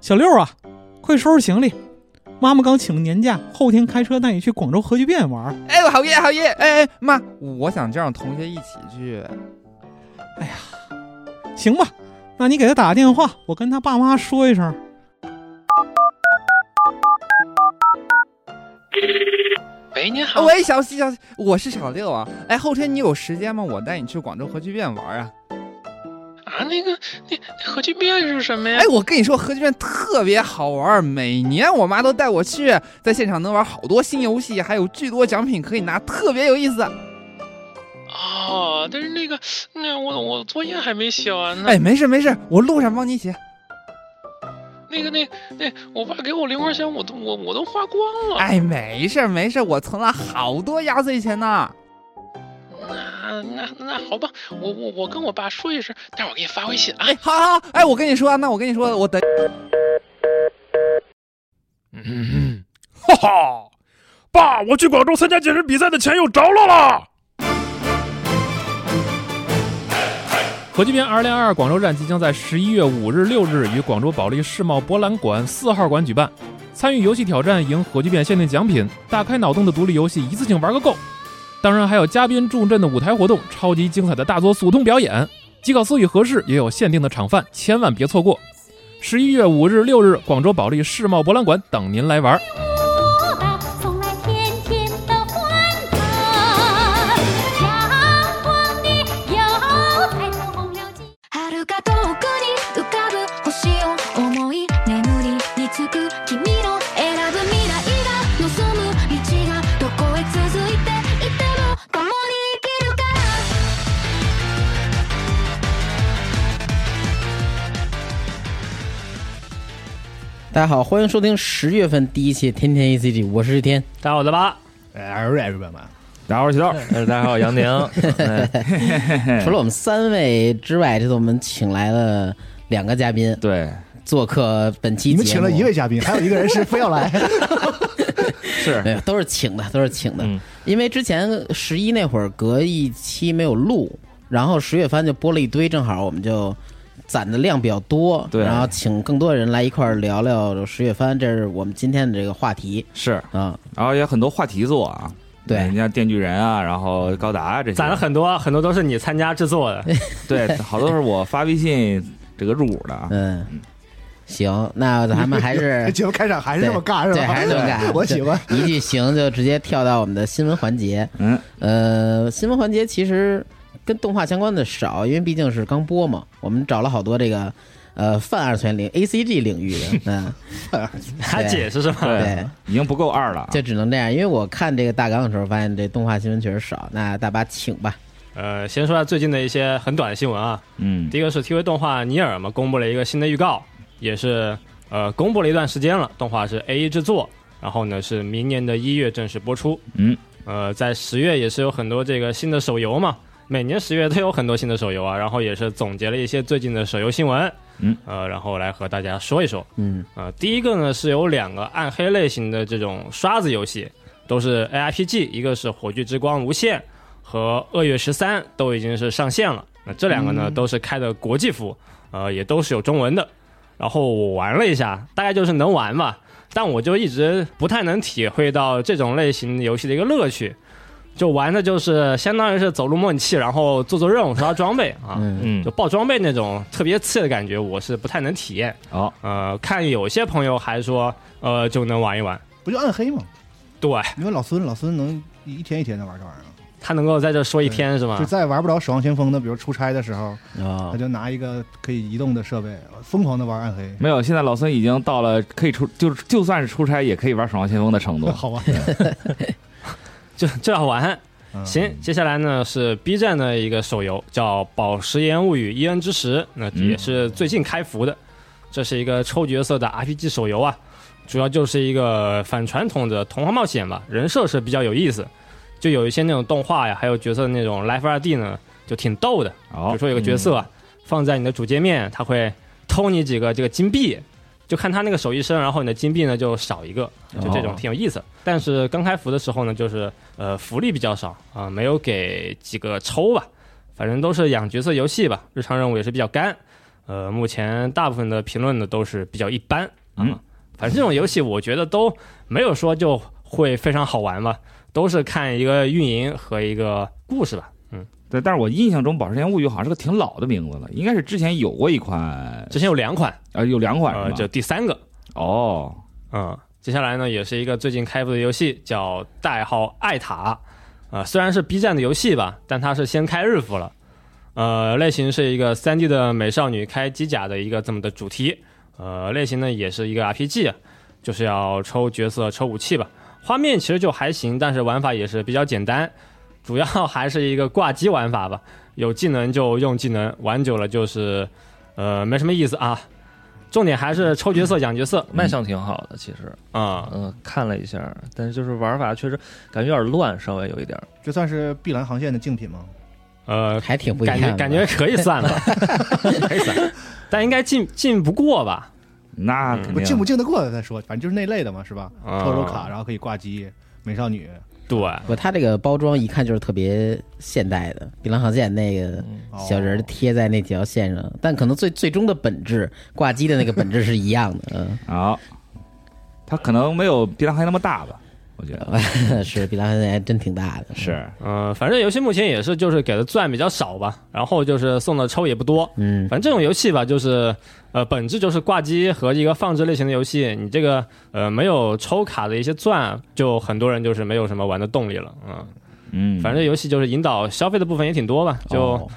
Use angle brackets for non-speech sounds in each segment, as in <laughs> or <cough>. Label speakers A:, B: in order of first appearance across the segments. A: 小六啊，快收拾行李，妈妈刚请了年假，后天开车带你去广州核聚变玩。
B: 哎，我好耶，好耶！哎哎，妈，我想叫上同学一起去。
A: 行吧，那你给他打个电话，我跟他爸妈说一声。
C: 喂，您好。
B: 喂，小西，小西，我是小六啊。哎，后天你有时间吗？我带你去广州核聚变玩啊。
C: 啊，那个，那那核聚变是什么呀？
B: 哎，我跟你说，核聚变特别好玩，每年我妈都带我去，在现场能玩好多新游戏，还有巨多奖品可以拿，特别有意思。
C: 哦，但是那个，那我我作业还没写完呢。
B: 哎，没事没事，我路上帮你写。
C: 那个，那那我爸给我零花钱，我都我我都花光了。
B: 哎，没事没事，我存了好多压岁钱呢。
C: 那那那好吧，我我我跟我爸说一声，待会儿给你发微信 <laughs> 啊。
B: 哎，好好，好哎，我跟你说，那我跟你说，我等。
D: 嗯，哈哈，爸，我去广州参加健身比赛的钱有着落了。核聚变二零二二广州站即将在十一月五日、六日于广州保利世贸博览馆四号馆举办。参与游戏挑战赢核聚变限定奖品，大开脑洞的独立游戏一次性玩个够。当然还有嘉宾助阵的舞台活动，超级精彩的大作速通表演。即考思与合适也有限定的场饭，千万别错过。十一月五日、六日，广州保利世贸博览馆等您来玩儿。
E: 我吧，送来甜甜的欢谈，阳光に腰带的红柳枝。遥か遠くに浮かぶ星を思い眠りにつく君の選ぶ未来が望む道がどこへ続いていても共に生きるから。
F: 大家好，欢迎收听十月份第一期《天天 E C G》，我是天。
G: 大家好，我是八。
D: 大家好，我是豆。
G: <laughs> 大家好，我是杨宁。
F: <laughs> 除了我们三位之外，这次我们请来了两个嘉宾
G: 对，
F: 做客本期
H: 你
F: 节
H: 们请
F: 目。
H: 了一位
F: <laughs>
H: 嘉宾，还有一个人是非要来。
F: 没有，都是请的，都是请的。
G: 嗯
F: 因为之前十一那会儿隔一期没有录，然后十月番就播了一堆，正好我们就攒的量比较多，
G: 对
F: 然后请更多人来一块儿聊聊十月番，这是我们今天的这个话题
I: 是，
F: 啊。
I: 然后也有很多话题做啊，
F: 对
I: 你像电锯人啊，然后高达啊这些，
G: 哎攒了很多，很多都是你参加制作的。
I: <laughs> 对，好多是我发微信这个入股
G: <laughs>
I: 的啊，
F: 嗯，行，那咱们还是
H: <laughs> 节目开场还是这么尬，是吧？。
F: 对，还是这么
H: <laughs>
F: 干
H: 我喜欢。
F: 一句行 <laughs> 就直接跳到我们的新闻环节。
I: 嗯，
F: 呃，新闻环节其实跟动画相关的少，因为毕竟是刚播嘛。我们找了好多这个呃泛二次元领 A C G 领域
G: <laughs>
F: 的，嗯，
G: 还解释是吧？
F: 对，
I: 已经不够二了啊。
F: 就只能这样。因为我看这个大纲的时候，发现这动画新闻确实少。那大巴请吧。
G: 呃，先说下最近的一些很短的新闻啊。
I: 嗯，
G: 第一个是 TV 动画《尼尔》嘛，公布了一个新的预告，也是呃公布了一段时间了。动画是 A 一制作，然后呢是明年的一月正式播出。
I: 嗯，
G: 呃，在十月也是有很多这个新的手游嘛，每年十月都有很多新的手游啊。然后也是总结了一些最近的手游新闻。
I: 嗯，
G: 呃，然后来和大家说一说。
F: 嗯，
G: 呃，第一个呢是有两个暗黑类型的这种刷子游戏，都是 ARPG，一个是《火炬之光无限》和《恶月十三》都已经是上线了。那这两个
H: 嗯
G: 呢、都是开的国际服，呃，也都是有中文的。然后我玩了一下，大概就是能玩吧，但我就一直不太能体会到这种类型游戏的一个乐趣。就玩的就是相当于是走入模拟器，然后做做任务、刷装备啊，
I: 嗯
G: 就爆装备那种特别刺的感觉，我是不太能体验。
I: 好，
G: 呃，看有些朋友还说，呃，就能玩一玩。
H: 不就暗黑吗？
G: 对
H: 你说老孙，老孙能一天一天的玩这玩意
G: 他能够在这说一天是嗯
H: 儿，
G: 吗
H: 就？再玩不着《守望先锋》的，比如出差的时候，
F: 哦
H: 他，就拿一个可以移动的设备，疯狂的玩暗黑。。
I: 没有，现在老孙已经到了可以出，就是就算是出差也可以玩《守望先锋》的程度
H: 好玩。
G: 就就要玩。
H: 嗯
G: 行，接下来呢是 B 站的一个手游叫《宝石岩物语：伊恩之石》，那
I: 嗯
G: 也是最近开服的。这是一个抽角色的 RPG 手游啊，主要就是一个反传统的童话冒险吧，人设是比较有意思，就有一些那种动画呀，还有角色的那种 Life 二 D 呢，就挺逗的。比
I: 好
G: 如，说有个角色、啊放在你的主界面，他会偷你几个这个金币，就看他那个手一伸，然后你的金币呢就少一个，就这种挺有意思。但是刚开服的时候呢，就是呃福利比较少啊、没有给几个抽吧，反正都是养角色游戏吧，日常任务也是比较干。
D: 呃，目前大部分的评论呢都是比较一般啊。
I: 嗯
D: 反正这种游戏我觉得都没有说就会非常好玩吧，都是看一个运营和一个故事吧。嗯，
I: 对，但是我印象中《宝石岩物语》好像是个挺老的名字了，应该是之前有过一款，
D: 之前有两款，
I: 呃，有两款
D: 呃，
I: 是
D: 就
I: 吧？
D: 第三个，
I: 哦，
D: 嗯，接下来呢，也是一个最近开服的游戏，叫代号艾塔。呃，虽然是 B 站的游戏吧，啊但它是先开日服了。呃，类型是一个 3D 的美少女开机甲的一个这么的主题。呃，类型呢也是一个 RPG，就是啊要抽角色、抽武器吧。画面其实就还行，但是玩法也是比较简单，主要还是一个挂机玩法吧。有技能就用技能，玩久了就是，呃，没什么意思啊。重点还是抽角色、养角色
E: 卖相挺好的，其实，
D: 啊、
E: 嗯、看了一下，但是就是玩法确实感觉有点乱，稍微有一点儿。
H: 这算是碧蓝航线的竞品吗？
D: 呃，
F: 还挺不一
D: 感
F: 样的
D: 觉感觉可以
C: <laughs>
D: 算了，可以算，但应该进进不过吧？
I: 那
D: 嗯
I: 肯
H: 我
I: 定
H: 进不进得过再说，反正就是那类的嘛，是吧？
D: 啊
H: 抽抽卡，然后可以挂机，美少女
D: 对，
F: 不，它这个包装一看就是特别现代的，碧蓝航线那个
H: 哦
F: 小人儿贴在那条线上，但可能最最终的本质，挂机的那个本质是一样的。嗯
I: 好，它可能没有《碧蓝航线》那么大吧，我觉
D: 呃
I: 得
F: 嗯， <laughs> 是碧蓝航线还真挺大的。
I: 是。
D: 嗯、反正游戏目前也是就是给的钻比较少吧，然后就是送的抽也不多，
F: 嗯，
D: 反正这种游戏吧，就是呃，本质就是挂机和一个放置类型的游戏，你这个呃没有抽卡的一些钻，就很多人就是没有什么玩的动力了，嗯，
I: 嗯，
D: 反正游戏就是引导消费的部分也挺多吧，就。
F: 哦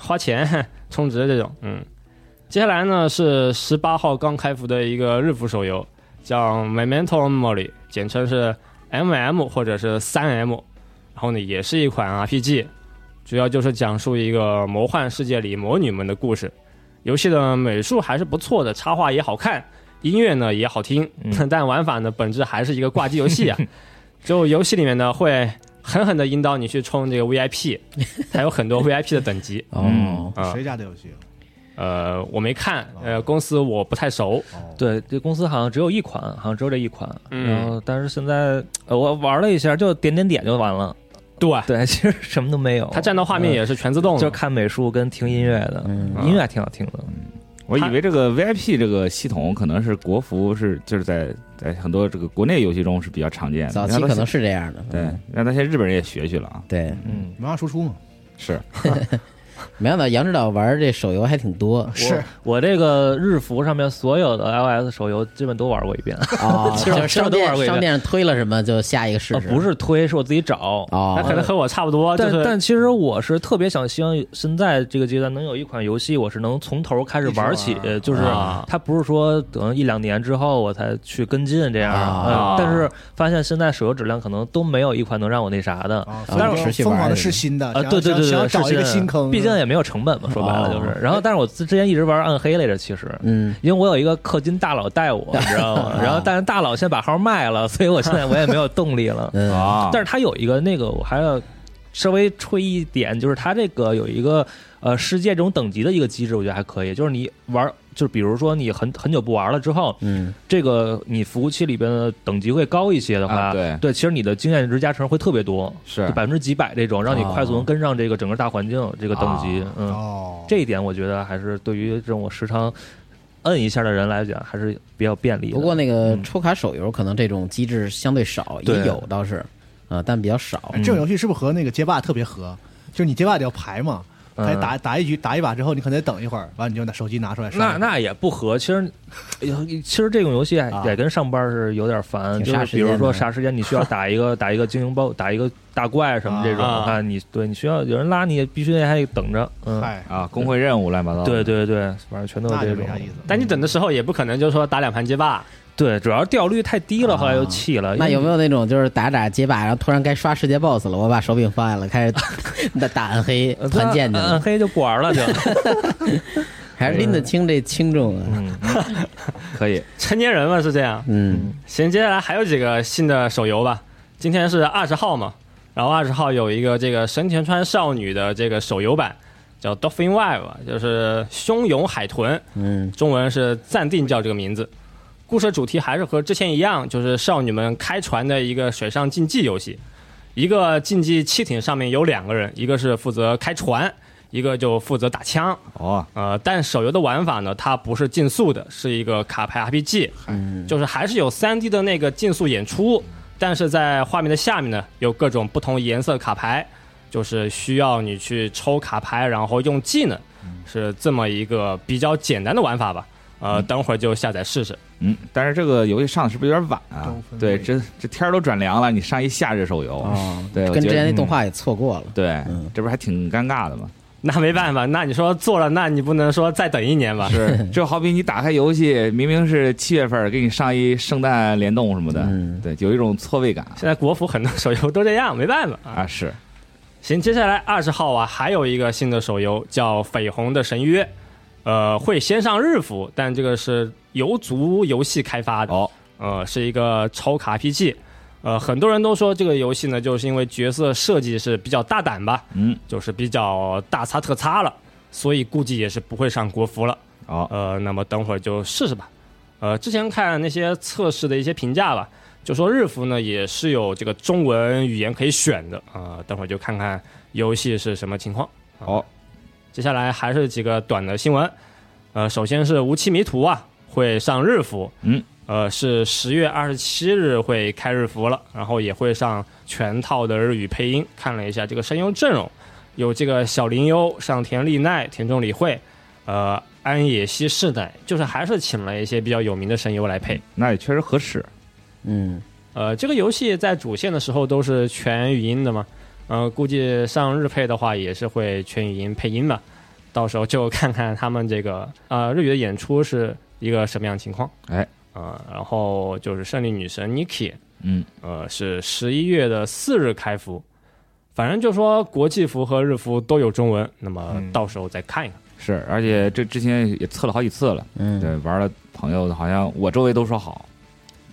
D: 花钱充值这种。嗯，接下来呢是十八号刚开服的一个日服手游，叫 Memento Mori，简称是 MM 或者是 3M，然后呢也是一款 RPG，主要就是讲述一个魔幻世界里魔女们的故事。游戏的美术还是不错的，插画也好看，音乐呢也好听，
E: 嗯
D: <laughs> 但玩法呢本质还是一个挂机游戏 <laughs> 啊。就游戏里面呢会狠狠的引导你去充这个 VIP，它有很多 VIP 的等级。
I: 嗯
F: 哦，
D: 啊
H: 谁家的游戏？
D: 呃，我没看，呃，公司我不太熟。
H: 哦，
E: 对，这公司好像只有一款，好像只有这一款。
D: 嗯
E: 然后，但是现在、呃我玩了一下，就点点点就完了。
D: 对，
E: 对，其实什么都没有。
D: 它战斗画面也是全自动
E: 嗯、就
D: 的，
E: 是看美术跟听音乐的，
F: 嗯
E: 音乐还挺好听的。
I: 我以为这个 VIP 这个系统可能是国服是就是在在很多这个国内游戏中是比较常见的，
F: 早期
I: 让它
F: 可能是这样的。嗯
I: 对，让那些日本人也学学了啊。
F: 对，
E: 嗯，
H: 文化输出嘛，
F: <laughs>
I: 是，
F: 没想到杨指导玩这手游还挺多
H: <laughs> 是
E: 我这个日服上面所有的 iOS 手游基本都玩过一遍。
F: 哦，
E: 其实
F: 就是
E: 这
F: 商
E: 么多玩过
F: 店
E: 一遍
F: 商店上推了什么就下一个试
E: 啊，
F: 试。
E: 不是推，是我自己找。
D: 它
F: 哦
D: 可能和我差不多，就
E: 但
D: 是
E: 但其实我是特别想希望现在这个阶段能有一款游戏，我是能从头开始玩起
H: 一直，玩
E: 呃就是
D: 啊
E: 它不是说等一两年之后我才去跟进这样。
F: 啊
E: 呃但是发现现在手游质量可能都没有一款能让我那啥的。
H: 啊，
F: 但哦是持续
H: 疯
F: 玩
H: 狂
F: 儿
H: 的试新的
G: 呃
E: 啊，对对对
H: 想
E: 对，
H: 要想要找一个
E: 是这样
H: 新坑，
E: 毕竟也没有成本嘛，说白了就是。然后，但是我之前一直玩暗黑来着，其实，
F: 哦嗯，啊
E: 因为我有一个氪金大佬带我，你知道
F: <laughs>
E: 吗？然后，但是大佬先把号卖了，所以我现在我也没有动力了。
F: 嗯
I: 啊，
E: 但是它有一个那个，我还要稍微吹一点，就是它这个有一个呃世界这种等级的一个机制，我觉得还可以。就是你玩，就是比如说你很很久不玩了之后，
F: 嗯，
E: 这个你服务器里边呃的等级会高一些的话，
I: 啊对
E: 对，其实你的经验值加成会特别多，
I: 是
E: 就百分之几百这种，让你
F: 哦
E: 快速能跟上这个整个大环境这个等级。嗯，
H: 哦，
E: 这一点我觉得还是对于这种我时常摁一下的人来讲，还是比较便利的。
F: 啊不过那个
E: 嗯
F: 抽卡手游可能这种机制相对少，也
E: 对
F: 有倒是啊，但比较少
H: 哎。这种游戏是不是和那个街霸特别合？就是你街霸得要排嘛，
E: 嗯
H: 排打打一局打一把之后，你可能得等一会儿，完你就拿手机拿出来
E: 那
H: 刷。
E: 那也不合，其实，哎呦其实这种游戏也
H: 啊
E: 也跟上班是有点烦，啊就
F: 挺杀
E: 是
F: 时
E: 比如
F: 间
E: 说
F: 的
E: 啥时间你需要打一个打一个精英 BOSS，打一个大怪什么这种
D: 啊
E: 的话，你对你需要有人拉你，必须还得等着，嗯，
H: 哎，
I: 啊，工会任务乱七八糟。
E: 对，对对，反正全都
H: 那
E: 是这
H: 就
E: 种
H: 没，啥意思。
D: 但你等的时候也不可能就说打两盘街霸，
E: 对，主要是掉率太低了，后来又
F: 啊
E: 弃了。
F: 那
E: 因为
F: 有没有那种就是打打街霸，然后突然该刷世界 BOSS 了， <laughs> 我把手柄放下了，开始打打暗黑
E: 呃
F: 团
I: 嗯
F: 建去
E: 暗暗
F: 了，
E: 黑就不玩了，就
F: 还是拎得清这轻重
I: 呃
F: 啊？
E: 嗯
I: 可以。
D: 成年人嘛是这样。
F: 嗯，
D: 行，接下来还有几个新的手游吧。今天是二十号嘛，然后二十号有一个这个神田川少女的这个手游版，叫 Dolphin Wave，就是汹涌海豚。
F: 嗯，
D: 中文是暂定叫这个名字。故事主题还是和之前一样，就是少女们开船的一个水上竞技游戏。一个竞技汽艇上面有两个人，一个是负责开船，
G: 一个就负责打枪。
I: 哦，
G: 呃，但手游的玩法呢，它不是竞速的，是一个卡牌 RPG，、就是
I: 嗯
G: 还是有 3D 的那个竞速演出，但是在画面的下面呢，有各种不同颜色的卡牌，就是需要你去抽卡牌，然后用技能，
I: 嗯
G: 是这么一个比较简单的玩法吧。呃，等会儿就下载试试。
I: 嗯，但是这个游戏上的是不是有点晚啊
H: 都？分
I: 对，
H: 配
I: 这这天儿都转凉了，你上一夏日手游，啊
E: 啊
F: 哦，
I: 对，我
F: 跟之
I: 觉得嗯
F: 前那动画也错过了。
I: 对
F: 嗯，
I: 这不是还挺尴尬的吗？
G: 那没办法，那你说做了，那你不能说再等一年吧？ <laughs>
I: 是，就好比你打开游戏，明明是七月份儿，给你上一圣诞联动什么的，
F: 嗯
I: 对，有一种错位感
G: 现在国服很多手游都这样，没办法啊。
I: 啊。是，
G: 行，接下来二十号啊，还有一个新的手游叫《绯红的神约》，呃，会先上日服，但这个是游族游戏开发的，
I: 哦，
G: 呃，是一个抽卡 RPG。呃，很多人都说这个游戏呢，就是因为角色设计是比较大胆吧，
I: 嗯，
G: 就是比较大擦特擦了，所以估计也是不会上国服了。
I: 哦，
G: 呃，那么等会儿就试试吧。呃，之前看那些测试的一些评价吧，就说日服呢也是有这个中文语言可以选的啊、呃等会儿就看看游戏是什么情况。
I: 好，
G: 啊接下来还是几个短的新闻。呃，首先是《无期迷途》啊，会上日服。
I: 嗯。
G: 呃，是十月二十七日会开日服了，然后也会上全套的日语配音。看了一下这个声优阵容，有这个小林优、上田丽奈、田中理惠，呃，安野希世代，就是还是请了一些比较有名的声优来配。
I: 嗯那也确实合适。
F: 嗯，
G: 呃，这个游戏在主线的时候都是全语音的嘛，呃，估计上日配的话也是会全语音配音吧，到时候就看看他们这个呃日语的演出是一个什么样的情况。
I: 哎，
G: 呃，然后就是胜利女神 Niki，
I: 嗯，
G: 呃，是十一月的四日开服，反正就说国际服和日服都有中文，那么
H: 嗯
G: 到时候再看一看。
I: 是，而且这之前也测了好几次了，
F: 嗯
I: 对，玩的朋友好像我周围都说好，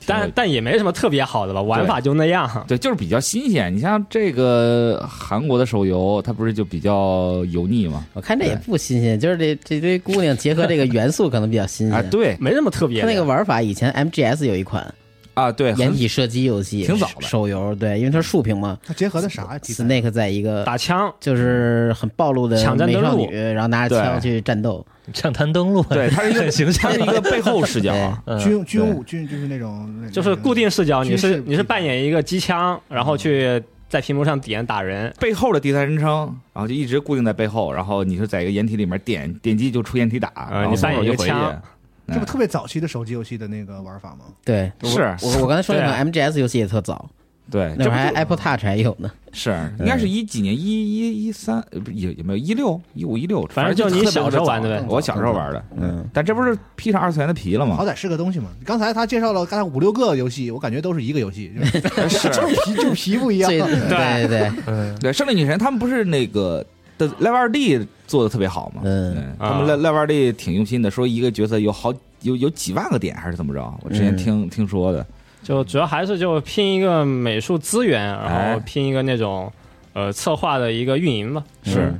G: 但但也没什么特别好的吧，玩法就那样。
I: 对，就是比较新鲜。你像这个韩国的手游，它不是就比较油腻吗？
F: 我看这也
I: 对
F: 不新鲜，就是这这堆姑娘结合这个元素可能比较新
I: 啊，
F: 鲜。
I: 对
G: 没什么特别
F: 它
G: 的
F: 那个玩法以前 MGS 有一款
I: 啊，对，很
F: 掩体射击游戏，
I: 挺早的嗯
F: 手游，对，因为它是竖屏嘛
H: 它结合的啥呀？题材
F: ，Snake 在一个
G: 打枪，
F: 就是很暴露的
G: 抢占
F: 美
G: 登
F: 少
G: 陆
F: 女，然后拿着枪去战斗，
D: 畅谈登录，
I: 对，它是一个
D: 很形象
I: 它是一个背后
G: <laughs>
I: 视角，
F: 对
D: 嗯
H: 军军务军就是那种
G: 就是固定视角，你
H: 军事
G: 是你是扮演一个机枪，然后去在屏幕上点打人。
I: 背后的第三人称，然后就一直固定在背后，然后你就在一个掩体里面点点击就出掩体打，然后
G: 呃你扮
I: 松
G: 演
I: 手
G: 一
I: 就
G: 个
I: 回去。
G: 枪
H: 这不特别早期的手机游戏的那个玩法吗？
F: 对，
I: 是
F: 我我刚才说那
G: 对啊
F: 款 MGS 游戏也特早，
I: 对，
F: 那会
I: 哎这
F: 儿还嗯
I: 不
F: Apple Touch 还有呢。
I: 是应该是一几年一一一三，呃不也也没有一六一五一六，
G: 反正
I: 正
G: 就
I: 特
G: 你
I: 别
G: 小时候
I: 早
G: 玩的呗
I: 我小时候玩的，
F: 嗯，
I: 但这不是披上二次元的皮了
H: 好
I: 吗？
H: 歹是个东西嘛。刚才他介绍了刚才五六个游戏，我感觉都是一个游戏，就是
I: <laughs> 是，
H: 就是皮就是皮不一样
F: 最。嗯对对对，
I: 对，胜利女神他们不是那个的 Live 二 D 做的特别好吗？
F: 嗯
I: 对
G: 啊
I: 他们 Live Live 二 D 挺用心的，说一个角色有好有有几万个点还是怎么着？我之前
F: 嗯
I: 听听说的，
G: 就主要还是就拼一个美术资源，然
I: 哎
G: 后拼一个那种呃策划的一个运营吧。嗯
I: 是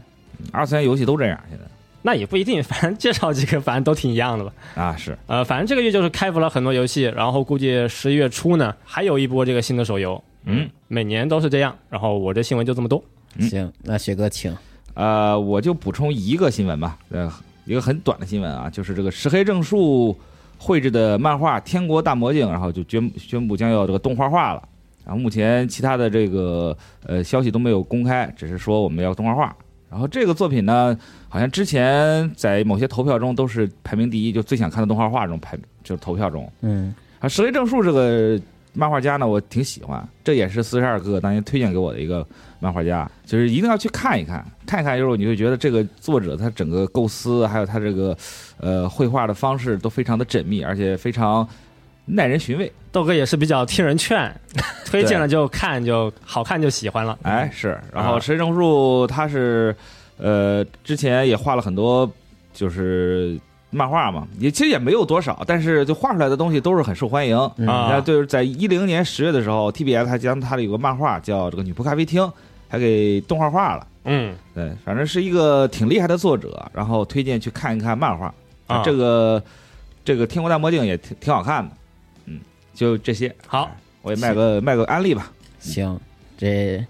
I: 二次元游戏都这样现在
G: 那也不一定，反正介绍几个，反正都挺一样的吧。
I: 啊，是
G: 呃，反正这个月就是开服了很多游戏，然后估计十一月初呢还有一波这个新的手游。
I: 嗯，
G: 每年都是这样。然后我这新闻就这么多。
I: 嗯
F: 行，那雪哥请。
I: 呃，我就补充一个新闻吧，呃，一个很短的新闻啊，就是这个石黑正树绘制的漫画《天国大魔镜》，然后就宣宣布将要这个动画化了。然后目前其他的这个呃消息都没有公开，只是说我们要动画化。然后这个作品呢，好像之前在某些投票中都是排名第一，就最想看的动画化中排就是投票中。
F: 嗯
I: 啊，石黑正树这个漫画家呢，我挺喜欢，这也是四十二哥当年推荐给我的一个漫画家，就是一定要去看一看，看一看之后你就觉得这个作者他整个构思，还有他这个呃绘画的方式都非常的缜密，而且非常耐人寻味。
G: 豆哥也是比较听人劝，推荐了就看，就好看就喜欢了。
I: 哎，是。然后
G: 啊
I: 石黑正树他是呃之前也画了很多就是漫画嘛，也其实也没有多少，但是就画出来的东西都是很受欢迎。
F: 嗯
G: 啊
I: 那就是在一零年十月的时候，TBS 还将它的有个漫画叫《这个女仆咖啡厅》，还给动画化了。
G: 嗯，
I: 对，反正是一个挺厉害的作者，然后推荐去看一看漫画。
G: 啊
I: 这个这个《天国大魔镜》也挺挺好看的。嗯，就这些。哎
G: 好，
I: 我也卖个卖个安利吧。
F: 行，这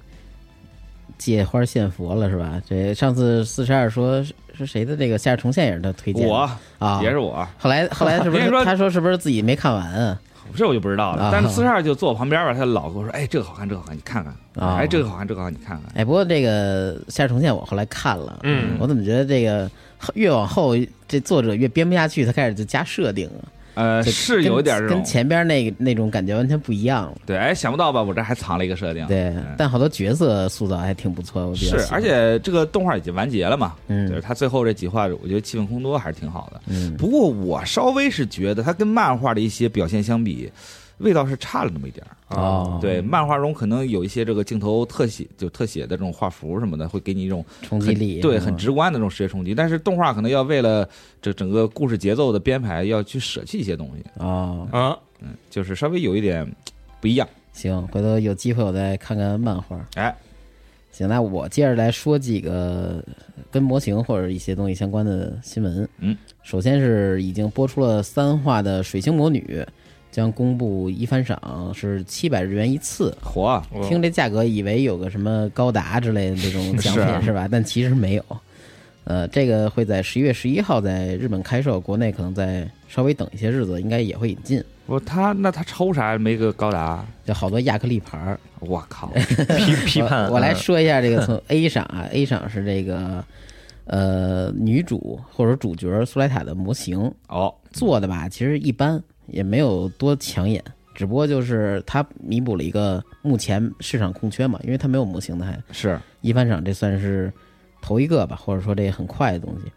F: 借花献佛了是吧？这上次四十二说是是谁的这个《夏日重现》也是他推荐的
I: 我
F: 啊，
I: 也是我，
F: 后来后来是
G: <laughs>
F: 不
I: 别
F: 是
I: 说
F: 他说是不是自己没看完啊？
I: 这我就不知道了
F: 啊。
I: 但是四十二就坐我旁边吧，他老跟我说：“哎，这个好看，这个好看，你看看。
F: 啊
I: 哎，这个好看，这个好看，你看看。
F: 哎，不过这个《夏日重现》我后来看了，
J: 嗯
F: 我怎么觉得这个越往后这作者越编不下去，他开始就加设定了，”
I: 呃，
F: 就是
I: 有点这
F: 跟
I: 种
F: 跟前边那个那种感觉完全不一样了。
I: 对。哎，想不到吧？我这还藏了一个设定。
F: 对
I: 嗯，
F: 但好多角色塑造还挺不错，我比较
I: 是
F: 喜，欢
I: 而且这个动画已经完结了嘛，
F: 嗯
I: 就是它最后这几话，我觉得气氛烘托还是挺好的。
F: 嗯
I: 不过我稍微是觉得它跟漫画的一些表现相比，味道是差了那么一点儿。
F: 哦，
I: 对，漫画中可能有一些这个镜头特写，就特写的这种画幅什么的，会给你一种
F: 冲击
I: 很
F: 力
I: 对，
F: 嗯
I: 很直观的这种视觉冲击。但是动画可能要为了这整个故事节奏的编排，要去舍弃一些东西，
F: 哦，
G: 啊，
I: 嗯，就是稍微有一点不一样。
F: 行，回头有机会我再看看漫画。
I: 哎，
F: 行，那我接着来说几个跟模型或者一些东西相关的新闻。
I: 嗯，
F: 首先是已经播出了三话的《水星魔女》，将公布一番赏是七百日元一次。
I: 火啊，
D: 哦
F: 听这价格，以为有个什么高达之类的这种奖
I: 是啊
F: 品是吧？但其实没有。呃，这个会在十一月十一号在日本开售，国内可能再稍微等一些日子，应该也会引进。
I: 我他那他抽啥没个高达？
F: 就好多亚克力牌儿，
I: 我
F: <laughs>
I: 靠！
D: 批批判，
F: 我我来
D: 嗯
F: 说一下这个从 <laughs> A 赏啊，A 赏是这个呃女主或者主角苏莱塔的模型
I: 哦，
F: 做的吧，其实一般，也没有多抢眼，只不过就是它弥补了一个目前市场空缺嘛，因为它没有模型的还
I: 是
F: 一番赏这算是头一个吧，或者说这很快的东西。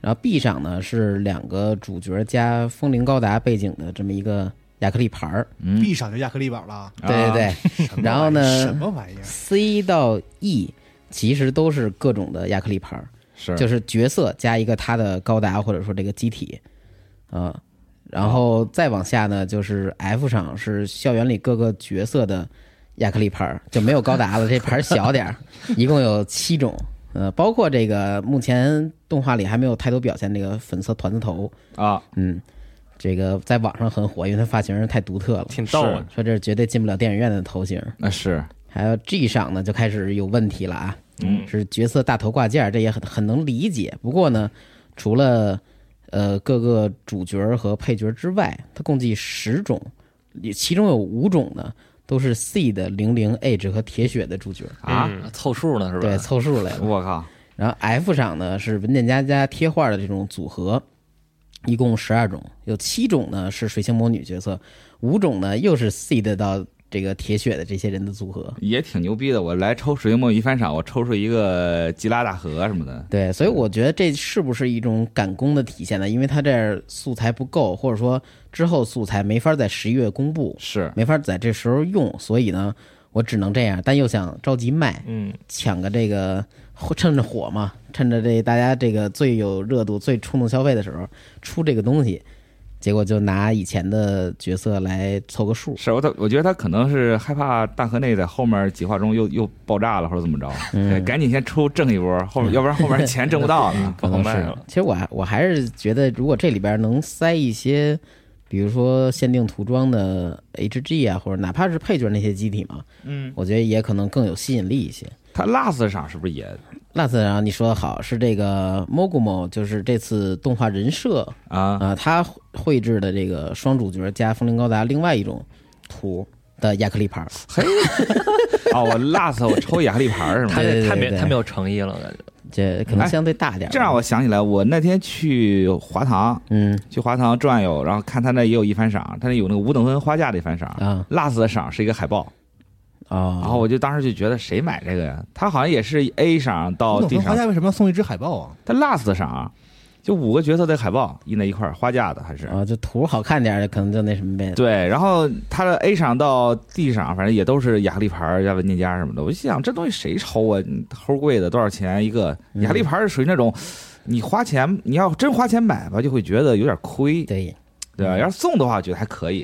F: 然后 B 赏呢是两个主角加风铃高达背景的这么一个亚克力牌儿，
I: 嗯啊
H: ，B 赏就亚克力板了。
F: 对对对，
H: 啊什么玩意儿
F: 然后呢
H: 什么玩意儿？
F: C 到 E 其实都是各种的亚克力牌儿，
I: 是
G: 嗯
F: 就是角色加一个他的高达或者说这个机体，啊、然后再往下呢就是 F 上是校园里各个角色的亚克力牌儿，就没有高达了，这牌儿小点儿，一共有七种。呃，包括这个目前动画里还没有太多表现这个粉色团子头，
I: 啊，
F: 嗯，这个在网上很火，因为它发型太独特了，
G: 挺逗啊的。
F: 说这是绝对进不了电影院的头型。
I: 那是
F: 还有 G 上呢就开始有问题了啊，
I: 嗯，
F: 是角色大头挂件儿，这也很很能理解。不过呢，除了呃各个主角儿和配角儿之外，它共计十种，也其中有五种呢都是 C 的零零 H 和铁血的主角儿，
I: 啊，
G: 嗯
D: 凑数呢是吧？
F: 对，凑数来了。
I: 我靠，
F: 然后 F 上呢是文件夹加贴画的这种组合，一共十二种，有七种呢是水星魔女角色，五种呢又是 C 的到这个铁血的这些人的组合。
I: 也挺牛逼的。我来抽水晶梦一翻赏，我抽出一个吉拉大河什么的。
F: 对，所以我觉得这是不是一种赶工的体现呢？因为它这儿素材不够，或者说之后素材没法在十一月公布，
I: 是
F: 没法在这时候用，所以呢，我只能这样，但又想着急卖，
D: 嗯，
F: 抢个这个趁着火嘛，趁着这大家这个最有热度、最冲动消费的时候出这个东西，结果就拿以前的角色来凑个数，
I: 是，我他我觉得他可能是害怕大河内在后面几话中又又爆炸了，或者怎么着，
F: 嗯
I: 对赶紧先出挣一波，
F: <laughs>
I: 后面要不然后面钱挣不
D: <laughs>
I: 到呢。
D: 不好卖了。
F: 其实我还我还是觉得，如果这里边能塞一些，比如说限定涂装的 HG 啊，或者哪怕是配角那些机体嘛，嗯，我觉得也可能更有吸引力一些。
I: 他 last 上是不是也
F: 那次然后你说的好是这个 Mogumo，就是这次动画人设
I: 啊？
F: 啊，他绘制的这个双主角加风铃高达另外一种图的亚克力牌儿，
I: 嘿，哦，我 last 我抽亚克力牌儿是
D: 他
I: 吗？
D: 这
F: 对
D: 太
F: 对
D: 没
F: 对
D: 太没有诚意了，我感觉。
F: 这可能
I: 哎
F: 相对大点儿吧。
I: 这让我想起来，我那天去华堂，
F: 嗯
I: 去华堂转悠，然后看他那也有一番赏，他那有那个五等分花架的一番赏
F: 啊
I: last 的赏是一个海报，
F: 哦，
I: 然后我就当时就觉得谁买这个呀？他好像也是 A 赏到
H: 那
I: D
H: 我
I: 赏
H: 华，夏为什么要送一只海报啊？
I: 他 last 赏就五个角色的海报印在一块儿，花架的还是。
F: 啊，就图好看点儿的，可能就那什么呗。
I: 对，然后他的 A 赏到 D 赏，反正也都是亚克力牌儿加文件夹什么的。我就想，这东西谁抽啊？你齁贵的，多少钱一个？
F: 嗯
I: 亚克力牌儿是属于那种，你花钱，你要真花钱买吧，就会觉得有点亏，
F: 对，
I: 对
H: 嗯
I: 啊吧？要是送的话，我觉得还可以。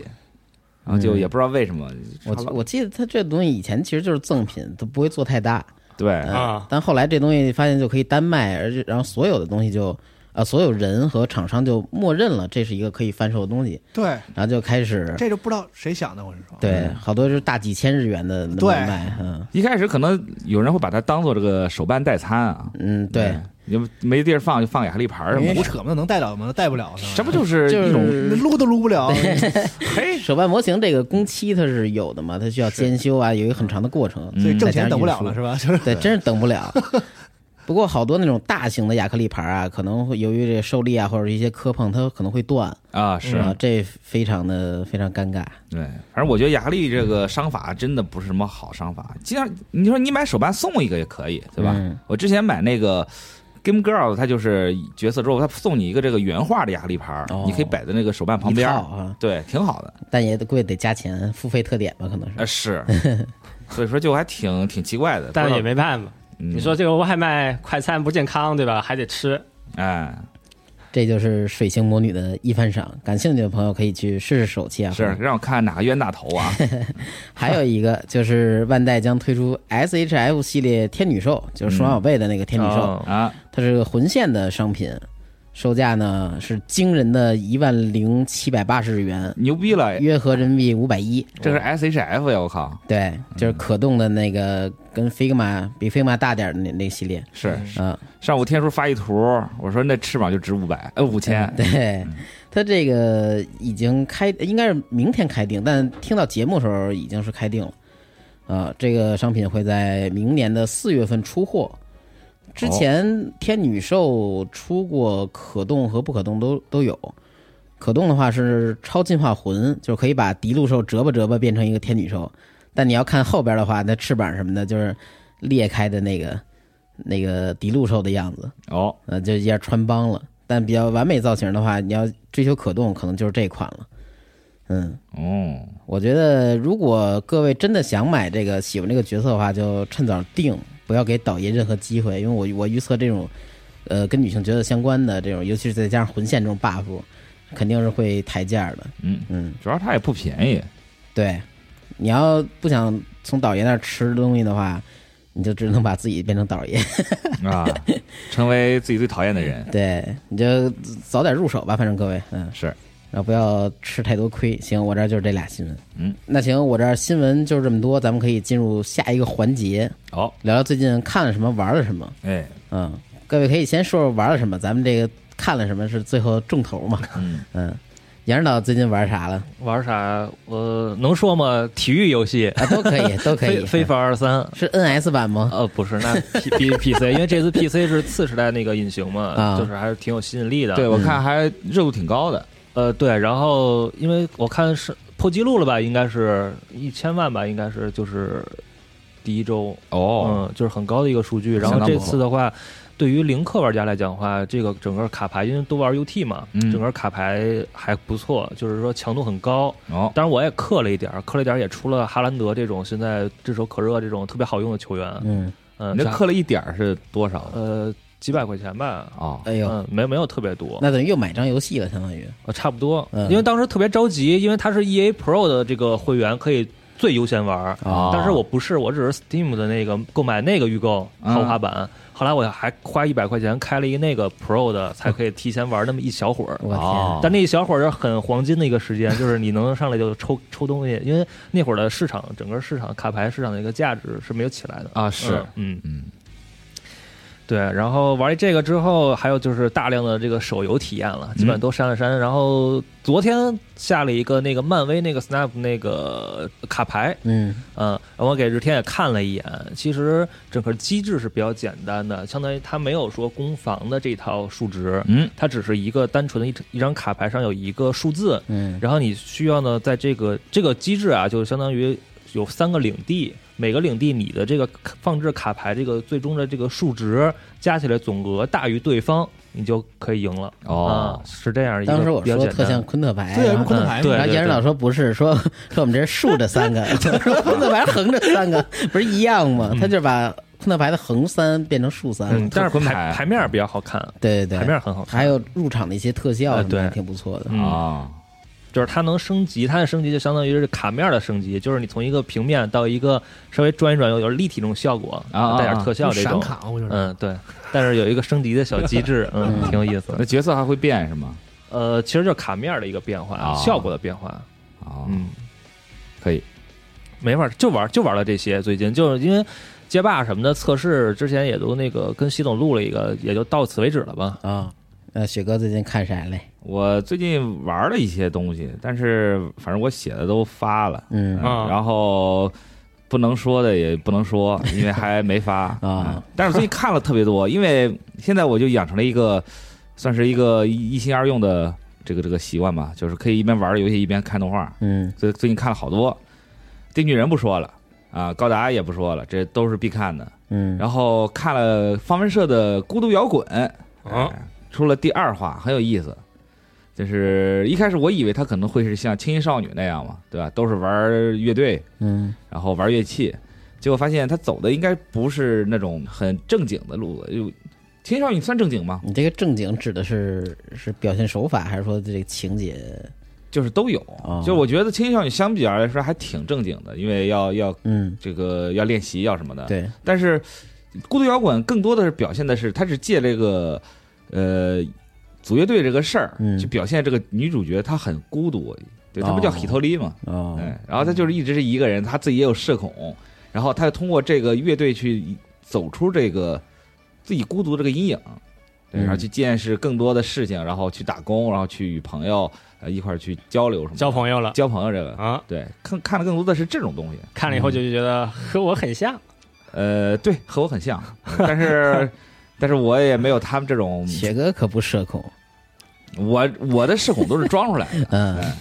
I: 然后就
F: 嗯
I: 也不知道为什么，
F: 我
I: 差不多
F: 我记得它这东西以前其实就是赠品，它不会做太大
I: 对
F: 呃
G: 啊
F: 但后来这东西发现就可以单卖，而且然后所有的东西就呃，所有人和厂商就默认了这是一个可以翻售的东西，
H: 对，
F: 然后就开始
H: 这就不知道谁想的，我是说，
F: 对，好多就是大几千日元的那么
H: 对
F: 卖，嗯
I: 一开始可能有人会把它当做这个手办代餐啊，
F: 嗯，对，，
I: 你没地儿放就放亚克力牌儿什么
H: 胡
I: 的，
H: 扯嘛，能带了吗？带不了
I: 这不就是
F: 就
I: 一种
H: 那
F: 是
H: 撸都撸不了，
I: <laughs> 嘿
F: 手办模型这个工期它是有的嘛，它需要监修啊，有一个很长的过程，
H: 所以挣
F: 再加
H: 钱
F: 上
H: 等不
F: 运
H: 了了，
F: 输
H: 是吧？就是
F: 对，真是等
H: <laughs>
F: 不了。不过好多那种大型的亚克力牌啊，可能会由于这个受力啊或者一些磕碰，它可能会断
I: 啊？是
H: 嗯
F: 啊，这非常的非常尴尬。
I: 对，反正我觉得亚克力这个商法真的不是什么好商法。既然你说你买手办送一个也可以，对吧？
F: 嗯
I: 我之前买那个 Game Girl，它就是角色之后，它送你一个这个原画的亚克力牌儿，
F: 哦
I: 你可以摆在那个手办旁
F: 一
I: 边
F: 套
I: 儿，
F: 啊，
I: 对，挺好
F: <laughs>
I: 的。
F: 但也得贵，得加钱，付费特点吧，可能是。
I: 呃，是，所以说就还挺挺奇怪的。
G: 但
I: 不
G: 是
I: 知
G: 也
I: 道
G: 没办法。
I: 嗯
G: 你说这个外卖快餐不健康，对吧？还得吃。
I: 哎，
F: 这就是水星魔女的一番赏，感兴趣的朋友可以去试试手气啊。
I: 是让我看哪个冤大头
F: <laughs>
I: 啊？
F: 还有一个就是万代将推出 S H F 系列天女兽，就是
I: 嗯
F: 双小贝的那个天女兽，
D: 哦
I: 啊，
F: 它是个魂线的商品，售价呢是惊人的一万零七百八十日元，
I: 牛逼了，
F: 约合人民币五百一。
I: 这是 S H F 呀！我靠，
F: 对，
I: 嗯
F: 就是可动的那个，跟 Figma 比 Figma 大点儿的那那系列，
I: 是
F: 嗯，
I: 上午天叔发一图，我说那翅膀就值五百，呃，五千，
D: 嗯
F: 对，它这个已经开，应该是明天开定，但听到节目的时候已经是开定了。啊，这个商品会在明年的四月份出货。之前天女兽出过可动和不可动都都有，可动的话是超进化魂，就是可以把迪路兽折吧折吧变成一个天女兽，但你要看后边的话，那翅膀什么的，就是裂开的那个那个迪路兽的样子。
I: 哦，
F: 呃，就一下穿帮了。但比较完美造型的话，你要追求可动，可能就是这款了。嗯，
I: 哦，
F: 我觉得如果各位真的想买这个、喜欢这个角色的话，就趁早定，不要给倒爷任何机会，因为我我预测这种，呃，跟女性角色相关的这种，尤其是再加上魂线这种 buff，肯定是会抬价的。
I: 嗯
F: 嗯，
I: 主要它也不便
D: <laughs>
I: 宜，
F: 对，你要不想从倒爷那儿吃东西的话，你就只能把自己变成倒爷。 <laughs>
I: 啊，成为自己最讨厌的人。
F: 对，你就早点入手吧，反正各位，嗯，
I: 是，
F: 然后不要吃太多亏。行，我这儿就是这俩新闻。
I: 嗯，
F: 那行，我这儿新闻就是这么多，咱们可以进入下一个环节，
I: 好，
F: 聊聊最近看了什么，玩了什么。
I: 哦哎，
F: 嗯，各位可以先说说玩了什么，咱们这个看了什么是最后重头嘛。
I: 嗯，
F: 嗯，杨指导最近玩啥了？
D: 玩啥？我能说吗？体育游戏，
F: 啊，都可以，都可以。
D: <laughs> 非非法二三。
F: 是 NS 版吗？
D: 呃，不是，那 P P P C，因为这次 P C 是次时代那个隐形
F: 啊
D: 嘛，呃就是还是挺有吸引力的。
I: 对，我看还热度挺高的，
D: 呃，对，然后因为我看是破纪录了吧，应该是一千万吧，应该是就是第一周，
I: 哦，
D: 嗯，就是很高的一个数据。然
I: 相
D: 后
I: 当
D: 这
I: 不错
D: 次的话，对于零氪玩家来讲的话，这个整个卡牌因为都玩 UT 嘛，
I: 嗯
D: 整个卡牌还不错，就是说强度很高。
I: 哦，
D: 当然我也氪了一点儿，氪了一点儿也出了哈兰德这种现在炙手可热这种特别好用的球员，
F: 嗯，
D: 嗯，
I: 你这
D: 像
I: 刻了一点儿是多少？
D: 呃几百块钱吧。
I: 哦，
F: 哎呦，
D: 嗯，没没有特别多，
F: 那等于又买张游戏了，相当于。
D: 呃，差不多
F: 嗯，
D: 因为当时特别着急，因为它是 E A Pro 的这个会员可以最优先玩儿，
I: 哦
D: 但是我不是，我只是 Steam 的那个购买那个预购
I: 嗯
D: 豪华版，后来我还花一百块钱开了一个那个 Pro 的，才可以提前玩那么一小会儿。
F: 我
I: 哦
F: 天，，
D: 但那一小会儿是很黄金的一个时间，就是你能上来就抽抽东西，因为那会儿的市场，整个市场卡牌市场的一个价值是没有起来的
I: 啊是，
D: 嗯，
I: 嗯，
D: 对，然后玩这个之后，还有就是大量的这个手游体验
I: 嗯
D: 了，基本上都删了删。然后昨天下了一个那个漫威那个 Snap 那个卡牌，
F: 嗯
D: 嗯，然后我给日天也看了一眼。其实整个机制是比较简单的，相当于它没有说攻防的这套数值，
I: 嗯，
D: 它只是一个单纯的一一张卡牌上有一个数字，
F: 嗯
D: 然后你需要呢，在这个这个机制啊，就相当于有三个领地，每个领地你的这个卡放置卡牌这个最终的这个数值加起来总额大于对方，你就可以赢了。
I: 哦
D: 啊，是这样一个
F: 当时我
D: 比较
F: 说
D: 简
F: 特
D: 单
F: 像。昆特牌，
H: 对
F: 然后
H: 昆特牌
D: 嗯对
F: 然后
D: 对
F: 严指导
D: 对
F: 说不是，说说我们这竖着三个， <laughs> 就是说昆特牌横着三个，不是一样吗？他就是把昆特牌的横三变成竖三
D: 嗯
F: 了，，
D: 但是
I: 昆
D: 牌
I: 牌
D: 牌面比较好看，
F: 对对
D: 牌
F: 对
D: 面，很好看。
F: 还有入场的一些特效
D: 哎
F: 什么的，
D: 对
F: 挺不错的。
D: 嗯
I: 哎哦，
D: 就是它能升级，它的升级就相当于是卡面的升级，就是你从一个平面到一个稍微转一转，有点立体那种效果，
I: 啊啊
D: 带点特效这
K: 闪
D: 种。
K: 卡，我觉得
D: 嗯，对，但是有一个升级的小机
I: <laughs>
D: 制，嗯，挺有意思
I: 那
D: 的。
I: 角色还会变是吗？
D: 呃，其实就是卡面的一个变化，
I: 啊
D: 效果的变化。
I: 啊，
D: 嗯，
I: 可以。
D: 没法儿，就玩就玩了这些。最近就是因为街霸什么的测试之前也都那个跟习总录了一个，也就到此为止了吧。
F: 啊。呃，雪哥最近看啥嘞？
I: 我最近玩了一些东西，但是反正我写的都发了，
F: 嗯
G: 啊
I: 然后不能说的也不能说，
F: <laughs>
I: 因为还没发
F: 啊
I: 嗯但是最近看了特别多，因为现在我就养成了一个算是一个一心二用的这个这个习惯吧，就是可以一边玩游戏一边看动画，
F: 嗯
I: 所以最近看了好多。电锯人不说了啊，高达也不说了，这都是必看的。
F: 嗯，
I: 然后看了方文社的《孤独摇滚》
G: 啊，
I: 出了第二话，很有意思。就是一开始我以为他可能会是像青音少女那样嘛，对吧？都是玩乐队，
F: 嗯
I: 然后玩乐器，结果发现他走的应该不是那种很正经的路子。就青音少女算正经吗？
F: 你这个正经指的是是表现手法，还是说这个情节？
I: 就是都有。
F: 哦
I: 就是我觉得青音少女相比而来说还挺正经的，因为要要
F: 嗯，
I: 这个要练习要什么的。
F: 对，
I: 但是孤独摇滚更多的是表现的是，它是借这个呃组乐队这个事儿，
F: 嗯
I: 去表现这个女主角她很孤独，对，她不
F: 哦
I: 叫希托利嘛，
F: 哦，
D: 哎
I: 嗯，然后她就是一直是一个人，她自己也有社恐，然后她通过这个乐队去走出这个自己孤独这个阴影。对，
F: 嗯
I: 然后去见识更多的事情，然后去打工，然后去与朋友呃一块儿去交流什么的
G: 交朋友了
I: 交朋友这个，
G: 啊，
I: 对，看看的更多的是这种东西。
G: 看了以后
D: 嗯
G: 就觉得和我很像，
I: 呃，对，和我很像， <laughs> 但是但是我也没有他们这种，
F: 雪哥可不社恐，
I: 我我的社恐都是装出来 <laughs> 的。
F: 嗯
I: 哎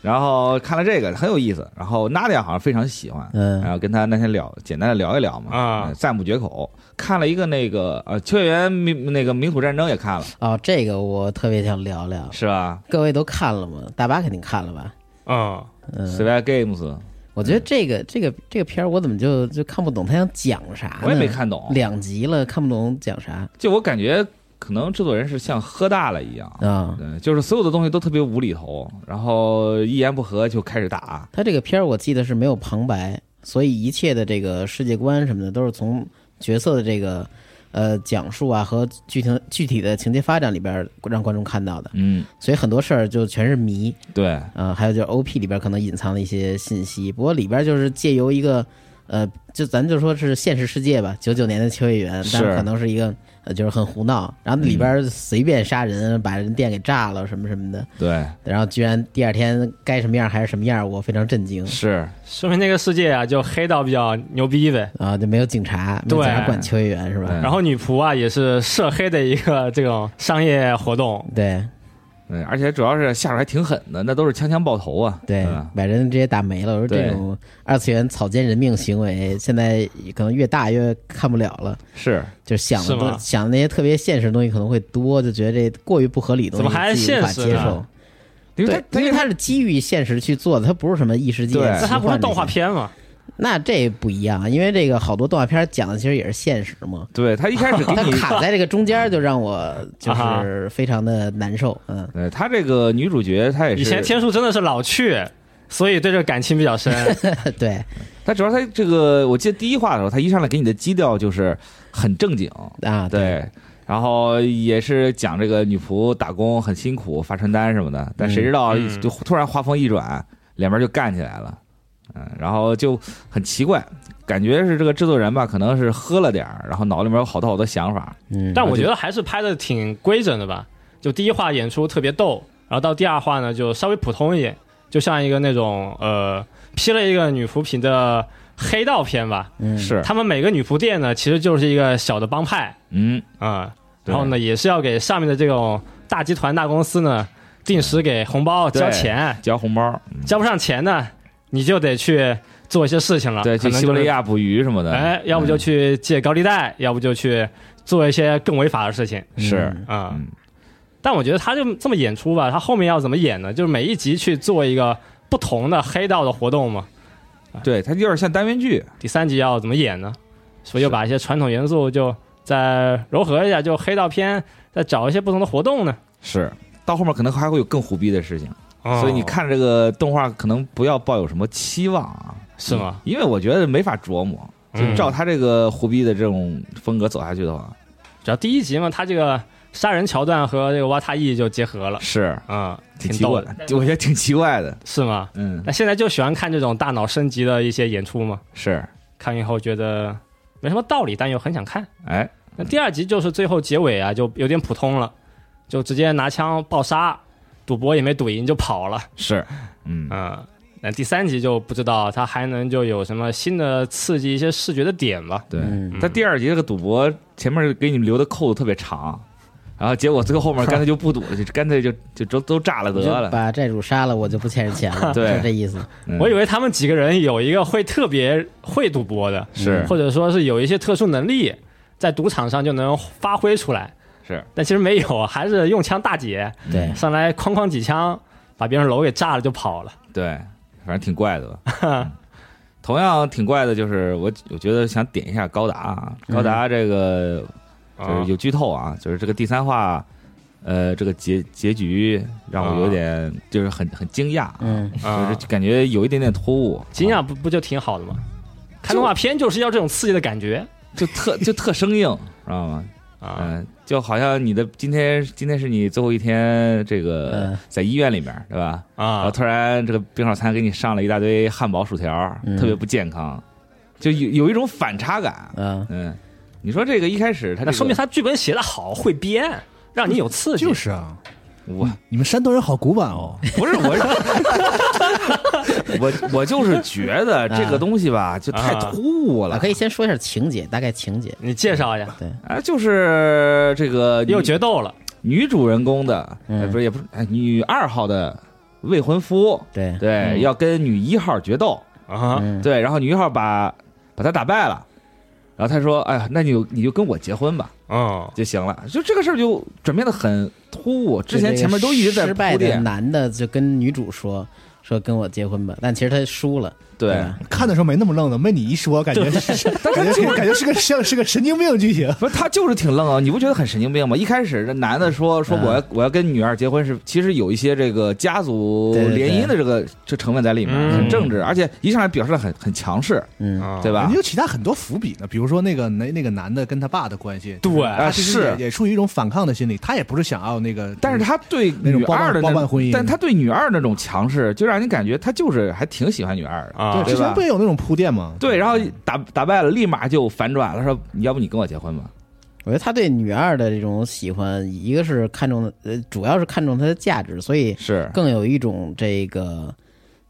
I: 然后看了这个很有意思，然后 Nadia 好像非常喜欢，然
F: 嗯
I: 后跟他那天聊，简单的聊一聊嘛，
G: 啊
I: 呃赞不绝口。看了一个那个呃，秋叶原民那个民主战争也看了，
F: 哦，这个我特别想聊聊，
I: 是吧
F: 各位都看了吗？大巴肯定看了吧？
G: 嗯，
C: 啊
F: 嗯，
I: ？Squid Games
F: 我
I: 嗯
F: 觉得这个这个这个片儿我怎么就就看不懂他想讲啥呢？
I: 我也没看懂，
F: 两集了，看不懂讲啥啊、
I: 就我感觉可能制作人是像喝大了一样。
F: 啊嗯
I: 对，就是所有的东西都特别无厘头，然后一言不合就开始打，
F: 他这个片儿我记得是没有旁白，所以一切的这个世界观什么的都是从角色的这个呃讲述啊和剧情具体的情节发展里边儿让观众看到的，
I: 嗯，
F: 所以很多事儿就全是谜
I: 对，
F: 啊、呃还有就是 O P 里边可能隐藏的一些信息，不过里边就是借由一个呃，就咱就说是现实世界吧，九九年的秋叶原，但
I: 是
F: 可能是一个呃就是很胡闹，然后里边
G: 嗯
F: 随便杀人，把人店给炸了什么什么的，
I: 对，
F: 然后居然第二天该什么样还是什么样，我非常震惊。
I: 是
G: 说明那个世界啊，就黑到比较牛逼呗。
F: 啊，就没有警察，没有
G: 对
F: 警察管秋叶原是吧？
I: 对
G: 然后女仆啊，也是涉黑的一个这种商业活动，
F: 对
I: 对，嗯而且主要是下手还挺狠的，那都是枪枪爆头啊，
F: 对
I: 吧，
F: 把人直接打没了。我说
I: 对
F: 这种二次元草菅人命行为，现在可能越大越看不了了。
I: 是
F: 就想的
G: 是吗
F: 都想的那些特别现实的东西可能会多，就觉得这过于不合理的东
G: 怎
F: 西
G: 么还
F: 自己无法
G: 现实
F: 接
G: 呢
F: 受？
I: 因为
F: 对
I: 他，他
F: 因为它是基于现实去做的，它不是什么异世界。
I: 对
F: 奇幻
G: 那它不是
F: 这些
G: 动画，片嘛？
F: 那这不一样，因为这个好多动画片讲的其实也是现实嘛。
I: 对他一开始给
F: 它 <laughs>
I: 你，
F: 卡在这个中间，就让我就
G: 啊
F: 是非常的难受。嗯， <laughs>
I: 对呃他这个女主角，她也
G: 以前
I: 是，
G: 天数真的是老去，所以对这个感情比较深。
F: 对
I: 她主要她这个，我记得第一话的时候，她一上来给你的基调就是很正经，
F: 啊，
I: 对，然后也是讲这个女仆打工很辛苦，发传单什么的，但谁知道
G: 嗯
I: 就突然话锋一转，两边就干起来了，嗯，然后就很奇怪，感觉是这个制作人吧，可能是喝了点儿，然后脑里面有好多好多想法，
F: 嗯，
G: 但我觉得还是拍的挺规整的吧。就第一话演出特别逗，然后到第二话呢就稍微普通一点，就像一个那种呃披了一个女仆皮的黑道片吧。
F: 嗯
I: 是，
G: 他们每个女仆店呢其实就是一个小的帮派
I: 嗯，
G: 啊、
I: 对
G: 然后呢也是要给上面的这种大集团大公司呢定时给红包哦交
I: 对
G: 钱，
I: 交红包，嗯
G: 交不上钱呢你就得去做一些事情了，
I: 对，
G: 可
I: 去嗯
G: 能
I: 西
G: 就
I: 伯
G: 是
I: 利亚捕鱼什么的，
G: 哎，要不就去借高利贷，要不就去做一些更违法的事情
I: 嗯是，
G: 啊、
I: 嗯
G: 但我觉得他就这么演出吧，他后面要怎么演呢？就是每一集去做一个不同的黑道的活动嘛。
I: 对，它有点像单元剧，
G: 第三集要怎么演呢？是不是又把一些传统元素就再柔合一下，就黑道片再找一些不同的活动呢？
I: 是，到后面可能还会有更胡逼的事情，
D: 哦
I: 所以你看这个动画可能不要抱有什么期望啊，
D: 是吗？
I: 因为我觉得没法琢磨，就
D: 嗯
I: 照他这个胡逼的这种风格走下去的话，
D: 主要第一集嘛，他这个杀人桥段和这个挖他意就结合了，
I: 是
D: 啊、嗯，
I: 挺
D: 挺
I: 奇
D: 逗
I: 怪
D: 的，，
I: 我觉得挺奇怪的，
D: 是吗？
I: 嗯，
D: 那现在就喜欢看这种大脑升级的一些演出嘛，
I: 是，
D: 看以后觉得没什么道理，但又很想看。
I: 哎，
D: 那第二集就是最后结尾啊，就有点普通了，就直接拿枪爆杀，赌博也没赌赢就跑了。
I: 是，嗯，
D: 嗯，那第三集就不知道它还能就有什么新的刺激一些视觉的点吧。
I: 对。
F: 嗯，
I: 但第二集这个赌博前面给你们留的扣子特别长，然后结果最后后面干脆就不赌了，就干脆就就都都炸了得
F: 你就
I: 了。
F: 把债主杀了，我就不欠人钱了，
I: 对
F: 是这意思。
I: 嗯
D: 我以为他们几个人有一个会特别会赌博的，
I: 是
D: 或者说是有一些特殊能力，在赌场上就能发挥出来。
I: 是，
D: 但其实没有，啊还是用枪大姐
F: 对，
D: 上来哐哐几枪，把别人楼给炸了就跑了。
I: 对，反正挺怪的吧。 <laughs> 嗯同样挺怪的就是我，我觉得想点一下高达啊，
F: 嗯
I: 高达这个就是有剧透啊，就是这个第三话，呃，这个结结局让我有点就是很很惊讶，
F: 嗯，
D: 啊
I: 就是感觉有一点点突兀，
D: 惊讶不不就挺好的吗？看动画片就是要这种刺激的感觉
I: 就特 <laughs> 就特生硬，知道吗？
D: 啊！
I: 嗯，就好像你的今天今天是你最后一天，这个
F: 嗯
I: 在医院里面，对吧？然后
D: 啊，
I: 突然这个病号餐给你上了一大堆汉堡、薯条，
F: 嗯
I: 特别不健康，就有有一种反差感。
F: 啊，
I: 嗯，你说这个一开始他
D: 那说明他剧本写的好，会编，让你有刺激。
H: 就是啊，
I: 我
H: 你们山东人好古板哦，
I: 不是我
H: <laughs>
I: 是我我就是觉得
H: 啊
I: 这个东西吧，就太突兀了哎
F: 啊，可以先说一下情节，大概情节。
D: 你介绍一下，
I: 啊，就是这个
D: 又
I: 女
D: 决斗了，
I: 女主人公的，
F: 嗯
I: 呃不是也不是哎女二号的未婚夫，
F: 对，
I: 对，要跟女一号决斗，
D: 啊
F: 嗯，
I: 对，然后女一号把把他打败了，然后他说：“哎呀，那你就你就跟我结婚吧
D: 嗯
I: 就行了。”就这个事儿就转变的很突兀，之前
F: 就这个
I: 前面都一直在
F: 失败
I: 铺
F: 的
I: 垫，
F: 男的就跟女主说说跟我结婚吧，但其实他输了。
I: 对，
F: 吧
H: 看的时候没那么愣的，被你一说，感觉是感觉是感觉是个像是个神经病剧情。
I: 不是他就是挺愣啊，你不觉得很神经病吗？一开始这男的说说
F: 嗯
I: 我要我要跟女二结婚是，其实有一些这个家族
F: 对对对
I: 联姻的这个这成分在里面，
D: 嗯
I: 很政治，而且一上来表示的很很强势，
F: 嗯，
D: 啊
I: 对吧
H: 你？有其他很多伏笔呢，比如说那个那那个男的跟他爸的关系，
D: 对
H: 他其实
I: 是
H: 啊也也处于一种反抗的心理，他也不是想要那个，
I: 但是他对
H: 那种
I: 女
H: 包办
I: 二的
H: 包
I: 那
H: 办婚
I: 种
H: 姻，
I: 但他对女二那种强势，就让你感觉他就是还挺喜欢女二的。
D: 啊
H: 对之
I: 对吧
H: 前不也有那种铺垫吗？
I: 对，然后打打败了，立马就反转了，说要不你跟我结婚吧？
F: 我觉得他对女二的这种喜欢，一个是看重呃，主要是看重她的价值，所以
I: 是
F: 更有一种这个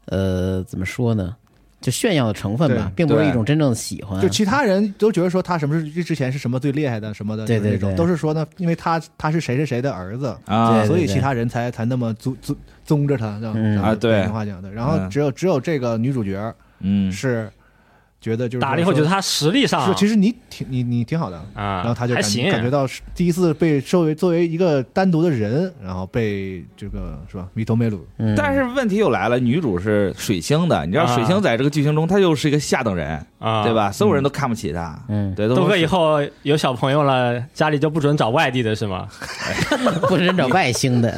F: 呃，怎么说呢，就炫耀的成分吧
H: 对，
F: 并不是
I: 对
F: 一种真正的喜
I: 嗯
F: 欢。
H: 就其他人都觉得说他什么是之前是什么最厉害的什么的，
F: 对
H: 就是
F: 对
H: 那种
F: 对
H: 都是说呢，因为他他是谁谁谁的儿子，
I: 啊
F: 对，
H: 所以其他人才才那么宗宗宗着他，这样
F: 嗯
H: 这样
I: 啊对
H: 北京话讲的。然后
I: 嗯
H: 只有只有这个女主角
I: 嗯，
H: 是觉得就是
D: 打了以后觉得他实力上
H: 是其实你挺你你挺好的，
D: 啊，
H: 然后他就
D: 还
H: 感
D: 行，
H: 感觉到是第一次被作为作为一个单独的人，然后被这个是吧米头梅鲁
F: 嗯，
I: 但是问题又来了，女主是水星的，你知道
D: 啊
I: 水星在这个剧情中，她又是一个下等人，
D: 啊，
I: 对？吧？所有人都看不起她，
F: 嗯， <laughs>
I: 对，
D: 豆
I: 都
D: 哥
I: 是
D: 以后有小朋友了，家里就不准找外地的是吗？
F: 不是找外星
I: <laughs>
F: 的，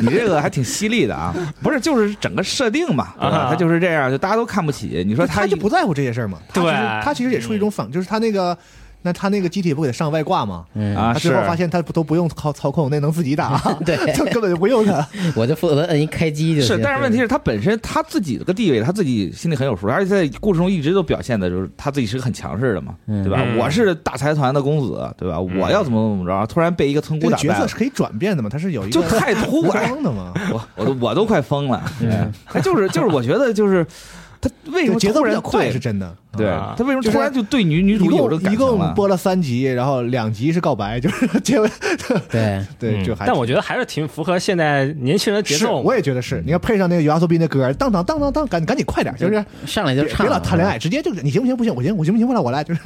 I: 你这个还挺犀利的啊，不是，就是整个设定嘛，对吧
D: 啊
I: 她就是这样，就大家都看不起，你说
H: 他
I: 她
H: 就不在乎这些事儿嘛。他其实
D: 对
H: 他其实也出于一种反，就是他那个那他那个机体不给他上外挂嘛，
F: 嗯，
I: 啊，
H: 他最
I: 是
H: 后发现他不都不用靠操控，那能自己打，
F: <laughs>
E: <laughs>
F: 对，
H: 他根本就不用他。
F: 我就负责摁一开机就行。
I: 是，但是问题是他本身他自己这个地位，他自己心里很有数，而且在故事中一直都表现的就是他自己是个很强势的嘛，
F: 嗯
I: 对吧？
D: 嗯
I: 我是大财团的公子，对吧？我要怎么怎么着，突然被一个村
H: 这
I: 姑
H: 个
I: 打
H: 角
I: 败
H: 色
I: 了
H: 是，可以转变的嘛，他是有一个
I: 就太突
H: <laughs>
I: 兀，哎
H: 光的嘛。
I: 我我都我都快疯了。
F: 嗯
I: 他就是就是，我觉得就是他为什
H: 对
I: 么
H: 节奏
I: 突
H: 比较
I: 然
H: 快
I: 对
H: 是真的，
I: 对
D: 啊
I: 他为什么
H: 就是
I: 突然就对女女
H: 一
I: 主
H: 共
I: 有这个感
H: 一
I: 情
H: 共
I: 了？
H: 播了三集，然后两集是告白，就是结尾，
F: 对，
H: 对， <laughs> 就还。
D: 但我觉得还是挺符合现在年轻人节
H: 是，
D: 奏。
H: 我也觉得是。你要配上那个 u s b 那歌，当当当当当，赶赶紧快点，就是
F: 上来
H: 别
F: 就唱
H: 别老谈恋爱，直接就是你行不行？不行，我行，我行不行？我来，我来，就是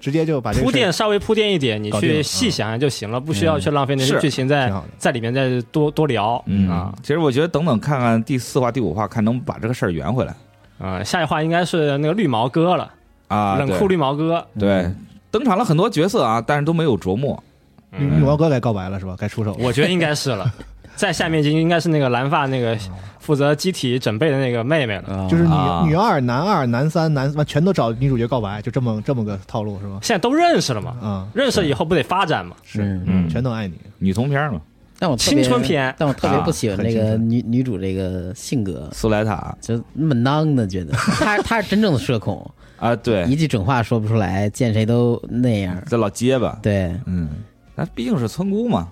H: 直接就把这个
D: 铺
H: 事
D: 垫稍微铺垫一点，你
H: 搞定
D: 去
H: 了啊嗯
D: 细想啊想就行了，不需要去浪费那些
I: 是
D: 剧情在
H: 挺好的
D: 在里面再多多聊。
I: 嗯
D: 啊
I: 其实我觉得等等看看第四话、第五话，看能把这个事儿圆回来
D: 啊，下一话应该是那个绿毛哥了，
I: 啊。
D: 冷
I: 对
D: 酷绿毛哥。嗯
I: 对，登场了很多角色啊，但是都没有琢磨。
H: 儿女女王哥该告白了是吧？该出手了。
D: 我觉得应该是了，在下面就应该是那个蓝发那个负责机体准备的那个妹妹
H: 嗯
D: 了。
E: 就是女
I: 啊
E: 女二、男二、男三、男完全都找女主角告白，就这么这么个套路是吗？
D: 现在都认识了
H: 嗯
D: 嘛，
E: 啊，
D: 认识了以后不得发展嘛？
E: 是，
F: 嗯
I: 嗯，
E: 全都爱你。
I: 女同片儿嘛，
F: 但我特别
D: 青春片
F: 但我特别不喜欢
E: 啊
F: 这
E: 很
F: 个
E: 青春
F: 女女主这个性格，
I: 苏莱塔
F: 就那么囊的，觉得她她是真正的社恐，
I: 啊， <laughs> 对，
F: 一句准话说不出来，见谁都那样。
I: 这老结巴，
F: 对，
I: 嗯，那毕竟是村姑嘛。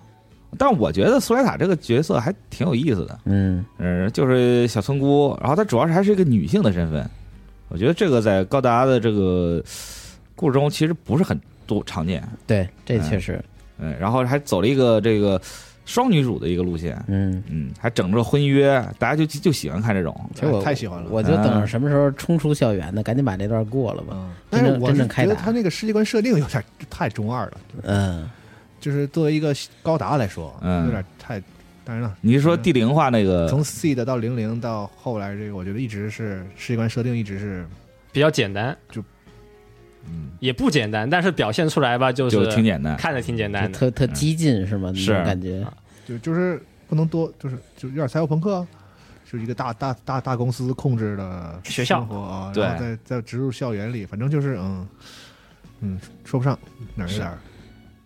I: 但我觉得苏莱塔这个角色还挺有意思的，
F: 嗯，
I: 嗯，就是小村姑，然后她主要是还是一个女性的身份，我觉得这个在高达的这个故事中其实不是很多常见，
F: 对，这
E: 哎
F: 确实，
I: 嗯，然后还走了一个这个双女主的一个路线，
F: 嗯，
I: 嗯，还整这婚约，大家就就喜欢看这种，
F: 其实我
E: 太喜欢了啊
F: 我就等着什么时候冲出校园呢，赶紧把这段过了吧。
E: 嗯，但是
F: 真正
E: 我
F: 真
E: 是
F: 正开
E: 觉得
F: 打
E: 他那个世界观设定有点太中二了，
F: 嗯，
E: 就是作为一个高达来说，
I: 嗯
E: 有点太。当然了，嗯
I: 你是说地灵化那个
E: 从 seed 到零零到后来这个，我觉得一直是世界观设定一直是
D: 比较简单，
E: 就
I: 嗯
D: 也不简单，但是表现出来吧，就
I: 就是挺简单，
D: 看着挺简单
F: 就
D: 的。
F: 特特激进是吗？那
I: 哎嗯是
F: 种感觉，
E: 就就是不能多，就是就有点赛博朋克啊，就是一个大大大大公司控制的
D: 学校
E: 生活啊，
I: 对
E: 然后再再植入校园里，反正就是嗯嗯，说不上哪儿有点儿，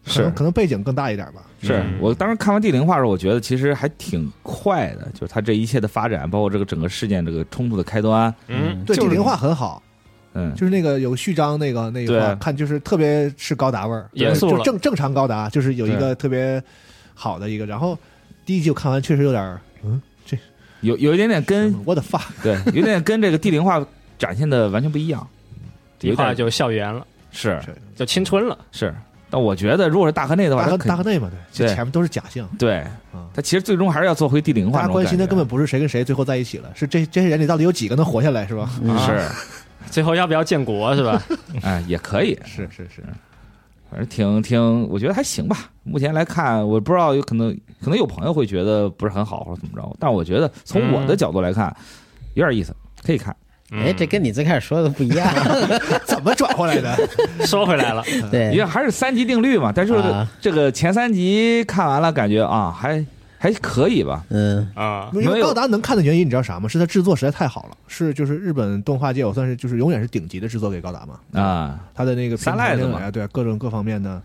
E: 可
I: 是
E: 能可能背景更大一点吧。
I: 是
D: 嗯
I: 我当时看完地灵化的时候，我觉得其实还挺快的，就是它这一切的发展，包括这个整个事件这个冲突的开端，
D: 嗯，
E: 对，
I: 就
E: 这
I: 是
E: 零化很好，
I: 嗯，
E: 就是那个有序章那个那
I: 对
E: 个话，看就是特别是高达味儿，
D: 严肃
E: 就
D: 了
E: 正正常高达，就是有一个特别好的一个。然后第一集我看完确实有点儿，嗯，
I: 有有一点点跟
E: 我的发，
I: 对，有点跟这个地灵化展现的完全不一样，
D: 一
I: 有
D: 块
I: 点
D: 就校园了，
I: 是
D: 就青春了。
I: 是，但我觉得如果是大河内的话，
E: 大
I: 他
E: 河
I: 肯
E: 大河内嘛，对，这
I: 对
E: 前面都是假象。
I: 对
E: 嗯，
I: 他其实最终还是要做回地灵化
E: 大
I: 那
E: 家
I: 种
E: 关心的
I: 感
E: 根
I: 觉
E: 本不是谁跟谁最后在一起了，是这这些人里到底有几个能活下来，是吧？
I: 是，
D: 最后要不要建国是
E: <laughs>
D: 吧？
I: 啊哎，也可以，嗯
E: 是是是，
I: 反正挺挺，我觉得还行吧。目前来看，我不知道有可能可能有朋友会觉得不是很好或者怎么着，但我觉得从我的角度来看，有点意思，可以看。
F: 哎，
D: 嗯
F: 这跟你最开始说的不一样。
E: <laughs> 怎么转回来的？
D: 说回来了，
E: 哎
I: 因为
F: 对，
I: 还是三级定律嘛，但是
F: 啊
I: 这个前三集看完了，感觉啊还还可以吧。
F: 嗯，
D: 啊，
E: 因
I: 没
E: 为
I: 有
E: 高达能看的原因你知道啥吗？是它制作实在太好了，是就是日本动画界我算是就是永远是顶级的制作给高达嘛，
I: 啊，
E: 它的那个
I: 三赖子嘛
E: 啊，对各种各方面的，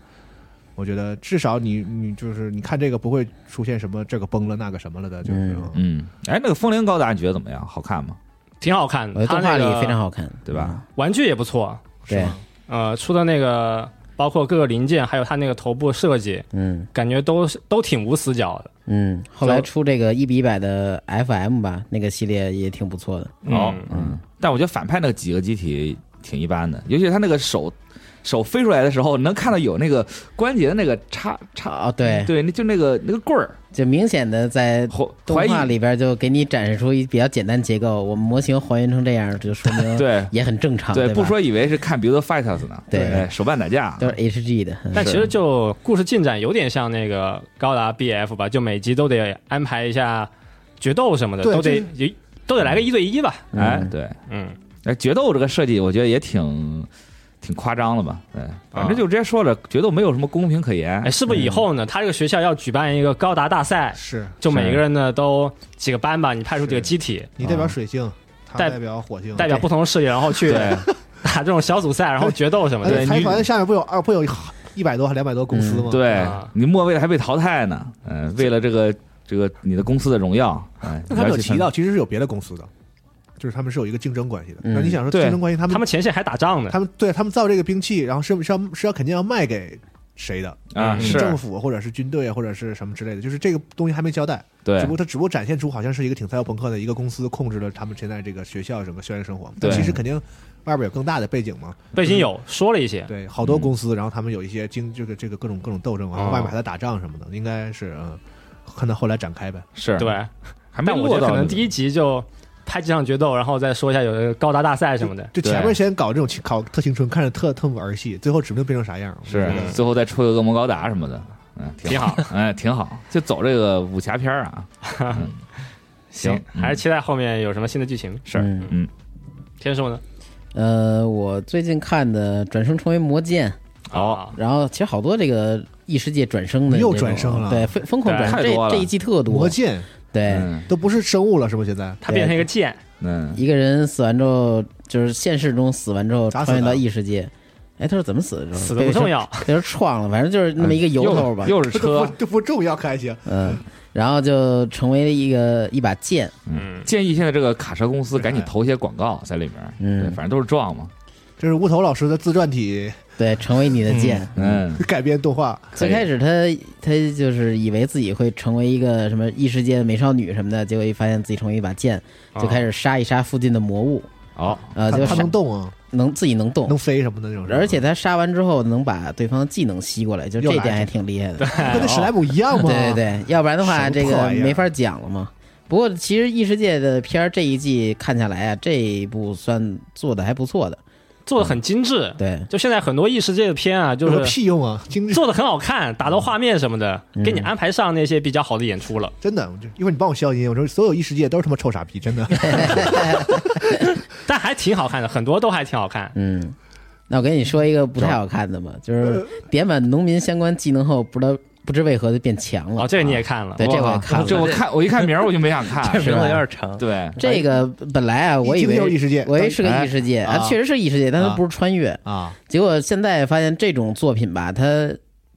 E: 我觉得至少你你就是你看这个不会出现什么这个崩了那个什么了的，就是
F: 嗯
I: 嗯，哎，那个风铃高达你觉得怎么样？好看吗？
D: 挺好看
F: 我
D: 的。
F: 的
D: 他
F: 呃动
D: 那
F: 画里
D: 个
F: 非常好看，
I: 对吧？
D: 玩具也不错，
F: 对，
D: 呃，出的那个包括各个零件，还有它那个头部设计，
F: 嗯
D: 感觉都是都挺无死角的。
F: 嗯。后来出这个一比一百的 FM 吧，那个系列也挺不错的。
I: 哦
D: 嗯，
I: 嗯，但我觉得反派那几个机体挺一般的，尤其他那个手手飞出来的时候，能看到有那个关节的那个插插，
F: 哦，对，
I: 对，那就那个那个棍儿，
F: 就明显的在
I: 怀
F: 动
I: 怀
F: 画
I: 疑，
F: 里边就给你展示出一比较简单结构，我们模型还原成这样，就说明
I: 对
F: 也很正常，啊对吧，
I: 不说以为是看《别的 Fighters》呢，
F: 对
I: 哎手办打架
F: 都，是 HG 的，嗯
D: 但其实就故事进展有点像那个高达 BF 吧，就每集都得安排一下决斗什么的，
E: 对
D: 都得
E: 就
D: 有都得来个一对一吧。
I: 哎，对，
D: 嗯，
I: 哎，决斗这个设计，我觉得也挺挺夸张了吧，对，
F: 啊
I: 反正就直接说了，决斗没有什么公平可言
D: 哎，，是不是以后呢，他这个学校要举办一个高达大赛，
E: 嗯是
D: 就每个人呢都几个班吧，你派出几个机体，
E: 你代表水星，他
D: 代
E: 代表火星，
D: 代表不同势力，然后去
I: 对
D: <laughs> 打这种小组赛，然后决斗什么
E: 而且
D: 的。
E: 财团下面不有二不有一百多还两百多公司吗？
I: 对
D: 啊
I: 你末位还被淘汰呢，嗯，为了这个这个你的公司的荣耀，哎，
E: 那他们
I: 你
E: 有
I: 要去
E: 提到，其实是有别的公司的，就是他们是有一个竞争关系的。
F: 嗯
E: 那你想说
I: 对
E: 竞争关系，他们
D: 他
E: 他
D: 们
E: 们
D: 前线还打仗呢，
E: 对他们造这个兵器，然后是不是要是要肯定要卖给谁的？
I: 啊，
E: 是政
I: 是
E: 府或者是军队啊或者是什么之类的，就是这个东西还没交代。
I: 对
E: 只不过他只不过展现出好像是一个挺赛博朋克的一个公司控制了他们现在这个学校整个校园生活，但
I: 对
E: 其实肯定外边有更大的背景嘛。
D: 背景有说了一些，
E: 对，好多公司，然后他们有一些经这个这个各种各种斗争啊，
D: 哦
E: 外面还在打仗什么的，应该是嗯，看到后来展开呗。
I: 是，
D: 对，
I: 还没
D: 但我觉
I: 落
D: 得
I: 到
D: 可能
I: 呢
D: 第一集就拍几场决斗，然后再说一下有个高达大赛什么的。
E: 就
I: 对
E: 前面先搞这种青搞特青春，看着特特么儿戏，最后指不定变成啥样。
I: 是
D: 嗯
I: 最后再出个恶魔高达什么的，嗯，
D: 挺好，
I: 哎，挺好，就走这个武侠片
F: <laughs>
I: 儿啊，嗯行，嗯
D: 还是期待后面有什么新的剧情。
I: 是
F: 嗯
I: 嗯
D: 天数呢？
F: 呃，我最近看的转生成为魔剑，
I: 哦
C: 啊，
F: 然后其实好多这个异世界转生的
D: 又
F: 这种
D: 转生了
F: 对，疯疯狂转生，
I: 对太多
F: 这
I: 了
F: 这一季特
D: 魔
F: 多，
D: 剑
F: 对，
I: 嗯
D: 都不是生物了，是不是？现
E: <laughs>
D: 在
C: 他变成一个剑，
I: 嗯，
F: 一个人死完之后，就是现实中死完之后
D: 咋死
F: 穿越
D: 的
F: 到异世界，哎，他是怎么死的？
C: 死的不重，要，
F: 被人撞了，反正就是那么一个由头吧，
I: 嗯又是
F: <laughs>
I: 车，
D: 这不重要，可还行。
F: 嗯，然后就成为了一个一把剑，
C: 嗯，
I: 建议现在这个卡车公司赶紧投一些广告在里面，
F: 嗯
I: 对，反正都是撞嘛，
D: 这是无头老师的自传体
F: 对，成为你的剑。
I: 嗯，
D: 改编动画，
F: 最开始他他就是以为自己会成为一个什么异世界的美少女什么的，结果一发现自己成为一把剑，就开始杀一杀附近的魔物，
I: 好，
F: 呃，
D: 他
F: 就
D: 他
F: 杀
D: 能动啊，
F: 能自己能动，
D: 能飞什么的那种。
F: 而且他杀完之后能把对方的技能吸过来，就这点还挺厉害的。
D: 跟那史莱姆一样嘛。
F: 对对对，要不然的话
D: 什么
F: 这
D: 破
F: 个
D: 玩意儿
F: 没法讲了嘛。不过其实异世界的片儿这一季看下来啊，这一部算做的还不错的。
C: 做的很精致。
F: 对，
C: 就现在很多异世界的片啊，就
D: 有个
C: 是
D: 屁用啊！精致
C: 做的很好看，打斗画面什么的，
F: 嗯
C: 给你安排上那些比较好的演出了。
D: 真的，我就一会儿你帮我消音。我说所有异世界都是他妈臭傻逼，真的。
C: <laughs> 但还挺好看的，很多都还挺好看。
F: 嗯，那我跟你说一个不太好看
D: <laughs>
F: 的吧，就是点满农民相关技能后，不知道不知为何就变强
D: 嗯
C: 哦，
F: 了。
D: 啊
C: 这个你也看了
F: <laughs> 对，这我也
I: 哇
F: 看了。
I: 这我看我一看名儿我就没想看，
B: 这名字
F: 是吧
B: 有点长。
I: 对，
F: 这个本来啊，我以
D: 一听就是异
F: 为
D: 世界，
F: 我以为是个
D: 哎
F: 异世界
D: 哎
F: 啊，确实是异世界，但它
D: 啊
F: 不是穿越。
D: 啊，
F: 结果现在发现这种作品吧，它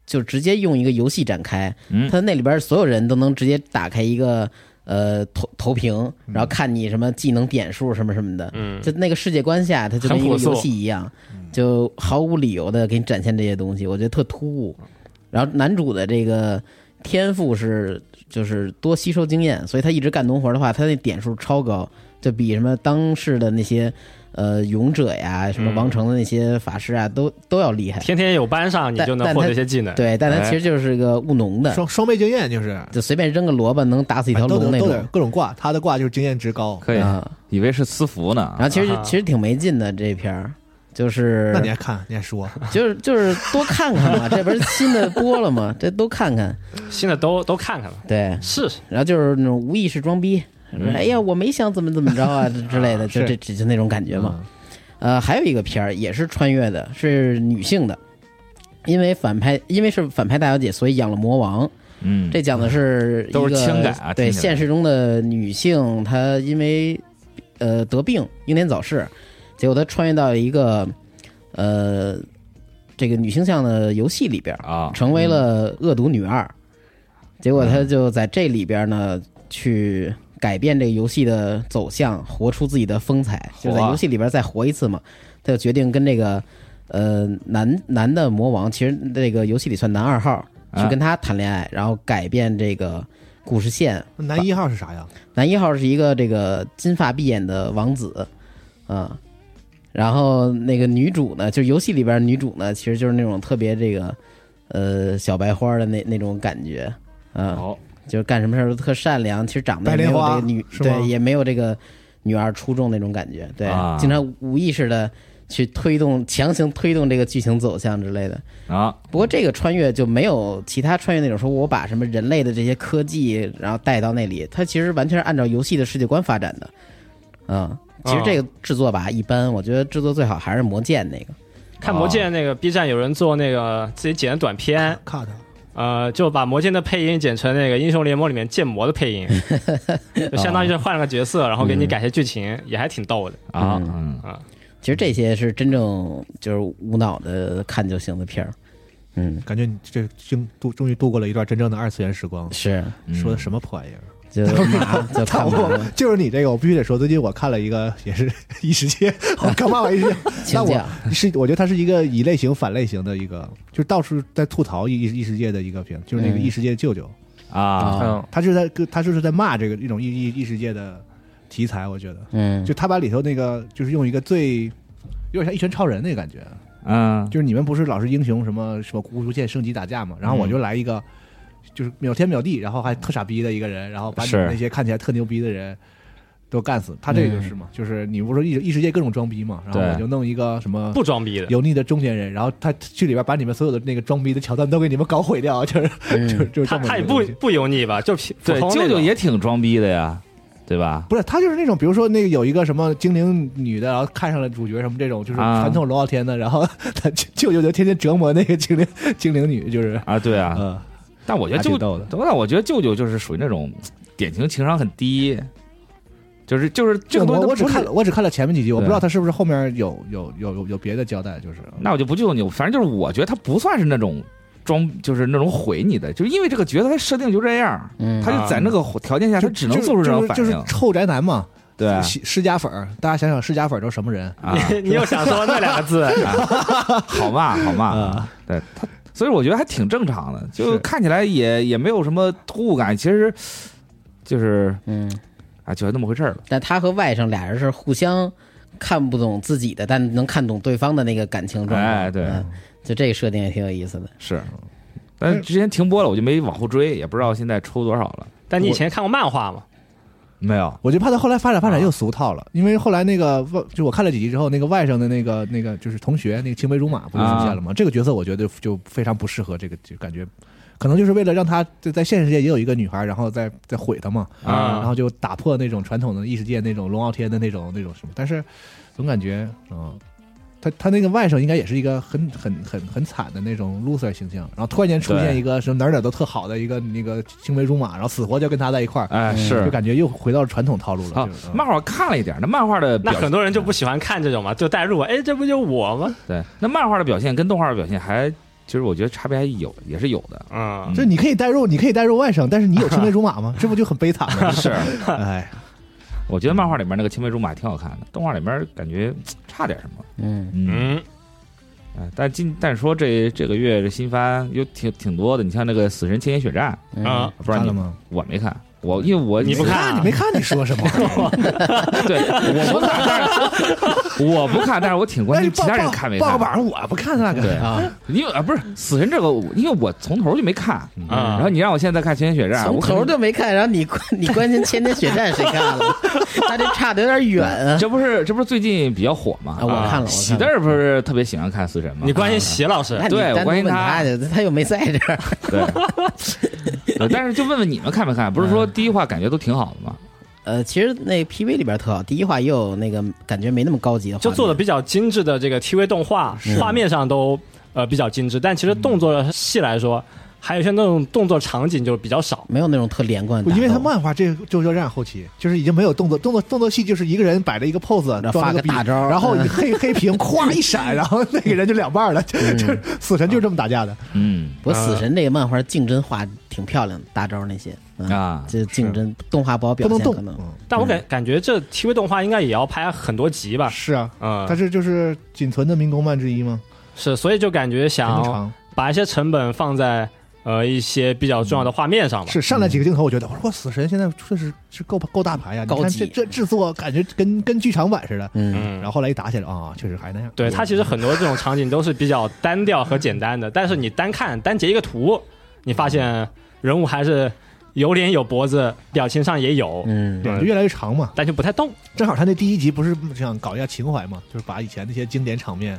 F: 就直接用一个游戏展开，
I: 嗯
F: 它那里边所有人都能直接打开一个呃投投屏，
D: 嗯
F: 然后看你什么技能点数什么什么的，
C: 嗯，
F: 就那个世界观下，它就跟
C: 很
F: 一
C: 朴
F: 个
C: 素嗯
F: 游戏一样，就毫无理由的给你展现这些东西，我觉得特突兀。
C: 嗯
F: 然后男主的这个天赋是就是多吸收经验，所以他一直干农活的话，他那点数超高，就比什么当世的那些呃勇者呀、什么王城的那些法师啊，都都要厉害。
C: 天天有班上，嗯你
F: 但
C: 就能
F: 但
C: 获
F: 它
C: 得一些哎技能。
F: 对，但他其实就是个务农的，
D: 双双倍经验就是，
F: 就随便扔个萝卜能打死一条
D: 哎都得
F: 龙那
D: 都
F: 种
D: 得各种挂，他的挂就是经验值高。
I: 可以，
F: 啊。
I: 以为是私服呢，
F: 然后其实
C: 啊
F: 其实挺没劲的这片儿，就是
D: 那你还看，你还说，
F: <laughs> 就是就是多看看嘛，这不是新的播了吗？这都看看，
C: 新的都都看看吧，
F: 对，
C: 试试。嗯
F: 然后就是那种无意识装逼，说哎呀，我没想怎么怎么着啊之类的，就这这就那种感觉
C: 嗯
F: 嘛。呃，还有一个片儿也是穿越的，是女性的，因为反派因为是反派大小姐，所以养了魔王。
I: 嗯，
F: 这讲的是一个
I: 都是情感啊
F: 对
I: 听起来
F: 现实中的女性，她因为呃得病英年早逝，结果她穿越到一个呃这个女性向的游戏里边儿，
I: 啊，
F: 成为了恶毒女
I: 嗯
F: 二。结果她就在这里边呢，去改变这个游戏的走向，活出自己的风采，就在游戏里边再活一次嘛。她就决定跟这个呃男男的魔王，其实这个游戏里算男二号，
D: 啊
F: 去跟他谈恋爱，然后改变这个故事线。
D: 那男一号是啥呀？
F: 男一号是一个这个金发碧眼的王子，啊、然后那个女主呢，就是游戏里边女主呢，其实就是那种特别这个，呃，小白花的那那种感觉，啊、
I: 好，
F: 就是干什么事儿都特善良，其实长得
D: 哦白
F: 也没
D: 莲
F: 有这
D: 花
F: 个女，
D: 是吗
F: 对，也没有这个女二出众那种感觉，对，
I: 啊
F: 经常无意识的去推动，强行推动这个剧情走向之类的。
I: 啊，
F: 不过这个穿越就没有其他穿越那种说我把什么人类的这些科技然后带到那里，它其实完全是按照游戏的世界观发展的。嗯，其
A: 啊
F: 实这个制作吧一般，我觉得制作最好还是《魔剑》那个。
C: 看《魔剑》那个 B 站有人做那个自己剪的短片，
D: 看的，
C: 呃，就把《魔剑》的配音剪成那个《英雄联盟》里面剑魔的配
D: <laughs>
C: 音，就相当于是换了个角
D: 哦
C: 色，然后给你改些剧情，也还挺逗的。
I: 啊，
F: 嗯
I: 嗯，
F: 其实这些是真正就是无脑的看就行的片儿。嗯，
D: 感觉你这经度终于度过了一段真正的二次元时光。
F: 是，
I: 嗯
D: 说的什么破玩意儿？
A: <laughs>
F: 就麻就看
D: 操
F: 完了。
D: 就是你这个，我必须得说，最近我看了一个，也是 <laughs> 异世界，我刚骂完异世界，
F: 请啊
D: 那
F: 讲
D: 我。是我觉得它是一个以类型反类型的一个，就是到处在吐槽异异世界的一个片，就是那个
F: 嗯
D: 异世界舅舅，
I: 啊，
B: 嗯，
D: 他就是在跟他就是在骂这个一种异异异世界的题材，我觉得，
F: 嗯，
D: 就他把里头那个就是用一个最有点像一拳超人那个感觉，
I: 嗯，
D: 就是你们不是老是英雄什么什么无限升级打架嘛，
C: 嗯
D: 然后我就来一个就是秒天秒地，然后还特傻逼的一个人，然后把你
I: 是
D: 那些看起来特牛逼的人都干死，他这个就是嘛，
C: 嗯
D: 就是你不是说异异世界各种装逼嘛，然后
I: 对
D: 我就弄一个什么
C: 不装逼的，
D: 油腻的中年人，然后他去里边把你们所有的那个装逼的桥段都给你们搞毁掉，就是、
F: 嗯
D: 就是就是这
C: 他
D: 么一个
C: 他也不
D: 东西
C: 不油腻吧，就普
I: 对，
C: 普通那
I: 舅舅
C: 种
I: 也挺装逼的呀，对吧？
A: 不是，他就是那种，比如说那个有一个什么精灵女的，然后看上了主角什么这种，就是
I: 啊
A: 传统龙傲天的，然后 <laughs> 他舅舅舅就天天折磨那个精灵精灵女，就是
I: 啊，对啊，
A: 嗯，
I: 但我觉
A: 还
I: 得舅
A: 挺，逗的。
I: 但我觉得舅舅就是属于那种典型情商很低，就是就是这个东
A: 我
I: 西
A: 我
I: 都
A: 只
I: 不
A: 看
I: 是
A: 了，我只看了前面几集，我不知道
I: 对
A: 他是不是后面有有有有有别的交代，就是
I: 那我就不救你，反正就是我觉得他不算是那种装，就是那种毁你的，就是因为这个角色他设定就这样，
F: 嗯，
I: 他就在那个条件下，他
A: 啊就
I: 只能做出这种
A: 就是
I: 反
A: 就是
I: 应，
A: 臭宅男嘛，
I: 对啊，
A: 施施家粉儿，大家想想施家粉儿都什么人？ <laughs>
D: 你你又想说那两个
I: <laughs>
D: 字，
I: 啊好嘛好嘛
A: 啊，
I: 对他，所以我觉得还挺正常的，就是看起来也也没有什么突兀感，其实就是
F: 嗯，
I: 啊，就那么回事儿了，
F: 但他和外甥俩人是互相看不懂自己的，但能看懂对方的那个感情状况。
I: 哎对
F: 嗯就这个设定也挺有意思的。
I: 是。但
A: 嗯
I: 是之前停播了，我就没往后追，也不知道现在出多少了。
D: 但你以前看过漫画吗？
I: 没有，
A: 我就怕他后来发展发
I: 啊
A: 展又俗套了，因为后来那个外就我看了几集之后，那个外甥的那个那个就是同学，那个青梅竹马不就出
I: 啊
A: 现了吗？这个角色我觉得就非常不适合这个，就感觉可能就是为了让他在在现实世界也有一个女孩，然后再再毁他嘛，
I: 啊
A: 然后就打破那种传统的异世界那种龙傲天的那种那种什么，但是总感觉嗯。他他那个外甥应该也是一个很很很很惨的那种 loser 形象，然后突然间出现
I: 对
A: 一个什么哪儿哪儿都特好的一个那个青梅竹马，然后死活就跟他在一块儿，
I: 哎，
F: 嗯
A: 就是感觉嗯又回到了传统套路了。
I: 啊
A: 就是，
I: 漫画看了一点，那漫画的
D: 那
I: 表
D: 很多人就不喜欢看这种嘛，就代入，哎，这不就我吗？
I: 对，那漫画的表现跟动画的表现还，其实我觉得差别还有，也是有的。
D: 嗯，
A: 就你可以代入，你可以代入外甥，但是你有青梅竹马吗？ <laughs> 这不就很悲惨吗？
I: <laughs> 是，
A: 哎，
I: 我觉得漫画里面那个青梅竹马挺好看的，动画里面感觉嘖差点什么。
F: 嗯，
D: 嗯，
I: 哎，但今但是说这这个月这新番有挺挺多的，你像那个《死神千年血战
F: 嗯
D: 啊》，
I: 不知道
A: 看
I: 你
A: 了
I: 们
A: 吗？
I: 我没看，我因为我
D: 你不看啊
A: 你没看你说什么？
I: 对，我不看，但是我不看，但是我挺关
A: 那你
I: 心其
A: 报
I: 他人看没
A: 报
I: 看
A: 个。榜，我不看那
I: 对
A: 个。
F: 啊，
I: 因为啊不是死神这个，因为我从头就没看，
D: 啊
I: 然后你让我现在再看《千年血战》，
F: 从
I: 啊我可能
F: 头就没看，然后你关你关心《千年血战》谁看了？他这差的有点远啊。
I: 这不是这不是最近比较火吗？
F: 啊我看了我看了
I: 喜字儿不是特别喜欢看死神吗？
D: 你关心席老师
A: 啊
F: 那你
I: 对
F: 单
I: 我
F: 独
I: 关
F: 问
I: 心他
F: 他去，他又没在这儿。 <laughs>
I: 对，对但是就问问你们看没看？不是说
F: 嗯
I: 第一话感觉都挺好的吗？
F: 呃，其实那 PV 里边特好，第一话也有那个感觉没那么高级的画
D: 就
F: 面，
D: 做的比较精致的这个 TV 动画，画面上都呃比较精致，但其实动作
A: 嗯
D: 戏来说，还有一些那种动作场景就比较少。
F: 没有那种特连贯的打斗，
A: 因为他漫画这就叫这样后期，就是已经没有动作，动作动作戏就是一个人摆着一个 pose，
F: 然后
A: 装
F: 发
A: 了
F: 个
A: 笔
F: 大招儿
A: 然后
F: 嗯
A: 黑黑屏咵一闪，然后那个人就两半了，就就是死神就是这么打架的。
I: 嗯
F: 不过死神这个漫画竞争画挺漂亮的，大招那些嗯
I: 啊
F: 这竞争动画不好表
A: 不能
F: 现，
A: 动
F: 可能
A: 嗯
D: 但我感感觉这 TV 动画应该也要拍很多集吧？
A: 是啊，
D: 嗯
A: 它，是就是仅存的民工漫之一吗？
D: 是，所以就感觉
A: 非常
D: 想
A: 长。
D: 把一些成本放在呃一些比较重要的画面上吧。嗯
A: 是上来几个镜头，我觉得我说死神现在确实是够够大牌呀！啊你
F: 高
A: 看
F: 级
A: 这这制作感觉跟跟剧场版似的。
F: 嗯，
D: 嗯，
A: 然后后来一打起来啊，确实还那样。
D: 对它其实很多这种场景都是比较单调和简单的，但是你单看单截一个图，你发现人物还是有脸有脖子，表情上也有，
F: 嗯
A: 对，就越来越长嘛。
D: 但就不太动。
A: 正好他那第一集不是想搞一下情怀嘛，就是把以前那些经典场面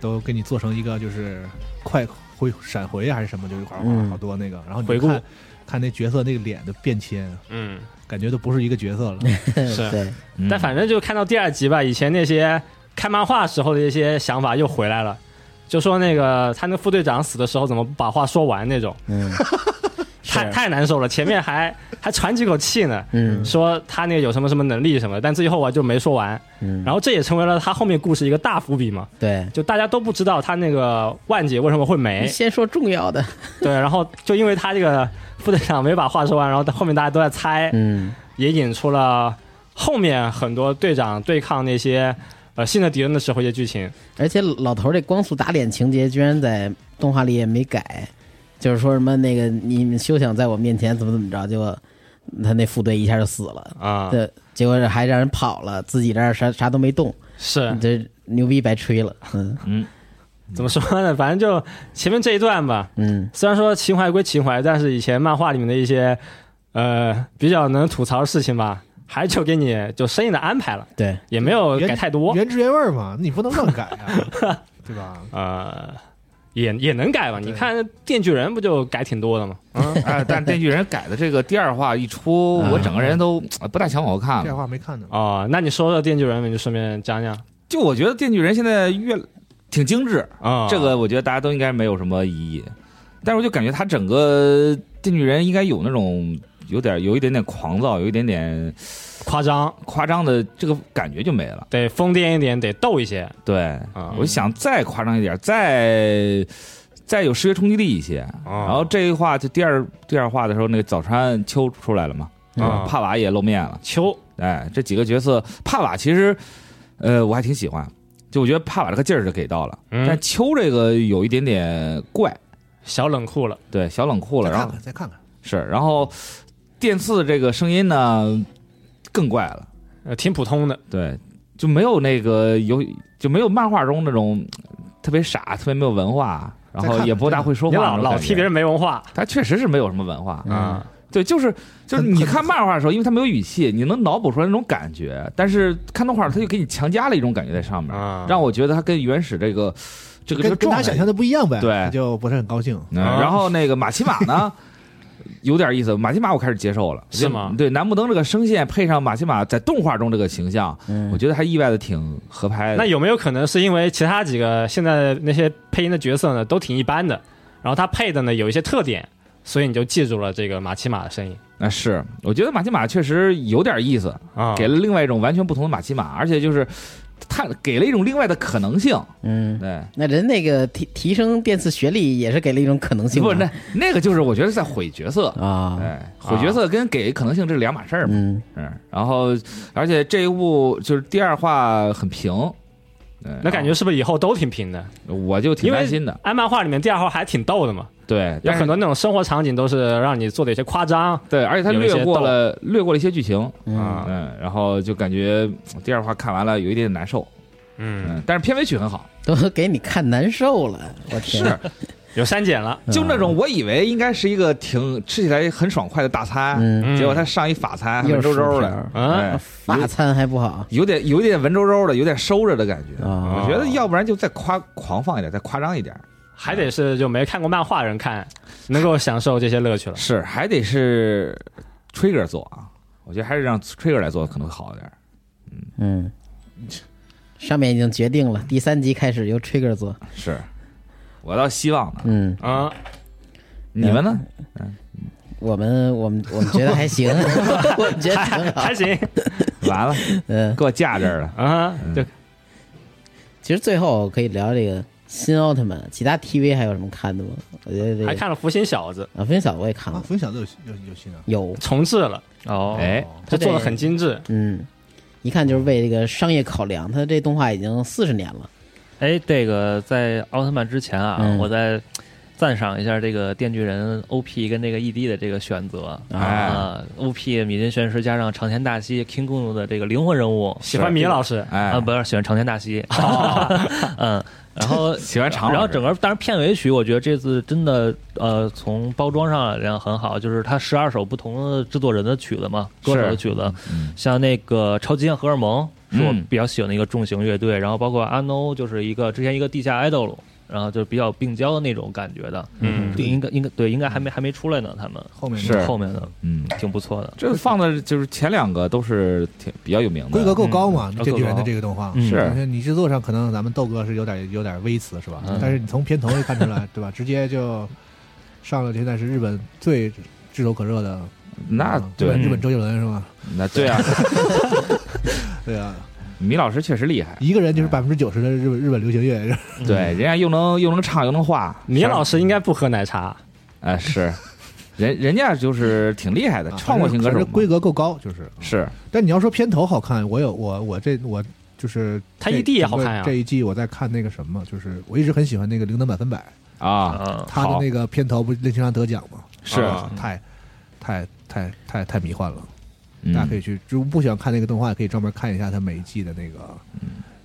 A: 都给你做成一个就是快回闪回啊呀还是什么，就是好
F: 嗯
A: 好多那个，然后你
D: 回
A: 就
D: 顾
A: 看看那角色那个脸的变迁，
D: 嗯，
A: 感觉都不是一个角色了。
D: <laughs> 是
F: 对，
I: 嗯
D: 但反正就看到第二集吧，以前那些看漫画时候的一些想法又回来了。就说那个他那副队长死的时候怎么不把话说完那种，
F: 嗯，
D: 太
F: 是
D: 太难受了。前面还还喘几口气呢，
I: <laughs>
F: 嗯
D: 说他那个有什么什么能力什么的，但最后啊我就没说完。
F: 嗯，
D: 然后这也成为了他后面故事一个大伏笔嘛。
F: 对，
D: 就大家都不知道他那个万姐为什么会
F: <laughs>
D: 没，
F: 先说重要的，
D: 对，然后就因为他这个副队长没把话说完，然后到后面大家都在猜，
F: 嗯
D: 也引出了后面很多队长对抗那些呃新的敌人的时候一些剧情。
F: 而且老头儿这光速打脸情节居然在动画里也没改，就是说什么那个你们休想在我面前怎么怎么着，结果他那副队一下就死了，
D: 啊、
F: 对，结果还让人跑了，自己这儿啥啥都没动，
D: 是
F: 你这牛逼白吹了，嗯
D: 嗯怎么说呢？反正就前面这一段吧，
F: 嗯
D: 虽然说情怀归情怀，但是以前漫画里面的一些呃比较能吐槽的事情吧，还就给你就生硬的安排了，
F: 对，
D: 也没有
A: 原
D: 改太多。 <laughs>
A: 原汁原味儿嘛，你不能乱改啊，对吧？
D: 呃，
G: 也也能改吧？你看电锯人不就改挺多的吗？
I: 哎，但是电锯人改的这个第二话一出，我整个人都呃不大想往后看
H: 这
I: 了。
H: 话没看呢。
D: 啊
G: 哦，那你说说电锯人，你就顺便讲讲
I: 就我觉得电锯人现在越挺精致，
G: 啊。
I: 这个我觉得大家都应该没有什么异议。但是我就感觉他整个电锯人应该有那种有点有一点点狂躁，有一点点
G: 夸张，
I: 夸张的这个感觉就没了。
G: 得疯癫一点，得逗一些
I: 对，
G: 啊。
I: 我想再夸张一点，再再有视觉冲击力一些。
G: 啊
I: 然后这一话就第二第二话的时候，那个早川秋出来了嘛，
G: 啊
I: 帕瓦也露面了。
G: 秋
I: 哎，这几个角色，帕瓦其实，呃，我还挺喜欢，就我觉得帕瓦这个劲儿是给到了，
G: 嗯
I: 但秋这个有一点点怪，
G: 小冷酷了，
I: 对，小冷酷了，
H: 再
I: 然
H: 看
I: 后
H: 看，再看看，
I: 是，然后电次的这个声音呢更怪了，
G: 呃，挺普通的。
I: 对，就没有那个有就没有漫画中那种呃特别傻、特别没有文化，然
H: 再
I: 后
H: 看
I: 也不大会说
G: 你
I: 话
G: 老
I: 那种感觉，
G: 老替别人没文化
I: 他确实是没有什么文化，
G: 啊。
I: 对，就是就是
H: 很
I: 你
H: 很
I: 看漫画的时候，因为它没有语气，你能脑补出来那种感觉，但是看动画它就给你强加了一种感觉在上面，
G: 啊
I: 让我觉得它跟原始这个这个这
H: 跟
I: 个
H: 跟他
I: 状态
H: 想象的不一样呗，
I: 对
H: 他就不是很高兴。
I: 嗯然
G: 啊
I: 后那个马奇马
G: <laughs>
I: 呢，有点意思，马奇马我开始接受了，
G: 是吗
I: 对，南木登这个声线配上马奇马在动画中这个形象，
F: 嗯
I: 我觉得还意外的挺合拍的。
G: 那有没有可能是因为其他几个现在那些配音的角色呢都挺一般的，然后他配的呢有一些特点，所以你就记住了这个马奇马的声音
I: 那啊是，我觉得马奇马确实有点意思，
G: 啊？
I: 给了另外一种完全不同的马奇马，而且就是他给了一种另外的可能性，
F: 嗯，
I: 对。
F: 那人那个提提升电次学历也是给了一种可能性
I: 不，
F: 嘛，
I: 那 <laughs> 那个就是我觉得在毁角色，
F: 啊，
I: 哎，毁角色跟给可能性这是两码事儿嘛。
F: 嗯，
I: 嗯，然后而且这一部就是第二话很平，嗯
G: 那感觉是不是以后都挺平的？
I: 我就挺
G: 因为
I: 担心的。
G: 按漫画里面第二话还挺逗的嘛，
I: 对，
G: 有
I: 但
G: 很
I: 是
G: 多那种生活场景都是让你做的有些夸张
I: 对，而且他
G: 有一些
I: 略过了略过了一些剧情，
F: 嗯，
G: 啊。
I: 嗯，然后就感觉嗯第二话看完了有一点点难受，
G: 嗯，
I: 嗯，但是片尾曲很好，
F: 都给你看难受了，我天，
I: 是
G: 有删减了，
D: 嗯
I: 就那种我以为应该是一个挺吃起来很爽快的大餐，
F: 嗯，
G: 嗯
I: 结果他上一法餐，还
F: 又
I: 文
F: 是
I: 绉绉
F: 薯
I: 的，
F: 条
G: 嗯
I: 哎，
D: 啊
F: 法餐还不好
I: 有点有点文绉绉的，有点收着的感觉。
F: 啊，
I: 我觉得要不然就再夸狂放一点，再夸张一点。
G: 还得是就没看过漫画人看，能够享受这些乐趣了。
I: 是，还得是 Trigger 做啊，我觉得还是让 Trigger 来做可能会好一点。
F: 嗯，上面已经决定了，第三集开始由 Trigger 做，
I: 是，我倒希望呢。
F: 嗯，
G: 啊，
I: 你们呢？
D: 嗯
F: 我们我们我们觉得
H: <laughs>
F: 还行，我们觉得挺
G: <laughs>
F: 好
G: 还，行
I: 完了，
F: 嗯，
I: 给我架这儿了。
G: 啊，就
F: 其实最后可以聊这个新奥特曼，其他 TV 还有什么看的吗？我觉得这
G: 还
F: 个
G: 看了《福星小子
F: 啊，分享我也看
H: 啊，
F: 了，
H: 冯小都有有有心啊，
F: 有》，
G: 重置了，
D: 哦，
I: 哎，
G: 就做的很精致。
F: 嗯，一看就是为这个商业考量，他这动画已经四十年了，
D: 哎，这个在奥特曼之前啊，
F: 嗯
D: 我再赞赏一下这个电锯人 OP 跟这个 ED 的这个选择
I: 哎
F: 啊
D: 啊，OP 米津玄师加上长田大希 King 公主的这个灵魂人物
G: 喜欢米老师，
I: 哎
D: 啊，，不是喜欢长田大
I: <laughs>
D: 希， <laughs> 嗯，然后
I: 喜欢长老师，
D: 然后整个，当然片尾曲，我觉得这次真的，呃，从包装上来讲很好，就是它十二首不同的制作人的曲子嘛，歌手的
I: 是
D: 曲子，
I: 嗯
D: 像那个超级限荷尔蒙是我
I: 嗯
D: 比较喜欢的一个重型乐队，然后包括阿 no 就是一个之前一个地下 idol，然后就比较并交的那种感觉的，
G: 嗯
D: 对，应该应该对，应该还
I: 嗯
D: 没还没出来呢，他们
H: 后面
I: 是
D: 后面的
I: 嗯，
D: 挺不错的，
I: 这放的就是前两个都是挺比较有名的，
H: 规格够高嘛？
D: 嗯
H: 这巨人的这个动画
D: 嗯
I: 是
H: 首先你制作上可能咱们豆哥是有点有点微词是吧
D: 嗯？
H: 但是你从片头就看出来，对吧？直接就上了现在是日本最炙手可热的，
I: 那
H: 嗯
I: 对，
H: 日本周杰伦是吧？
D: 嗯
I: 那
H: <laughs>
I: 对啊，
H: 对啊，
I: 米老师确实厉害，
H: 一个人就是百分之九十的日本日本流行乐，
D: 嗯
I: 对，人家又能又能唱又能画，
G: 米老师应该不喝奶茶，
I: 哎是，人人家就是挺厉
H: 啊
I: 害的，创作型歌
H: 可
I: 手
H: 是
I: 嘛
H: 规格够高，就是。
I: 是
H: 但你要说片头好看，我有我我这我就是
G: 他
H: 这
G: ED 也好看呀
H: 整个这一季我在看那个什么，就是我一直很喜欢那个《零能百分百》，
I: 啊，
D: 啊，
H: 他的
I: 好
H: 那个片头不是任天堂得奖吗？
I: 是
H: 啊太太太太太迷幻了，
I: 嗯
H: 大家可以去，如果不喜欢看那个动画，可以专门看一下他每一季的那个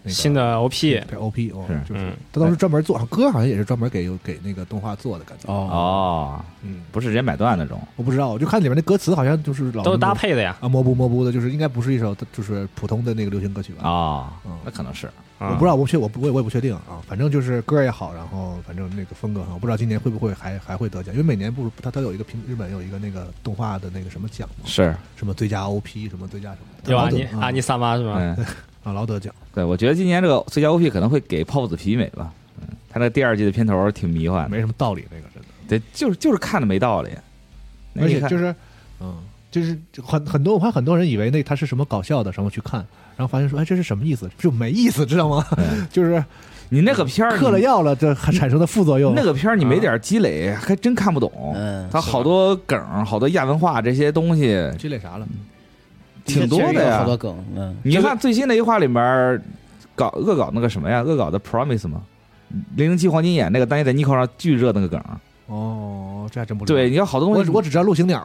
D: 那个
C: 新的 OP，
D: 对 OP 哦，
I: 是
D: 就是
C: 嗯，
D: 他当时专门做，歌好像也是专门给给那个动画做的感觉。
F: 哦，
I: 哦，
D: 嗯，
I: 不是直接买断那种，
D: <laughs> 我不知道，我就看里面的歌词好像就是老
C: 都是搭配的呀。
D: 啊，模糊模糊的，就是应该不是一首就是普通的那个流行歌曲吧？
I: 啊
D: 嗯，
I: 那可能是
C: 啊
D: 我不知道，我不确我不我也我也不确定啊，反正就是歌也好，然后反正那个风格很好，我不知道今年会不会还还会得奖，因为每年不是他他有一个评日本有一个那个动画的那个什么奖嘛，
I: 是，
D: 什么最佳 OP 什么最佳什么的，
C: 有
D: 老
C: 阿
D: 得
C: 尼
H: 啊
D: 嗯
C: 阿尼萨妈是吗？
I: 嗯，
D: 啊老得奖，
I: 对，我觉得今年这个最佳 OP 可能会给泡子皮美吧，嗯，他这第二季的片头挺迷幻的，
D: 没什么道理那个真的，
I: 对，就是就是看着没道理，那
D: 而
I: 一
D: 且
I: 看
D: 就是嗯。就是很很多，我看很多人以为那他是什么搞笑的，然后去看，然后发现说，哎，这是什么意思？就没意思，知道吗？
I: 嗯
D: 就是
I: 你那个片儿，
D: 嗑了药了，这还产生的副作用。
I: 那个片儿你
D: 啊
I: 没点积累，还真看不懂。
F: 嗯，
I: 它好多梗儿，好多亚文化这些东西
D: 积累啥了？
I: 挺多
F: 确
I: 的
F: 实有
I: 呀
F: 好。多梗，嗯，
I: 你看最新的一话里面儿，搞恶搞那个什么呀？恶搞的 Promise 吗？零零七黄金眼那个当年在 Nico 上巨热那个梗儿，
D: 哦，这还真不知道。
I: 对，你要好多
D: 嗯我
I: 东
D: 只
I: 西，
D: 我只知道陆行鸟，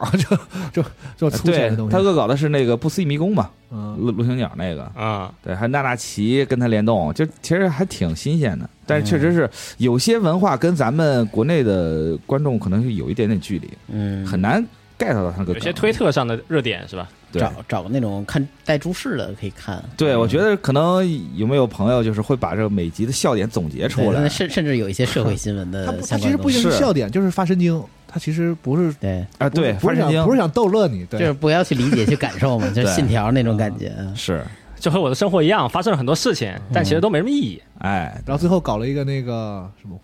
D: 就就就粗浅
I: 对
D: 的东西。
I: 他恶搞的是那个不思议迷宫嘛，
D: 嗯，
I: 陆陆行鸟那个，
C: 啊，
I: 对，还有娜娜奇跟他联动，就其实还挺新鲜的。但是确实是有些文化跟咱们国内的观众可能是有一点点距离，
F: 嗯，
I: 很难 get 到他那个梗。
C: 有些推特上的热点是吧？
I: 对
F: 找找那种看带注释的可以看，嗯
I: 对，我觉得可能有没有朋友就是会把这个每集的笑点总结出
F: 对
I: 来。
F: 甚甚至有一些社会新闻
D: 他
F: 的
D: 不他
F: 相
D: 其
F: 关
D: 实不
F: 东西，
D: 仅是
I: 是
D: 笑点，就是发神经。他其实不是
F: 对，
I: 啊，对，
D: 不
I: 发
D: 是
I: 神经
D: 想不是想逗乐你，
F: 就是
D: 对，
F: 不要去理解去感
D: <laughs>
F: 受嘛，就是
I: 对
F: 信条那种感觉，嗯
I: 是，嗯
C: 就和我的生活一样，发生了很多事情，但其实都没什么意义。
I: 哎，
D: 然后最后搞了一个那个什么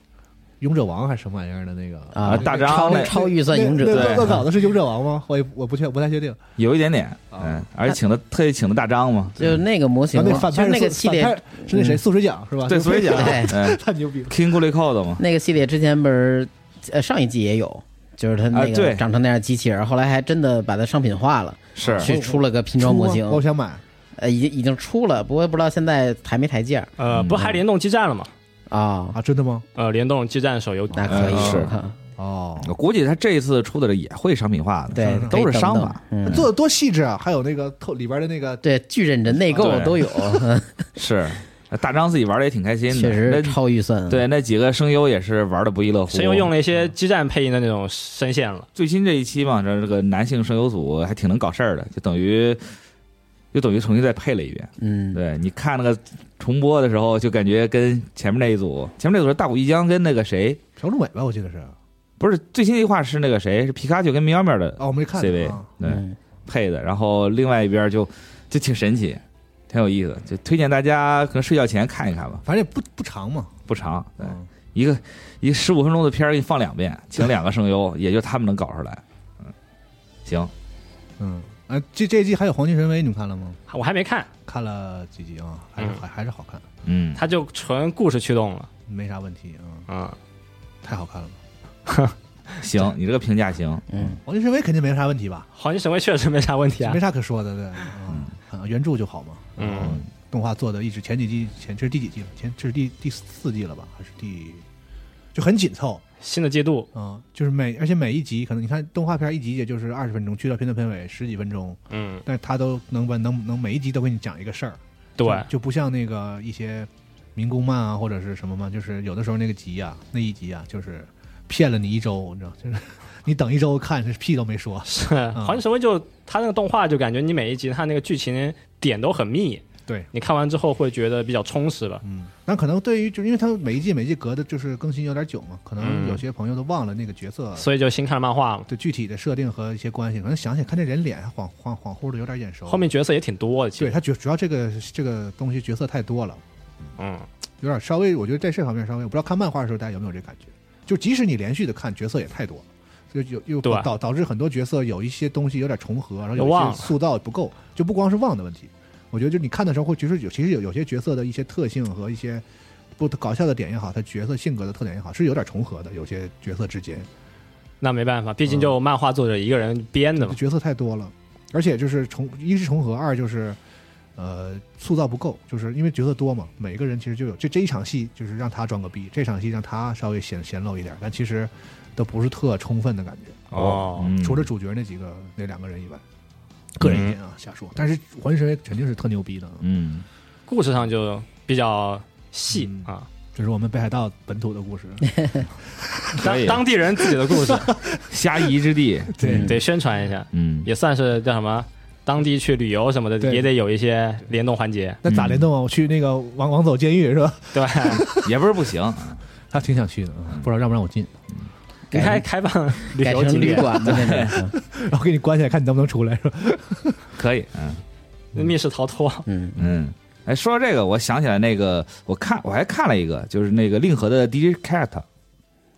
D: 勇者王还是什么玩意儿的那个
F: 啊，
I: 大
F: 那
I: 张
F: 超
I: 那
F: 超预算勇者，
D: 那
I: 对
D: 那恶搞的是勇者王吗？我也我不确不太确定。
I: 有一点点，
D: 啊
I: 嗯，而且请的特意请的大张嘛，
F: 就是那个模型
D: 然后那
F: 嘛，
D: 反
F: 就
D: 派是
F: 是那个
D: 素
F: 系列嗯
D: 反派是那谁素水奖是吧？
I: 对，所以讲，
F: 对
I: 嗯
D: 太牛逼了。
I: ，King g u l i c o d 嘛，
F: 那个系列之前不是呃上一季也有，就是他那
I: 啊
F: 个
I: 对
F: 长成那样的机器人，后来还真的把它商品化了，
I: 是
F: 去出了个拼装模型
D: 出啊，我想买，
F: 呃，已经已经出了，不过不知道现在抬没抬价
C: 呃，
I: 嗯
C: 不还联动基站了吗？
F: 啊？
D: 啊，真的吗？
C: 呃，联动基站手游
F: 那可以，
D: 哎
I: 嗯是
F: 我看
D: 哦，
I: 我嗯估计他这一次出的也会商品化的，
F: 对，
I: 都
F: 可以
I: 是商
F: 等
I: 法，
F: 等，嗯
D: 做的多细致啊！还有那个透里边的那个
F: 对，巨认真，内购
D: <laughs>
I: 对
F: 都有，
I: 是，大张自己玩的也挺开心的，
F: <laughs> 确实
I: 那
F: 超预算，
I: 对那几个声优也是玩的不亦乐乎，
C: 声优用了一些基站配音的那种声线了。
I: 最新这一期嘛，这这个男性声优组还挺能搞事儿的，就等于就等于重新再配了一遍。
F: 嗯，
I: 对，你看那个重播的时候，就感觉跟前面那一组，前面那组是大谷一江跟那个谁，
D: 朴正伟吧，我记得是。
I: 不是最新的一话是那个谁，是皮卡丘跟喵喵的
D: 哦，我没看
I: CV，、
D: 啊
I: 对、
F: 嗯
I: 配的，然后另外一边就就挺神奇，挺有意思，就推荐大家可能睡觉前看一看吧，
D: 反正也不不长嘛。
I: 不长，对，
D: 嗯
I: 一个一十五分钟的片儿给你放两遍，请两个声优， <laughs> 也就他们能搞出来，嗯，行，
D: 嗯，啊，这这一季还有《黄金神威》，你们看了吗？
C: 我还没看，
D: 看了
E: 呃
D: 几集啊，还是
C: 嗯
D: 还还是好看，
I: 嗯，
C: 它就纯故事驱动了。
D: 没啥问题啊、嗯，
C: 嗯，
D: 太好看了。
I: 行，你这个评价行，
F: 嗯，
D: 黄金神威肯定没啥问题吧？
C: 黄金神威确实没啥问题啊
D: 没。啥可说的，对，嗯，啊原著就好嘛。
C: 嗯
D: 然后动画做的一直前几季前这是第几季了？前这是第第四季了吧？还是第就很紧凑，
C: 新的季度，
D: 嗯，就是每而且每一集可能你看动画片一集也就是二十分钟，去到片头片尾十几分钟，
C: 嗯，
D: 但是他都能把能能每一集都给你讲一个事儿，
C: 对，
D: 就就不像那个一些民工漫啊或者是什么嘛，就是有的时候那个集啊，那一集啊，就是骗了你一周，你知道，就是你等一周看，屁都没说。
C: 是黄金神威就它那个动画就感觉你每一集它那个剧情点都很密，
D: 对，
C: 你看完之后会觉得比较充实吧。
D: 嗯，但可能对于就是因为它每一季每一季隔的就是更新有点久嘛，可能
C: 嗯
D: 有些朋友都忘了那个角色
C: 所以就新看漫画嘛，
D: 的具体的设定和一些关系，可能想起看这人脸还恍恍恍惚的有点眼熟。
C: 后面角色也挺多的，其
D: 对
C: 实，
D: 他主主要这个这个东西角色太多了，
C: 嗯，
D: 有点稍微，我觉得在这方面稍微，我不知道看漫画的时候大家有没有这感觉，就即使你连续的看，角色也太多了，所以有又
C: 对
D: 导导致很多角色有一些东西有点重合，然后
C: 都
D: 有
C: 忘
D: 一
C: 了
D: 些塑造不够，就不光是忘的问题，我觉得就你看的时候会其实有其实有有些角色的一些特性和一些不搞笑的点也好，他角色性格的特点也好，是有点重合的，有些角色之间，嗯
C: 那没办法，毕竟就漫画作者一个人编的嘛。
D: 角色太多了，而且就是重一是重合，二就是呃塑造不够，就是因为角色多嘛，每个人其实就有这这一场戏就是让他装个逼，这场戏让他稍微显显露一点，但其实都不是特充分的感觉，
C: 哦，
I: 嗯
D: 除了主角那几个那两个人以外，个人意见啊瞎说，但是黄金神威肯定是特牛逼的，
I: 嗯。
C: 故事上就
G: 比较细
H: 嗯
G: 啊，
H: 这是我们北海道本土的故事，
I: 可
G: 当
I: 以
G: <laughs> 当地人自己的故事，
I: 虾夷
D: <laughs>
I: 之地，
H: <laughs> 对
G: 得宣传一下，
I: 嗯，
G: 也算是叫什么，当地去旅游什么的，
H: 对
G: 也得有一些联动环节，
H: 那咋联动啊？我去那个王王走监狱是吧？ <laughs>
G: 对吧？
I: 也不是不行，
H: 他挺想去的，嗯不知道让不让我进，
G: 你
F: 改
G: 开开
H: <laughs>
G: 放旅
F: 改
G: 游景
F: 成旅
G: 点，
F: 馆吧，那边。 <laughs>
H: 然后给你关起来，看你能不能出来是吧？
I: 可以，嗯
G: 密室逃脱，
F: 嗯，
I: 嗯。哎，说到这个，我想起来那个，我看我还看了一个，就是那个令和的 DJ Cat，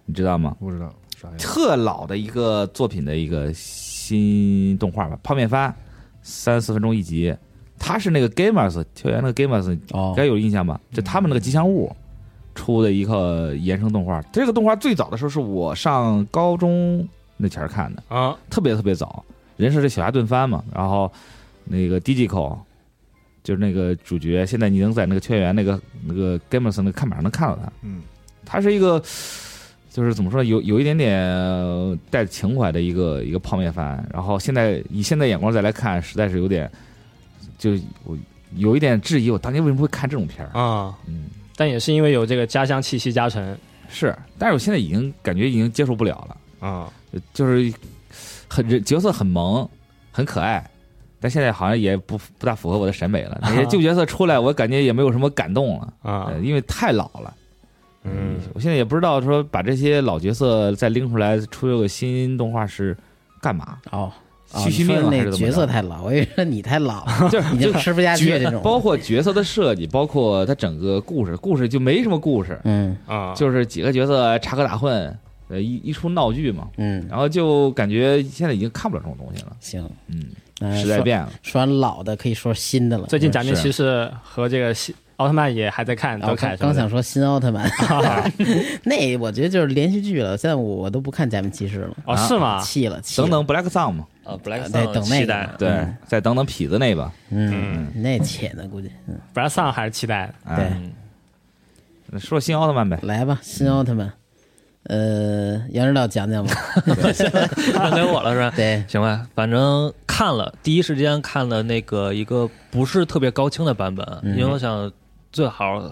I: 你知道吗？
H: 不知道啥呀？
I: 特老的一个作品的一个新动画吧，泡面番，三四分钟一集。它是那个 Gamers 球员那个 Gamers
F: 哦
I: 该有印象吧？就他们那个吉祥物出的一个衍生动画。这个动画最早的时候是我上高中那前儿看的，
G: 啊，
I: 特别特别早。人设是小鸭炖番嘛，然后那个 Digico 就是那个主角，现在你能在那个圈园那个那个 Gamers 那个看板上能看到他。
H: 嗯，
I: 他是一个。就是怎么说呢，有有一点点呃带着情怀的一个一个泡面番，然后现在以现在眼光再来看，实在是有点，就我有一点质疑，我当年为什么会看这种片儿？
G: 啊，
I: 嗯，
G: 但也是因为有这个家乡气息加成
I: 是，但是我现在已经感觉已经接受不了了，
G: 啊，
I: 呃就是很人角色很萌，很可爱，但现在好像也不不大符合我的审美了。那些旧角色出来，我感觉也没有什么感动了，
G: 啊
I: 呃，因为太老了。
G: 嗯，
I: 我现在也不知道说把这些老角色再拎出来出个新动画是干嘛，
F: 哦，哦
I: 续续
F: 你说
I: 命啊还
F: 那
I: 是怎么着？
F: 角色
I: <laughs>
F: 太老，我以为说你太老，
I: 就是
F: 已经吃不下去
I: 角
F: 这种。
I: 包括角色的设计，包括他整个故事，故事就没什么故事，
F: 嗯
G: 啊，
I: 就是几个角色插科打诨，呃，一一出闹剧嘛。
F: 嗯，
I: 然后就感觉现在已经看不了这种东西了，
F: 行，
I: 嗯，
F: 那
I: 时代
F: 呃说
I: 变了，
F: 说完老的，可以说新的了。
G: 最近假面
I: 是
G: 骑士和这个西奥特曼也还在看，
F: 啊，
G: 都
F: 我
G: 看什
F: 刚
G: 么
F: 刚
G: 的
F: 想说新奥特曼， <laughs> 那我觉得就是连续剧了。现在我我都不看假面骑士了，
G: 哦，是
D: 啊
G: 吗？
F: 气了，气了
I: 等等 Black Sun 嘛，
K: 啊，Black
F: 啊
D: 哦
F: 呃对
K: Sun，
F: 等那
K: 期
F: 个
K: 待
F: 嘛，
I: 对，再等等痞子那个，
F: 嗯，那浅的估计，嗯，
G: 不然上还是期待的
I: 啊
F: 对，
G: 嗯
I: 说新奥特曼呗，
F: 来吧，新奥特曼，呃，杨指导讲讲吧，
D: <laughs> 传给我了是吧？
F: 对，
D: 行吧，反正看了，第一时间看了那个一个不是特别高清的版本，
F: 嗯
D: 因为我想最好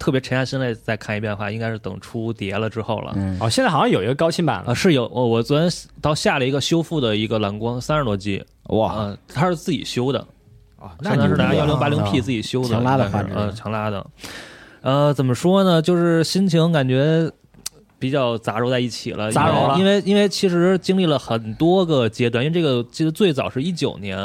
D: 特别沉下心来再看一遍的话，应该是等出碟了之后了。
F: 嗯，
G: 哦，现在好像有一个高清版
D: 啊，
G: 了，
D: 是有我我昨天到下了一个修复的一个蓝光，三十多 G
I: 哇，
D: 啊，它是自己修的，
G: 呃
I: 啊
D: 相当是拿
I: 牛
D: 幺
I: 逼
D: 零
I: 啊
D: 八零 P 自己修的，
F: 强拉的
D: 应该是
F: 画质
G: 嗯
F: 啊
D: 呃，强拉的。呃，怎么说呢？就是心情感觉比较杂糅在一起了，
G: 杂糅了
D: 因为因为因为其实经历了很多个阶段，因为这个记得最早是一九年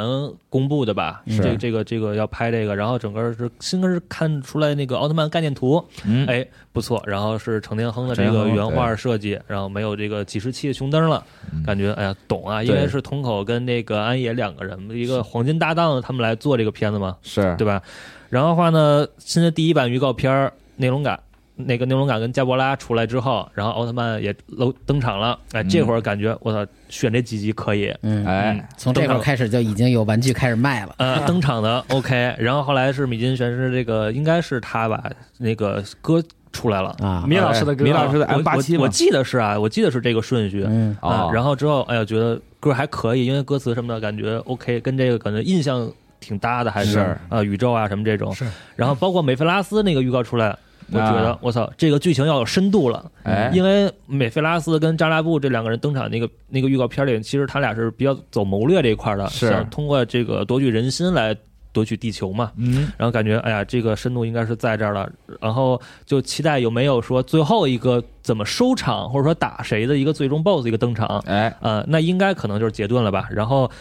D: 公布的吧，
I: 是
D: 这个这个这个要拍这个，然后整个是应该是看出来那个奥特曼概念图，
I: 嗯，
D: 哎，不错。然后是程天亨的
I: 程
D: 这
I: 天
D: 个
I: 亨
D: 原画设计，然后没有这个几十期的熊灯了，
I: 嗯
D: 感觉哎呀懂啊，因
I: 对
D: 为是通口跟那个安野两个人一个黄金搭档，他们来做这个片子嘛，
I: 是
D: 对吧？然后的话呢，新的第一版预告片儿内容感。那个内容感跟加博拉出来之后，然后奥特曼也露登场了，哎，
I: 嗯
D: 这会儿感觉我操，选这几集可以，
F: 嗯，
I: 哎，
F: 从这会儿开始就已经有玩具开始卖了，
H: <laughs>
D: 呃，登场的 OK，然后后来是米津玄师这个应该是他吧，那个歌出来了，
F: 啊，
G: 米老师的歌，
I: 米老师的
D: 我
I: M 八七
D: 我，
I: 嘛
D: 我，记得是啊，我记得是这个顺序。
F: 嗯，
D: 啊
I: 哦，，
D: 然后之后，哎呀，觉得歌还可以，因为歌词什么的感觉 OK，跟这个感觉印象挺搭的，还是
I: 是
D: 啊、宇宙啊什么这种。
H: 是。
D: 然后包括美菲拉斯那个预告出来，我觉得
I: 啊
D: 我操，这个剧情要有深度了，
I: 哎
D: 因为美菲拉斯跟扎拉布这两个人登场那个那个预告片里，其实他俩是比较走谋略这一块的，
I: 是
D: 想通过这个夺取人心来夺取地球嘛。
I: 嗯，
D: 然后感觉哎呀，这个深度应该是在这儿了，然后就期待有没有说最后一个怎么收场，或者说打谁的一个最终 BOSS 一个登场，
I: 哎，
D: 呃，那应该可能就是杰顿了吧。然后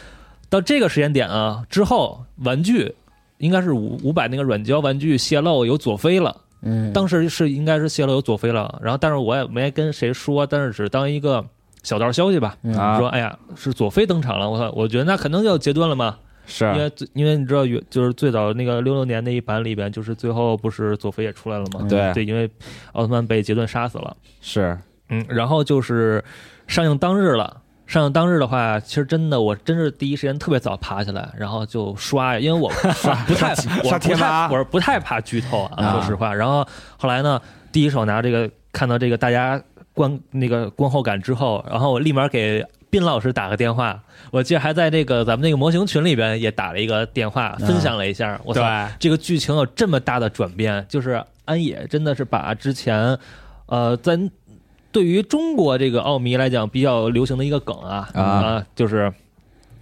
D: 到这个时间点啊之后，玩具应该是五五百那个软胶玩具泄露有佐菲了，
F: 嗯，
D: 当时是应该是泄露有佐菲了，然后但是我也没跟谁说，但是只当一个小道消息吧。
F: 嗯
I: 啊
D: 说，哎呀，是佐菲登场了，我操，我觉得那肯定要杰顿了嘛，因
I: 是，
D: 为最因为你知道，原就是最早那个六六年那一版里边，就是最后不是佐菲也出来了吗？
I: 嗯对，
D: 对，因为奥特曼被杰顿杀死了。
I: 是，
D: 嗯，然后就是上映当日了。上映当日的话，其实真的，我真是第一时间特别早爬起来，然后就刷，因为我不太，我不
I: 刷贴吧
D: 太，我是不太怕剧透啊，
I: 啊
D: 说实话。然后后来呢，第一手拿这个看到这个大家观那个观后感之后，然后我立马给斌老师打个电话，我记得还在那个咱们那个模型群里边也打了一个电话，分享了一下。我
G: 对
D: 操，，这个剧情有这么大的转变，就是安野真的是把之前，呃，咱对于中国这个奥迷来讲比较流行的一个梗啊
I: 啊
D: 就是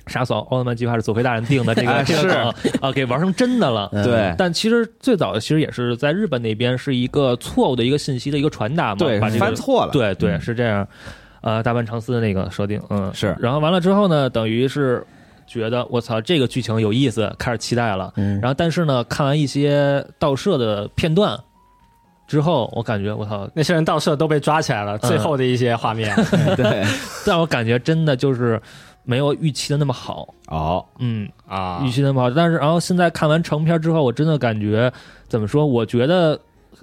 D: 杀死奥特曼计划是佐奎大人定的这个、
I: 啊
D: 这个
I: 是
D: 梗啊，给玩成真的了。
F: 嗯
I: 对
D: 但其实最早其实也是在日本那边是一个错误的一个信息的一个传达嘛，
I: 对
D: 把这，个
I: 翻错了，
D: 对对，
I: 嗯
D: 是这样。呃，大阪长司的那个设定，嗯，
I: 是
D: 然后完了之后呢，等于是觉得我操，这个剧情有意思，开始期待了。
F: 嗯，
D: 然后但是呢，看完一些盗摄的片段之后，我感觉我操，
G: 那些人到社都被抓起来了，最后的一些画面，
I: 对，
D: 但我感觉真的就是没有预期的那么好。
I: 哦，
D: 嗯，
G: 啊
D: 预期的那么好。但是然后现在看完成片之后，我真的感觉怎么说？我觉得。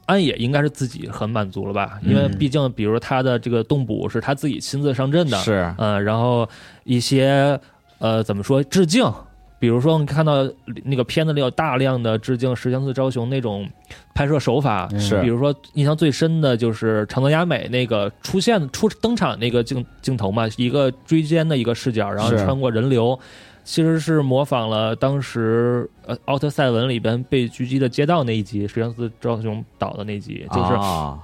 D: 安野应该是自己很满足了吧，因为
F: 嗯
D: 毕竟，比如他的这个动捕是他自己亲自上阵的，
I: 是
D: 呃，然后一些呃怎么说致敬，比如说你看到那个片子里有大量的致敬石乡四昭雄那种拍摄手法，
F: 嗯
I: 是
D: 比如说印象最深的就是长泽雅美那个出现出登场那个镜镜头嘛，一个追肩的一个视角，然后
I: 是
D: 穿过人流。其实是模仿了当时呃《奥特赛文》里边被狙击的街道那一集，石原四昭雄导的那集，就是
I: 啊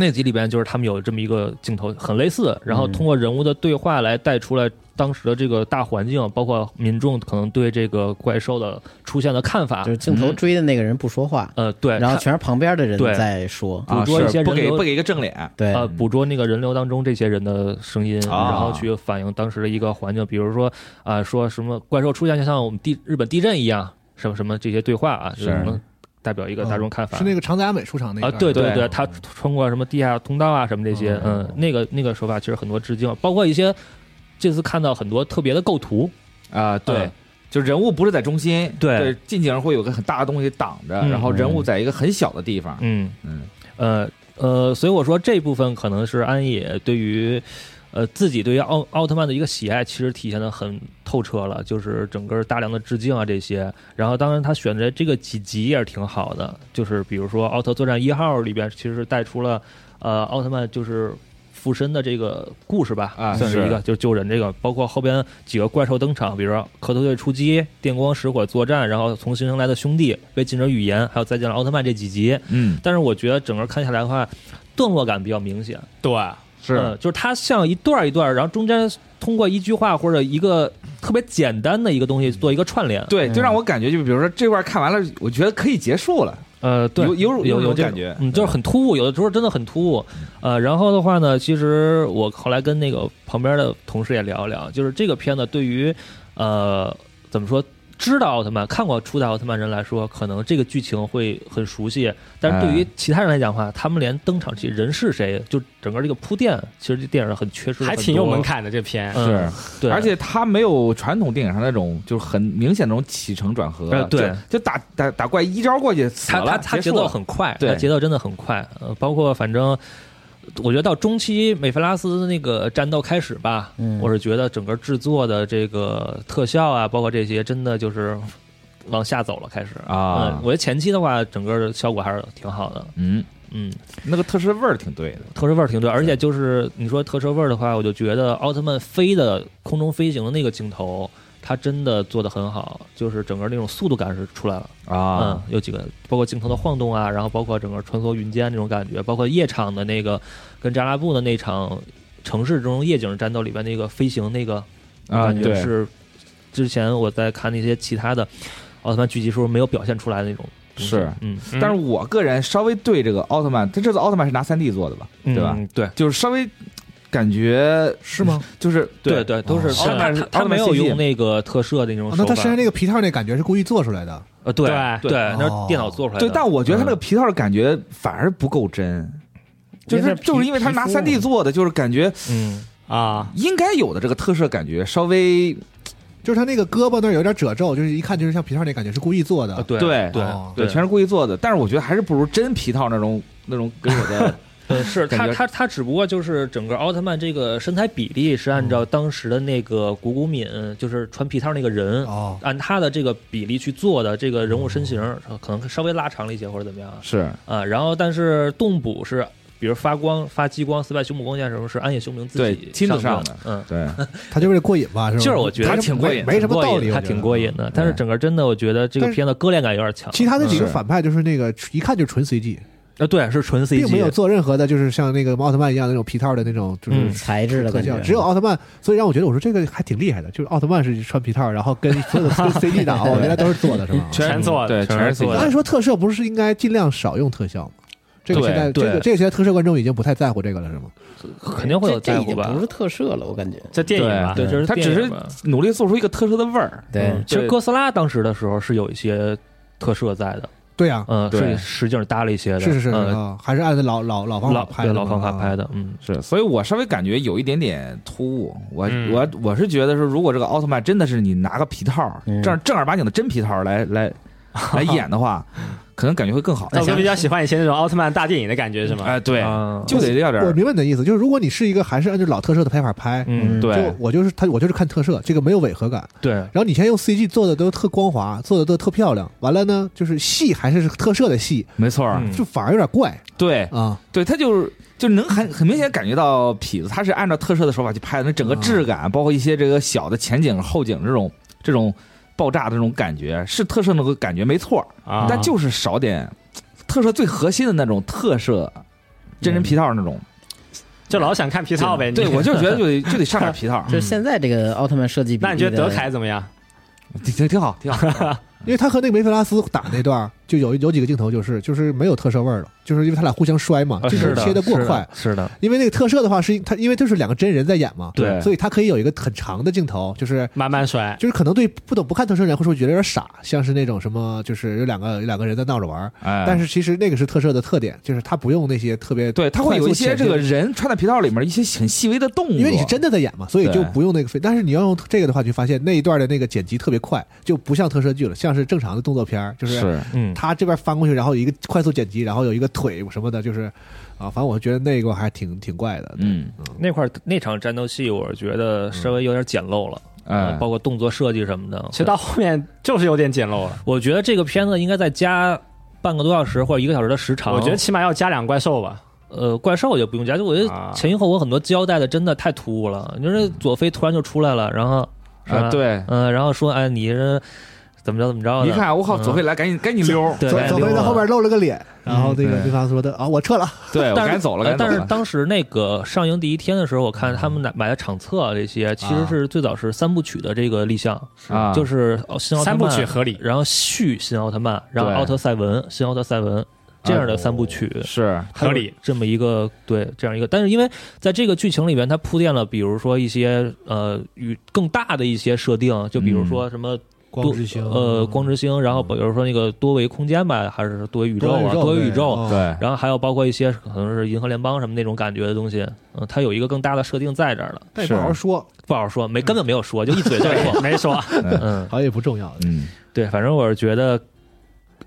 D: 那集里边就是他们有这么一个镜头，很类似，然后
F: 嗯
D: 通过人物的对话来带出来当时的这个大环境，包括民众可能对这个怪兽的出现的看法
F: 就。是镜头
I: 嗯
F: 追的那个人不说话，
D: 呃，对，
F: 然后
D: 他
F: 全是旁边的人
D: 对
F: 在说，
I: 啊，
D: 捕捉一
I: 是
D: 些
I: 不
D: 人
I: 给
D: 流
I: 不给一个正脸，
F: 对，
D: 呃捕捉那个人流当中这些人的声音，
I: 啊
D: 然后去反映当时的一个环境，比如说啊、说什么怪兽出现就像我们地日本地震一样，什么什么这些对话啊，
I: 是
D: 就能代表一个大众看法。
H: 哦是那个长泽雅美出场那个
D: 啊，对
I: 对
D: 对，他穿过什么地下通道啊，什么这些，
H: 嗯
D: 嗯，那个那个手法其实很多致敬，包括一些这次看到很多特别的构图，
I: 啊，对
D: 嗯，
I: 就人物不是在中心，
D: 对，
I: 近景会有个很大的东西挡着，
D: 嗯
I: 然后人物在一个很小的地方，
D: 嗯
I: 嗯
D: 呃呃，所以我说这部分可能是安野对于呃自己对于奥奥特曼的一个喜爱，其实体现的很透彻了，就是整个大量的致敬啊这些。然后当然他选的这个几集也是挺好的，就是比如说《奥特作战一号》里边其实是带出了呃奥特曼就是。附身的这个故事吧，
I: 啊
D: 算是
I: 是
D: 一个，就是救人这个，包括后边几个怪兽登场，比如说科特队出击、电光石火作战，然后从新生来的兄弟、被禁止语言，还有再见了奥特曼这几集，
I: 嗯，
D: 但是我觉得整个看下来的话，段落感比较明显，
G: 对，
I: 是
D: 嗯就是它像一段儿一段儿，然后中间通过一句话或者一个特别简单的一个东西做一个串联，
I: 对，就让我感觉，就比如说这块看完了，我觉得可以结束了，
D: 呃，对，
I: 有有
D: 有
I: 种
D: 这
I: 感觉，
D: 嗯，就是很突兀，有的时候真的很突兀。呃，然后的话呢，其实我后来跟那个旁边的同事也聊一聊，就是这个片子对于呃怎么说，知道奥特曼、看过初代奥特曼人来说，可能这个剧情会很熟悉，但
I: 哎
D: 是对于其他人来讲的话，他们连登场戏人是谁，就整个这个铺垫，其实这电影很缺失，
G: 还挺有门。槛的这片，
D: 嗯、
I: 是，
D: 对，
I: 而且它没有传统电影上那种就是很明显的那种起承转合，
D: 呃对
I: 就，就打打打怪一招过去死
D: 他
I: 了，
D: 他他
I: 结
D: 节
I: 束
D: 奏
I: 了
D: 很快，
I: 对
D: 他节奏真的很快。呃，包括反正我觉得到中期美菲拉斯那个战斗开始吧，
F: 嗯
D: 我是觉得整个制作的这个特效啊，包括这些，真的就是往下走了，开始。嗯
I: 啊，，
D: 我觉得前期的话，整个的效果还是挺好的，
I: 嗯，
D: 嗯，
I: 那个特殊味儿挺对的，
D: 特摄味儿挺对，而且就是你说特摄味儿的话，我就觉得奥特曼飞的空中飞行的那个镜头，它真的做的很好，就是整个那种速度感是出来了。嗯
I: 啊，，
D: 有几个，包括镜头的晃动啊，然后包括整个穿梭云间那种感觉，包括夜场的那个跟扎拉布的那场城市中夜景战斗里边那个飞行那个
I: 啊，
D: 嗯感觉
I: 对，
D: 是之前我在看那些其他的奥特曼剧集时候没有表现出来的那种东西。
I: 是
D: 嗯，
G: 嗯
I: 但是我个人稍微对这个奥特曼，他这次奥特曼是拿三 D 做的吧，
D: 嗯，
I: 对吧？
D: 对。
I: 就是稍微感觉
H: 是吗？
I: 就是
D: 对对，都是
I: 奥特曼
D: 他
I: 是
D: 他
I: 奥特曼
D: 没有
I: CG
D: 用那个特摄的那种
H: 啊
D: 手
H: 那
D: 法
H: 他身，上那个皮套那感觉是故意做出来的，
D: 呃，对
G: 对
D: 对，那
H: 哦
D: 是电脑做出来的。
I: 对，但我觉得他那个
D: 嗯
I: 皮套的感觉反而不够真，就是就是因为他拿三 D 做的，就是感觉
D: 嗯，
G: 啊，
I: 应该有的这个特摄感觉稍微
H: 就是他那个胳膊那儿有点褶皱，就是一看就是像皮套那感觉是故意做
D: 啊
H: 的。
D: 对
I: 对
D: 对
H: 哦
I: 对，全是故意做的，但是我觉得还是不如真皮套那 <laughs> 种那种给我的
D: 呃，是
I: 感
D: 他
I: 觉
D: 他他只不过就是整个奥特曼这个身材比例是按照当时的那个古古敏，就是穿皮套那个人，
H: 哦，
D: 按他的这个比例去做的这个人物身形，呃可能稍微拉长了一些或者怎么样
I: 是
D: 啊。然后，但是动捕是比如发光、发激光、四败凶木光剑什么，是安野秀明自己
I: 对亲自
D: 上
I: 上的
D: 嗯。
I: 对，
H: 他就为了过瘾吧，是吧？
D: 就是我觉得
H: 他就
I: 挺过瘾
H: 没没什么道
D: 瘾
H: 理，
D: 他
H: 我觉得嗯
D: 挺过瘾的。但是整个真的，我觉得这个
H: 但是
D: 片子割裂感有点强。
H: 其他那几个
I: 是
H: 反派就是那个一看就纯随机，
D: 啊，对，是纯 CG，
H: 并没有做任何的，就是像那个奥特曼一样那种皮套的那种，就是
D: 嗯
F: 材质的
H: 特
F: 感
H: 效
F: 觉，
H: 只有奥特曼，所以让我觉得我说这个还挺厉害的，就是奥特曼是穿皮套，然后跟所有的 CG 打，哦，原来都是做的是吗？
I: 全
G: 全做的
I: 对，
D: 全
I: 全
D: 是做的
H: 按说特摄不是应该尽量少用特效吗？这个
D: 对
H: 现在这
D: 对
H: 个这个现在特摄观众已经不太在乎这个了，是吗？
D: 肯定会有
F: 这这
D: 在
F: 已
D: 乎
F: 经
D: 吧
F: 不？是特摄了，我感
D: 嗯
F: 觉。
G: 这电影吧，
D: 对，这是
I: 他只
D: 电
I: 是
D: 影吧
I: <laughs> 努力做出一个特殊的味儿。
F: 对
D: 嗯，其实
I: 对
D: 哥斯拉当时的时候是有一些特摄在的，
H: 对呀，
D: 嗯，
I: 对
D: 是实景搭了一些的，
H: 是是是
D: 嗯，
I: 呃
H: 啊，还是按老老老方法
D: 老
H: 拍
D: 对
H: 的，啊
D: 老方法拍。的，嗯，
I: 是，所以我稍微感觉有一点点突兀。我、
G: 嗯
I: 我我是觉得说，如果这个奥特曼真的是你拿个皮套，
F: 嗯，
I: 正正儿八经的真皮套来
G: <laughs>
I: 来来演的话，
G: 嗯
I: 可能感觉会更好。
G: 赵哥比较喜欢以前那种奥特曼大电影的感觉是吗？
I: 哎，对，
D: 啊
I: 就得要点
H: 我
I: 儿，
H: 明白你的意思，就是如果 <laughs> 你是一个还是按照老特摄的拍法拍，
D: 嗯，
I: 对
H: 就我就是他，我就是看特摄，这个没有违和感。
D: 对，
H: 然后你现在用 CG 做的都特光滑，做的都特漂亮，完了呢，就是戏还是特摄的戏，
I: 没错儿，
D: 嗯
H: 就反而有点怪
I: 对
H: 啊。
I: 对，他就是就能很很明显感觉到痞子他是按照特摄的手法去拍的，那整
H: 啊
I: 个质感，包括一些这个小的前景、后景这种这种爆炸的这种感觉，是特摄那个感觉没错儿，
G: 啊，
I: 但就是少点特摄最核心的那种特摄，真
H: 嗯
I: 人皮套那种。
G: 就老想看皮套呗。
I: 对，
G: 你
I: 我就觉得就得就得上
D: <laughs>
I: 点皮套
F: 就是现在这个奥特曼设计比
G: 那你
F: 例
G: 觉得德
F: 的
G: 凯怎么样？
I: 挺挺好，挺好。
H: 因为他和那个梅菲拉斯打那段儿，就有有几个镜头就是就是没有特摄味儿了，就是因为他俩互相摔嘛，
D: 啊
H: 镜
D: 是
H: 头
D: 的，
H: 切得过
D: 是
H: 快。
D: 是的，
H: 因为那个特摄的话是他，因为这是两个真人在演嘛，
I: 对
H: 所以他可以有一个很长的镜头，就是
G: 慢慢摔，
H: 就是可能对不懂不看特摄人会说觉得有点傻，像是那种什么就是有两个有两个人在闹着玩儿，
I: <laughs> 哎，
H: 但是其实那个是特摄的特点，就是他不用那些特别
I: 对他会有一些
H: 快速前进
I: 这个人穿在皮套里面一些很细微的动作，
H: 因为你是真的在演嘛，所以就
I: 对
H: 不用那个费。但是你要用这个的话，就发现那一段的那个剪辑特别快，就不像特摄剧了，像是正常的动作片儿，就是
I: 是
D: 嗯，
H: 他这边翻过去，然后有一个快速剪辑，然后有一个腿什么的，就是啊，反正我觉得那个还挺挺怪的。
I: 嗯
D: 那块儿那场战斗戏，我觉得稍微有点简陋了，
I: 哎
D: 呃包括动作设计什么的。
G: 嗯其实到后面就是有点简陋了。
D: 我觉得这个片子应该再加半个多小时或者一个小时的时长。
G: 我觉得起码要加两怪兽吧。
D: 呃，怪兽我就不用加，就我觉
G: 啊嗯
D: 得前因后果很多交代的真的太突兀了。你说这佐菲突然就出来了，然后是吧
I: 啊，对，
D: 嗯、然后说哎你是怎么着怎么着的，嗯
I: 一看啊我靠，左飞来，赶紧赶紧溜儿，
D: 对
H: 左
D: 哎
H: 左
D: 溜
H: 飞在
D: 了
H: 后边露了个脸，然后那个
I: 对
H: 对方说的啊，我撤了。
I: 对我
D: 但
I: 赶
D: 是
I: 紧走了，嗯
D: 呃
I: 赶紧
D: 但是
I: 走了。
D: 当时那个上映第一天的时候，我看他们买买的场册啊这些，其实是最早是三部曲的这个立项，
I: 啊，
D: 就是是哦新奥特
G: 三
D: 曼
G: 部曲合理，
D: 然后续新奥特曼，然后
I: 对哦
D: 奥特赛文，新奥特赛文这样的三部曲。
I: 是
D: 还
G: 合
D: 有
G: 理
D: 这么一个对这样一个，但是因为在这个剧情里面，它铺垫了，比如说一些呃与更大的一些设定，啊就比如说什么多、呃光之星，然后
G: 嗯
D: 比如说那个多维空间吧，还是多维宇宙啊，多维宇宙，
H: 对哦
I: 对，
D: 然后还有包括一些可能是银河联邦什么那种感觉的东西，嗯、它有一个更大的设定在这儿了，
H: 但也不好好说，
D: 不好说，没根本没有说，就一嘴带过，没说，嗯，
H: 好像也不重要。
I: 嗯，
D: 对，反正我是觉得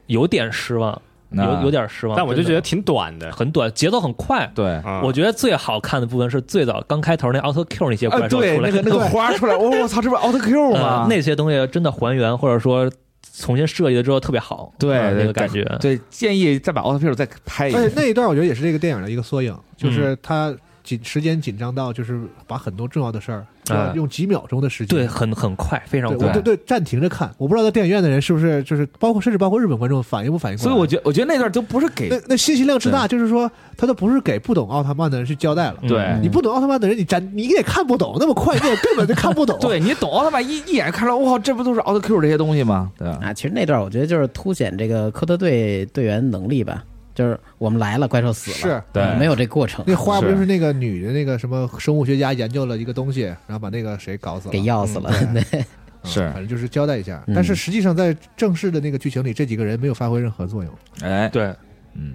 D: 有点失望，
I: 那
D: 有有点失望，
G: 但我就觉得
D: 真
G: 挺短的
D: 的。很短，节奏很快。
I: 对。
G: 啊
D: 我觉得最好看的部分是最早刚开头那奥特 Q 那些怪
I: 啊，
D: 兽出来，
I: 对，那个
D: <laughs>
I: 那个花出来，我我操，这不是奥特 Q 吗
D: 呃？那些东西真的还原或者说重新设计了之后特别好，
I: 对
D: 呃那
I: 对
D: 个感觉，
I: 对，建议再把奥特 Q 再拍一
H: 而且
I: 遍。
H: 那一段我觉得也是这个电影的一个缩影，
I: 嗯
H: 就是他紧时间紧张到就是把很多重要的事儿
D: 啊
H: 用几秒钟的时间
D: 对，很很快，非常
H: 对，
D: 快
H: 我对。对暂停着看，我不知道在电影院的人是不是就是包括甚至包括日本观众反应不反应过
I: 所
H: 来。
I: 以我觉我觉得那段都不是给
H: 那那信息量之大，就是说他都不是给不懂奥特曼的人去交
D: 嗯
H: 代了。
D: 哎
I: 对
H: 你不懂奥特曼的人，你咱你也看不懂，那么快
I: <laughs>
H: 你也根本就看不懂。
I: 对你懂奥特曼一一眼看出来，哇，这不都是奥特 Q 这些东西吗？对吧，
F: 啊，其实那段我觉得就是凸显这个科特队队员能力吧，就是我们来了，怪兽死了，
H: 是
I: 对
F: 没有这过程，
H: 那花不就是那个女的那个什么生物学家研究了一个东西，然后把那个谁搞死了，
F: 给药死了， <laughs> 对
H: 嗯
I: 是
H: 反正就是交代一下。
F: 嗯
H: 但是实际上在正式的那个剧情里，这几个人没有发挥任何作用。
I: 哎，
D: 对，
I: 嗯，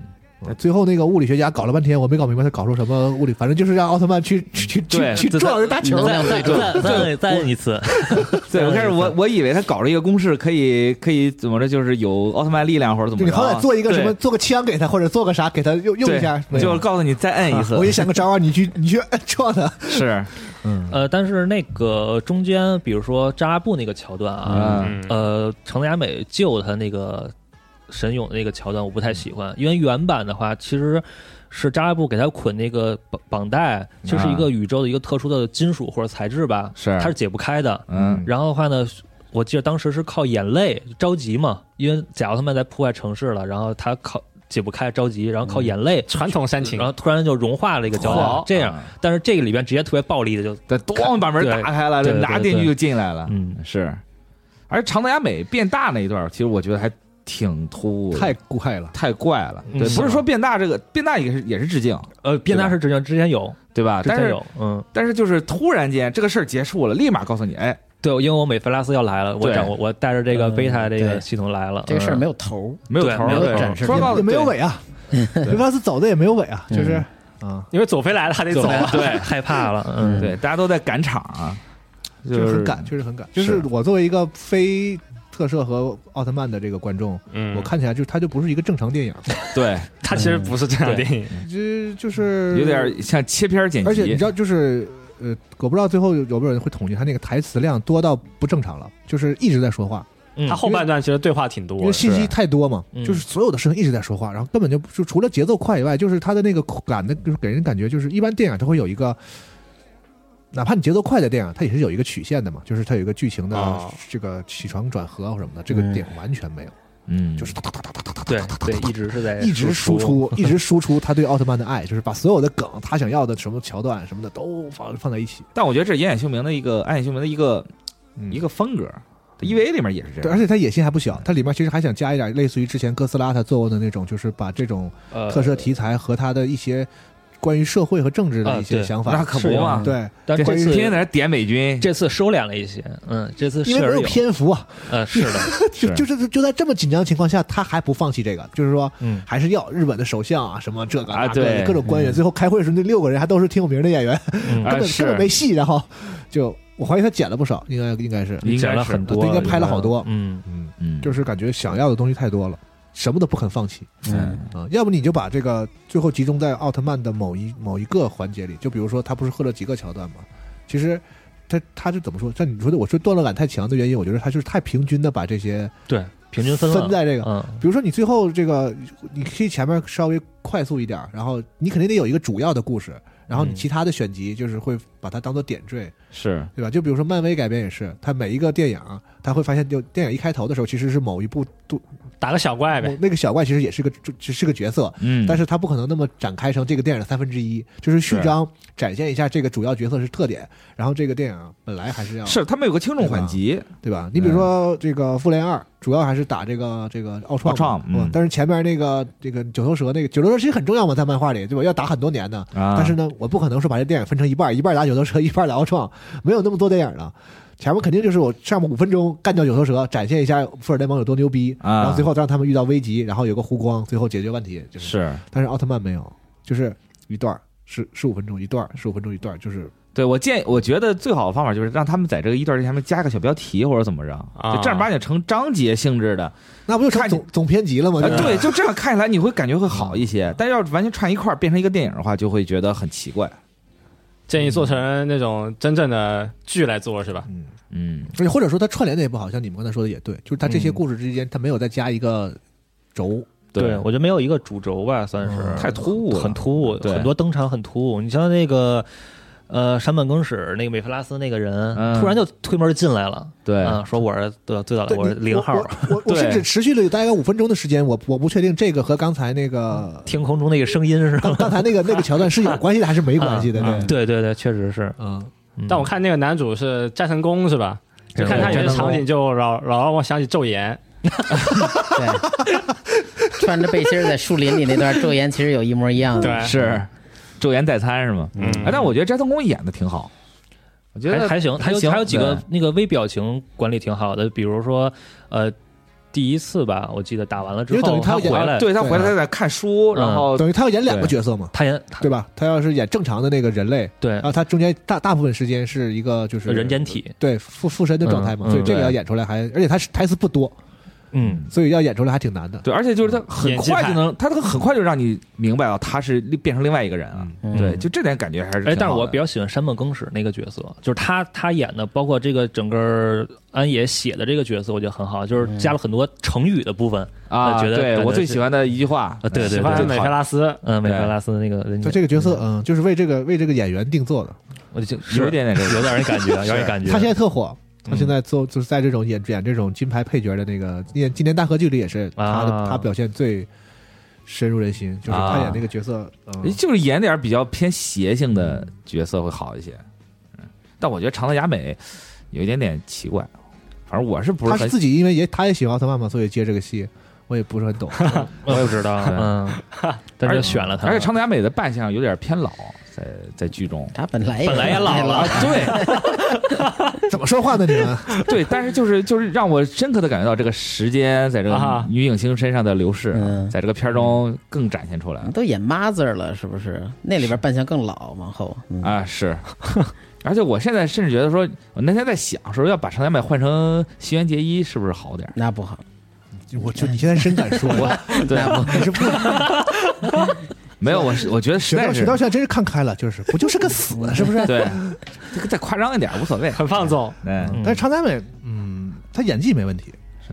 H: 最后那个物理学家搞了半天，我没搞明白他搞出什么物理，反正就是让奥特曼去去去去
I: 对
H: 去
I: 这
H: 撞人大球。
D: 再再再再再摁一次，
I: 对我开始我我以为他搞了一个公式，可以可以怎么着，就是有奥特曼力量或者怎么
H: 就
I: 着，
H: 你好歹做一个什么，
I: 对
H: 做个枪给他，或者做个啥给他用用一下。
I: 对就是告诉你再摁一次
H: 我，也想个招啊，你去你去撞他。
I: 是，
D: 呃，但是那个中间，比如说扎拉布那个桥段啊，
I: 嗯
G: 嗯，
D: 呃，程子雅美救他那个神勇的那个桥段我不太喜欢，因为原版的话其实是扎拉布给他捆那个绑绑带，这
I: 嗯
D: 是一个宇宙的一个特殊的金属或者材质吧，
I: 是
D: 它是解不开的。
I: 嗯
D: 然后的话呢，我记得当时是靠眼泪哎着急嘛，因为假如他们在破坏城市了，然后他靠解不开着急，然后靠眼泪。
G: 嗯传统煽情
D: 然，后突然就融化了一个角
I: 好
D: 岛，这样
I: 啊。
D: 但是这个里边直接特别暴力的就，
I: 这咣把门打开了，
D: 对对对
I: 拿电锯就进来
G: 啊
I: 了，
D: 嗯，
I: 是。而长泽雅美变大那一段，其实我觉得还挺突兀的，
H: 太怪了。
I: 太怪了。对，
D: 嗯
I: 不是说变大这个变大也是也是致敬，
D: 呃，变大是之前之前有，
I: 对吧？
D: 之
I: 但
D: 前
I: 是
D: 有，嗯，
I: 但是就是突然间这个事儿结束了，立马告诉你，哎，
D: 对，因为我美菲拉斯要来了，我
I: 对
D: 掌握我带着这个
F: 嗯
D: 贝塔这
F: 对
D: 个系统来了，
F: 这个事儿
D: 嗯
F: 没有头
I: 没有
D: 对
I: 头儿，
D: 没有
I: 对
D: 头儿
I: 说
F: 是
I: 到
H: 也没有尾啊，维巴斯走的也没有尾啊，就是啊，
G: 因为佐菲来了，他得走
D: 嗯走
G: <laughs> 啊。
D: 对，害怕了，嗯，
I: 对，大家都在赶场啊，
H: 就是是很赶，确实很
G: 嗯
H: 赶。就是是我作为一个非特摄和奥特曼的这个观众，
G: 嗯
H: 我看起来就是它就不是一个正常电影，
I: 对，
G: 他其实不是这样的电影，
H: 这就是
I: 有点像切片儿剪
H: 呃而且你
I: 辑
H: 知，道，就是呃，我不知道最后有有没有人会统计他那个台词量多到不正常了，就是一直在说话，
D: 嗯
G: 他后半段其实对话挺
H: 因
G: 多
H: 为
G: 的。
H: 信息
I: 是
H: 太多嘛，
D: 嗯
H: 就是所有的事情一直在说话，然后根本就不就除了节奏快以外，就是他的那个感的，就是给人感觉就是一般电影它会有一个。哪怕你节奏快的电影，它也是有一个曲线
D: 嗯
H: 的嘛，就是它有一个剧情的
D: 啊
G: 哦
H: 这个起承转合或什么的，这个
F: 嗯
H: 点完全没有，
I: 嗯，
H: 就是哒哒哒哒哒哒
D: 对对，一直是在
H: 一直
D: 输，
H: 输出，一直输出他对奥特曼的爱，就是把所有的梗、他想要的什么桥段什么的都放放在一起。
I: 但我觉得这是岩野秀明的一个暗野秀明的一个
H: 嗯
I: 一个风格，EVA 里面也是这
H: 对，
D: 嗯
H: 而，
I: 样
H: 且他野心还不小，他里面其实还想加一点类似于之前哥斯拉他做过的那种，就是把这种
D: 呃
H: 特摄题材和他的一些关于社会和政治的一
D: 呃
H: 些
D: 对
H: 想法，
I: 那可不
D: 是
I: 嘛
D: 啊，
H: 对，
D: 但
I: 这
D: 这
I: 天天在
D: 次
I: 那点美军，
D: 这次收敛了一些，嗯，这次
H: 因为
D: 确
H: 没
D: 实
H: 有，篇幅啊，
D: 呃，是
H: <laughs>
D: 的，
H: 就是就是就在这么紧张的情况下，他还不放弃这个，就是说
D: 嗯，
H: 还是要日本的首相啊，什么这个
I: 啊
H: 那个的
I: 对
H: 各种官员，最后开会的时候那六个人还都是挺有名的演员，
D: 嗯
I: 啊
H: <laughs> 根本
I: 是
H: 根本没戏，然后就我怀疑他剪了不少，应该应该是，
I: 应
D: 讲
I: 该
D: 了
I: 是
D: 很多，
H: 应该拍了好多
D: 啊嗯，
H: 嗯，
I: 嗯，
H: 就是感觉想要的东西太多了，什么都不肯放弃。
I: 嗯
H: 啊，要不你就把这个最后集中在奥特曼的某一某一个环节里，就比如说他不是喝了几个桥段吗？其实他他是怎么说？像你说的，我说段落感太强的原因，我觉得他就是太平均的把这些，
D: 对，平均分
H: 分
D: 了
H: 在这个
D: 嗯，
H: 比如说你最后这个，你可以前面稍微快速一点，然后你肯定得有一个主要的故事，然后你
D: 嗯
H: 其他的选集就是会把它当做点缀，
I: 是
H: 对吧？就比如说漫威改编也是，它每一个电影，它会发现就电影一开头的时候其实是某一部度
G: 打个小怪呗，
H: 那个小怪其实也是个只是个角色，
I: 嗯，
H: 但是它不可能那么展开成这个电影的三分之一，就是序章展现一下这个主要角色是特点，然后这个电影本来还是要
I: 是他们有个轻重缓急，嗯
H: 对吧？你比如说这个《复联二》，主要还是打这个这个奥创
I: 奥创
H: 嘛，
I: 嗯
H: 嗯但是前面那个这个九头蛇那个九头蛇其实很重要嘛，在漫画里对吧？要打很多年呢，
I: 啊，
H: 但是呢，我不可能说把这电影分成一半，一半打九头蛇，一半打奥创，没有那么多电影了。前面肯定就是我上面五分钟干掉九头蛇，展现一下复仇联盟有多牛逼，
I: 啊
H: 然后最后让他们遇到危机，然后有个弧光，最后解决问题，就是
I: 是
H: 但是奥特曼没有，就是一段十十五分钟一段，十五分钟一段，就是
I: 对我建，我觉得最好的方法就是让他们在这个一段儿前面加个小标题或者怎么着，
G: 啊
I: 就正儿八经成章节性质的，
H: 啊那不就成
I: 看
H: 总总嗯篇集了吗？
I: 啊
H: 就是
I: 对，就这样看起来你会感觉会好一些，但要是完全串一块儿变成一个电影的话，就会觉得很奇怪。
G: 建议做成那种真正的剧来做是吧？
H: 嗯，
I: 嗯，
H: 而且或者说它串联的也不好，像你们刚才说的也对，就是它这些
D: 嗯
H: 故事之间，它没有再加一个轴，
D: 对，我觉得没有一个主轴吧，算
H: 嗯
D: 是
I: 太突兀了，
D: 很突兀，
I: 对
D: 很多登场很突兀。你像那个呃山本耕史那个美弗拉斯那个人，
I: 嗯
D: 突然就推门进来了，
I: 对
D: 啊，说我是对最早
H: 对
D: 我是
H: 你
D: 零号，
H: 我我我
I: 对
H: 甚至持续了有大概五分钟的时间，我我不确定这个和刚才那个
D: 天空中那个声音是吧
H: 刚？刚才那个那个桥段是有关系的还是没关系的？
D: 啊
H: 对，
D: 对对对，确实是。
H: 嗯，
D: 嗯
G: 但我看那个男主是斋藤工是吧？就看他有些场景就老老让我想起《昼颜》，
F: 对， <laughs> 穿着背心儿在树林里
H: <laughs>
F: 那段昼颜其实有一模一样的。
G: 对，
I: 是昼颜代餐是吗？
G: 嗯
I: 哎，但我觉得斋藤工演的挺好，我觉
D: 还
I: 得
D: 还行，还有
I: 行
D: 还有几个
I: 对
D: 那个微表情管理挺好的，比如说呃第一次吧，我记得打完了啊嗯
H: 因
D: 之
H: 为等于
D: 后
H: 他
D: 他
H: 演
D: 回来，
I: 啊对他回来
H: 对
I: 他在看书，然后
H: 等于他要演两个角色嘛，
D: 他演他
H: 对吧？他要是演正常的那个人类，
D: 对
H: 然后他中间大大部分时间是一个就是
D: 人间体，
H: 对附附身的状态嘛，
D: 嗯嗯
H: 所以这个
I: 对
H: 要演出来还，而且他是台词不多，
D: 嗯，
H: 所以要演出来还挺难的。
I: 对，而且就是他很
G: 演技
I: 快
G: 派
I: 就能，他很快就让你明白了他是另变成另外一个人了。
F: 嗯。
I: 对，就这点感觉还是挺好的。
D: 哎，但是我比较喜欢山本耕史那个角色，就是他他演的，包
G: 嗯
D: 括这个整个安野写的这个角色，我觉得很好，就是加了很多成语的部分，
I: 啊，
D: 我觉得感
I: 对
D: 觉
I: 我最
D: 是
I: 喜欢的一句话，
D: 啊，对对
G: 喜欢
D: 对，
G: 美菲拉斯，
D: 嗯，美
I: 对
D: 克拉斯的那个人家
H: 就，这个角色，嗯，就是为这个为这个演员定做的。
D: 我就就是
I: 有一点点这个
D: 有点儿感觉，有点儿感
I: <laughs>
D: 觉。
H: 他现在特火，他
D: 嗯
H: 现在做就是在这种演演这种金牌配角的那个演《今年大河剧》里也是他的，
D: 啊
H: 他表现最深入人心，就是他
I: 啊
H: 演那个角色，嗯
I: 诶哎就是演点儿比较偏邪性的角色会好一些。嗯，但我觉得长泽雅美有一点点奇怪，反正我是不是
H: 他
I: 很
H: 是自己因为也他也喜欢奥特曼嘛，所以接这个戏，我也不是很
I: <laughs>
H: 懂。 <laughs>
D: 我也不知道，
I: 对
D: 嗯， <laughs> 但
I: 而
D: 是选了他，
I: 而且长泽雅美的扮相有点偏老，在在剧中
F: 他本来
D: 本来也老了，
I: 对
H: 怎么说话呢？你
I: <laughs>
H: 们 <laughs>
I: 对，但是就是就是让我深刻的感觉到这个时间在这个
G: 啊
I: 女影星身上的流逝，啊
F: 嗯
I: 在这个片儿中更展现出来了
F: <laughs> 都演 mother 了，是不是？那里边扮相更老，往后，嗯，
I: 啊！是，而且我现在甚至觉得说，我那天在想说，要把长泽雅美换成新垣结衣是不是好点儿？
F: 那不好，
H: 我就你现在真敢说，
I: <laughs>
H: <laughs>
I: 对，
H: 你是不
I: 没有，我是我觉得实
H: 雪
I: 在
H: 道
I: 是嗯
H: 雪道现在真是看开了，就是不就是个死，是不是？
I: <laughs> 对，这个再夸张一点无所
H: <laughs>
I: 谓。
G: 很放纵，
I: 嗯
H: 但是常乃美，嗯，他演技没问题，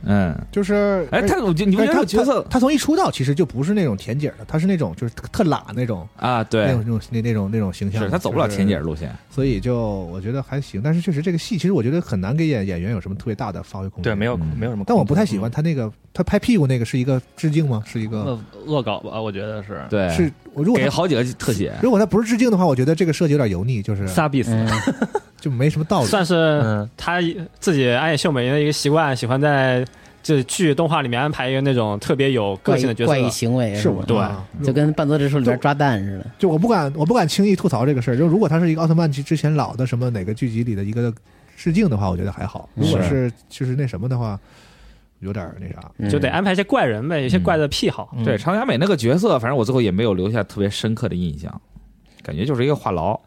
I: 嗯，
H: 就是
I: 哎，他我觉得你不
H: 但是
I: 觉得这
H: 他
I: 个角色
H: 他他从一出道其实就不是那种甜姐儿的，他是那种就是特特懒那种
I: 啊？
H: 那
I: 对
H: 种，那种那那种那种形象
I: 是
H: 的，
I: 他走不了
H: 就是
I: 甜姐儿路线。
H: 所以就我觉得还行，但是确实这个戏，其实我觉得很难给演演员有什么特别大的发挥空间。
D: 对，没有
I: 嗯
D: 没有什么。
H: 但我不太喜欢他那个，他拍屁股那个是一个致敬吗？是一个
D: 恶恶搞吧，我觉得是
I: 对，
H: 是我如果
I: 给
H: 他
I: 好几个特写。
H: 如果他不是致敬的话，我觉得这个设计有点油腻，就是
D: 萨比斯，
F: 嗯，
H: 就没什么道理。
G: 算是
D: 嗯
G: 他自己暗夜秀美的一个习惯，喜欢在这剧动画里面安排一个那种特别有个
F: 怪
G: 性
F: 异
G: 的角
F: 怪异
G: 色。
F: 行为
H: 是
F: 吧
H: 我啊
F: 就跟《半泽直树》里边抓蛋似的，
H: 就我不敢，我不敢轻易吐槽这个事儿。就如果他是一个奥特曼之之前老的什么哪个剧集里的一个致敬的话，我觉得还好。
G: 嗯
H: 如果是就是那什么的话，有点儿那啥。
F: 嗯
G: 就得安排一些怪人呗，有些怪的癖好。啊
D: 嗯
I: 对，长泽雅美那个角色，反正我最后也没有留下特别深刻的印象，感觉就是一个话痨。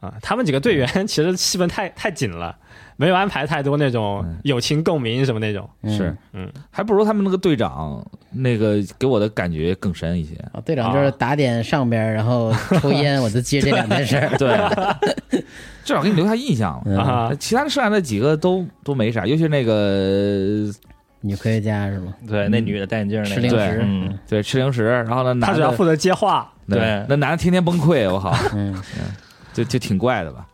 G: 啊，他们几个队员其实戏份太太紧了，没有安排太多那种
I: 嗯
G: 友情共鸣什么那种。
F: 嗯
I: 是，
G: 嗯，
I: 还不如他们那个队长，那个给我的感觉更深一些。
F: 啊，队长就是打点上边儿，然后抽烟，我就记着这两件事儿。
I: <laughs> 对，至少给你留下印象了。
F: 嗯，
G: 啊，
I: 其他剩下的几个都都没啥，尤其是那个
F: 女科学家是吗？
D: 对，那女的戴眼镜儿那
F: 吃
D: 个，
F: 零
I: 对
F: 食，
D: 嗯，
I: 对吃零食，然后呢
G: 他
I: 男
G: 主要
I: 的
G: 负责接话，
D: 对
I: 那男的天天崩溃，我靠，
F: 嗯，
I: 就就挺怪的吧？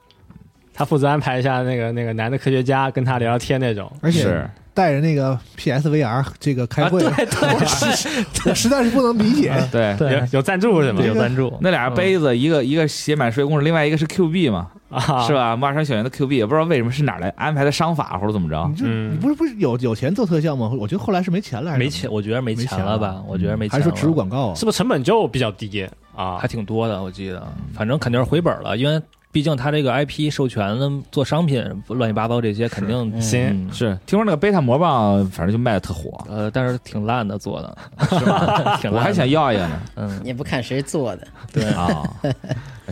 G: 他负责安排一下那个那个男的科学家跟他聊聊天那种。
H: 而且
I: 是
H: 带着那个 PSVR 这个开会，
G: 啊
H: <laughs> 我实我实在是不能理解。
I: 啊对。
D: 对
G: 有有赞助是吗？
D: 有赞助，
G: 嗯
I: 那俩杯子，一个一个写满水公式，另外一个是 Q 币嘛，
G: 啊，
I: 是？吧？马上小圆的 Q 币，也不知道为什么是哪儿来安排的商法或者怎么着
H: 你。就
G: 嗯
H: 你不是不是有有钱做特效吗？我觉得后来是没钱了，还是
D: 没
H: 怎么
D: 钱，我觉得没
H: 没
D: 钱
H: 钱
D: 了
H: 了嗯
D: 吧？我觉得没
H: 还
D: 钱，
H: 是说植入。广告啊
G: 是？不是成本就比较低啊
D: 还？挺多的，我记得，
H: 嗯
D: 反正肯定是回本了，因为毕竟他这个 IP 授权的做商品乱七八糟这些肯定
F: 嗯
G: 行，
D: 嗯
I: 是，听说那个贝塔魔棒，反正就卖的
G: <laughs>
I: 特火，
D: 呃，但是挺烂的做的，挺烂的
I: 我还想要一个呢。
D: 嗯，
F: 也不看谁做的，
D: 对，
G: <laughs>
I: 啊，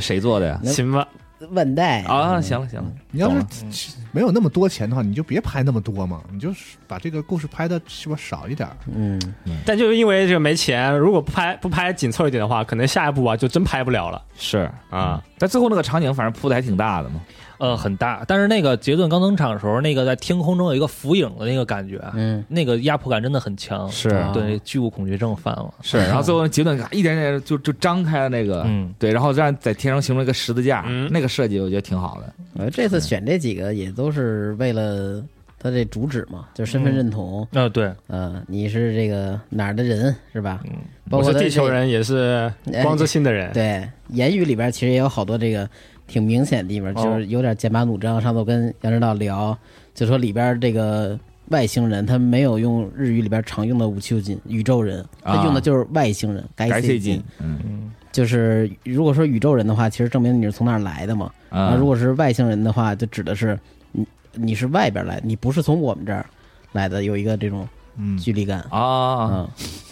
I: 谁做的呀？
G: 行吧，
F: 万代
I: 啊，行了行了，
H: 嗯你要
I: 懂
H: 是
I: 了
H: 没有那么多钱的话，你就别拍那么多嘛，你就是把这个故事拍的是不是少一点儿？
F: 嗯，
G: 但就是因为这个没钱，如果不拍不拍紧凑一点的话，可能下一步啊就真拍不了了
I: 是，
G: 啊。
I: 但最后那个场景反正铺的还挺大的嘛。
D: 呃，很大。但是那个杰顿刚登场的时候，那个在天空中有一个浮影的那个感觉，啊
F: 嗯，
D: 那个压迫感真的很强，
I: 是
F: 啊
D: 对巨物恐惧症犯了，
I: 是，然后最后杰顿嘎一点点就就张开了那个，
D: 嗯，
I: 对，然后让在天上形成一个十字架，
G: 嗯
I: 那个设计我觉得挺好的。
F: 我呃这次选这几个也都是为了他这主旨嘛，就是身份认同，
D: 啊对，
F: 呃，你是这个哪儿的人是吧？
D: 嗯，
G: 嗯
F: 包
G: 我
F: 括
G: 是
F: 他
G: 地球
F: 这，哎
G: 人，也是光之心的人。
F: 对，言语里边其实也有好多这个挺明显的地方，
D: 哦
F: 就是有点剑拔弩张。上次我跟杨指导聊，就说里边这个。外星人他没有用日语里边常用的武器金宇宙人，他
I: 啊
F: 用的就是外星人，该
I: 感谢
F: 金
I: 金，，嗯
F: 就是如果说宇宙人的话，其实证明你是从那儿来的嘛。
I: 啊
D: 嗯
F: 那如果是外星人的话，就指的是你你是外边来，你不是从我们这儿来的，有一个这种
H: 嗯，
F: 距离感。
I: 啊，
F: 嗯，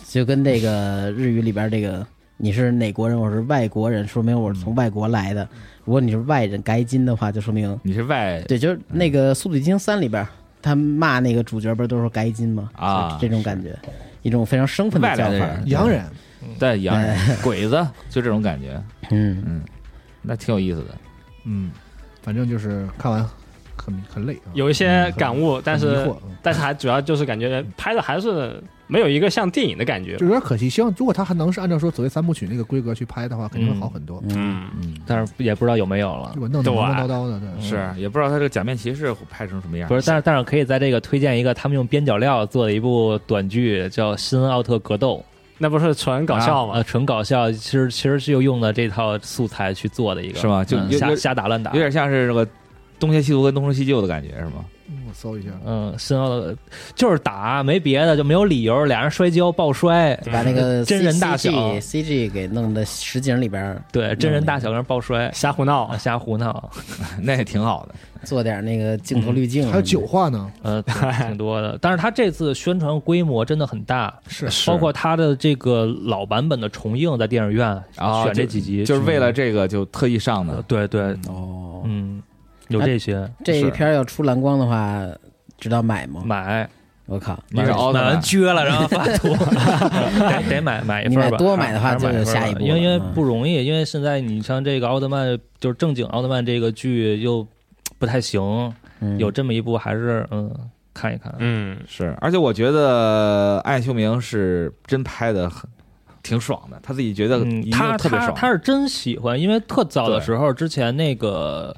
F: 就跟这个日语里边这个你是哪国人，我是外国人，说明我是从外国来
D: 嗯
F: 的。如果你是外人该金的话，就说明
I: 你是外
F: 对，就是那个《速度与激情三》里边，他骂那个主角不是都说该金吗？
I: 啊
F: 就这种感觉，一种非常生分
I: 外
F: 的
I: 来
F: 叫
I: 的
F: 法
I: 人。
H: 洋人
I: 对洋人鬼子，就这种感觉，
F: 嗯，
I: 嗯，那挺有意思的。
H: 嗯，反正就是看完很很累啊，
G: 有一些感悟，但
H: 很迷
G: 是
H: 惑嗯
G: 但是还主要就是感觉拍的还是没有一个像电影的感觉
H: 就。有点可惜。希望如果他还能是按照说所谓三部曲那个规格去拍的话，肯定会好很多。
G: 嗯，
I: 嗯，
D: 但是也不知道有没有了
H: 就。把弄得
G: 对
H: 磨磨叨叨的，对，嗯
I: 是也不知道他这个假面骑士会拍成什么样。
D: 不是，但是但是可以在这个推荐一个他们用边角料做的一部短剧，叫《新奥特格斗》，
G: 那不是纯搞笑吗
D: 呃，？纯搞笑，其实其实是又用了这套素材去做的一个，
I: 是吗就
D: 嗯
I: 有
D: 瞎
I: 有
D: 瞎打乱打
I: 有。点像是这个东邪西毒跟东成西就的感觉，是吗？
H: 我搜一下，
D: 嗯，新奥特就是打，没别的，就没有理由，俩人摔跤爆摔，
F: 把那个
D: <laughs>
F: C,
D: 真人大小
F: CG CG 给弄的实景里边儿
D: 对，真人大小跟人爆摔，
G: 瞎胡闹
D: 啊，瞎胡闹，
I: 那也挺好的。
F: 做点那个镜头滤镜，
H: 嗯
F: 啊
H: 还有九，话呢，
D: 呃，挺挺多的。但是他这次宣传规模真的很大，
H: 是
D: 包括他的这个老版本的重映在电影院
I: 啊
D: 选这几集，
I: 就是为了这个就特意上
D: 呃
I: 的，
D: 对对，
F: 哦，哎
D: 嗯，有这些
F: 这一
I: 是
F: 片儿要出蓝光的话，知道买吗？
D: 买
F: 我靠，
I: 你是奥特
D: 买完
I: 曼，
D: 撅了，然后发图， <laughs> 得得买买一份
F: 你
D: 吧。
F: 买多买的话
D: 还是买份吧
F: 就有下一步了
D: 因为因为
F: 嗯
D: 不容易，因为现在你像这个奥特曼，就是正经奥特曼这个剧又不太行，
F: 嗯
D: 有这么一部还是嗯看一看，
G: 嗯，
I: 是，而且我觉得艾秀明是真拍的很挺爽的，他自己觉得
D: 嗯
I: 一定
D: 他
I: 特别
D: 他
I: 爽。
D: 他是真喜欢，因为特早的时候，之前那个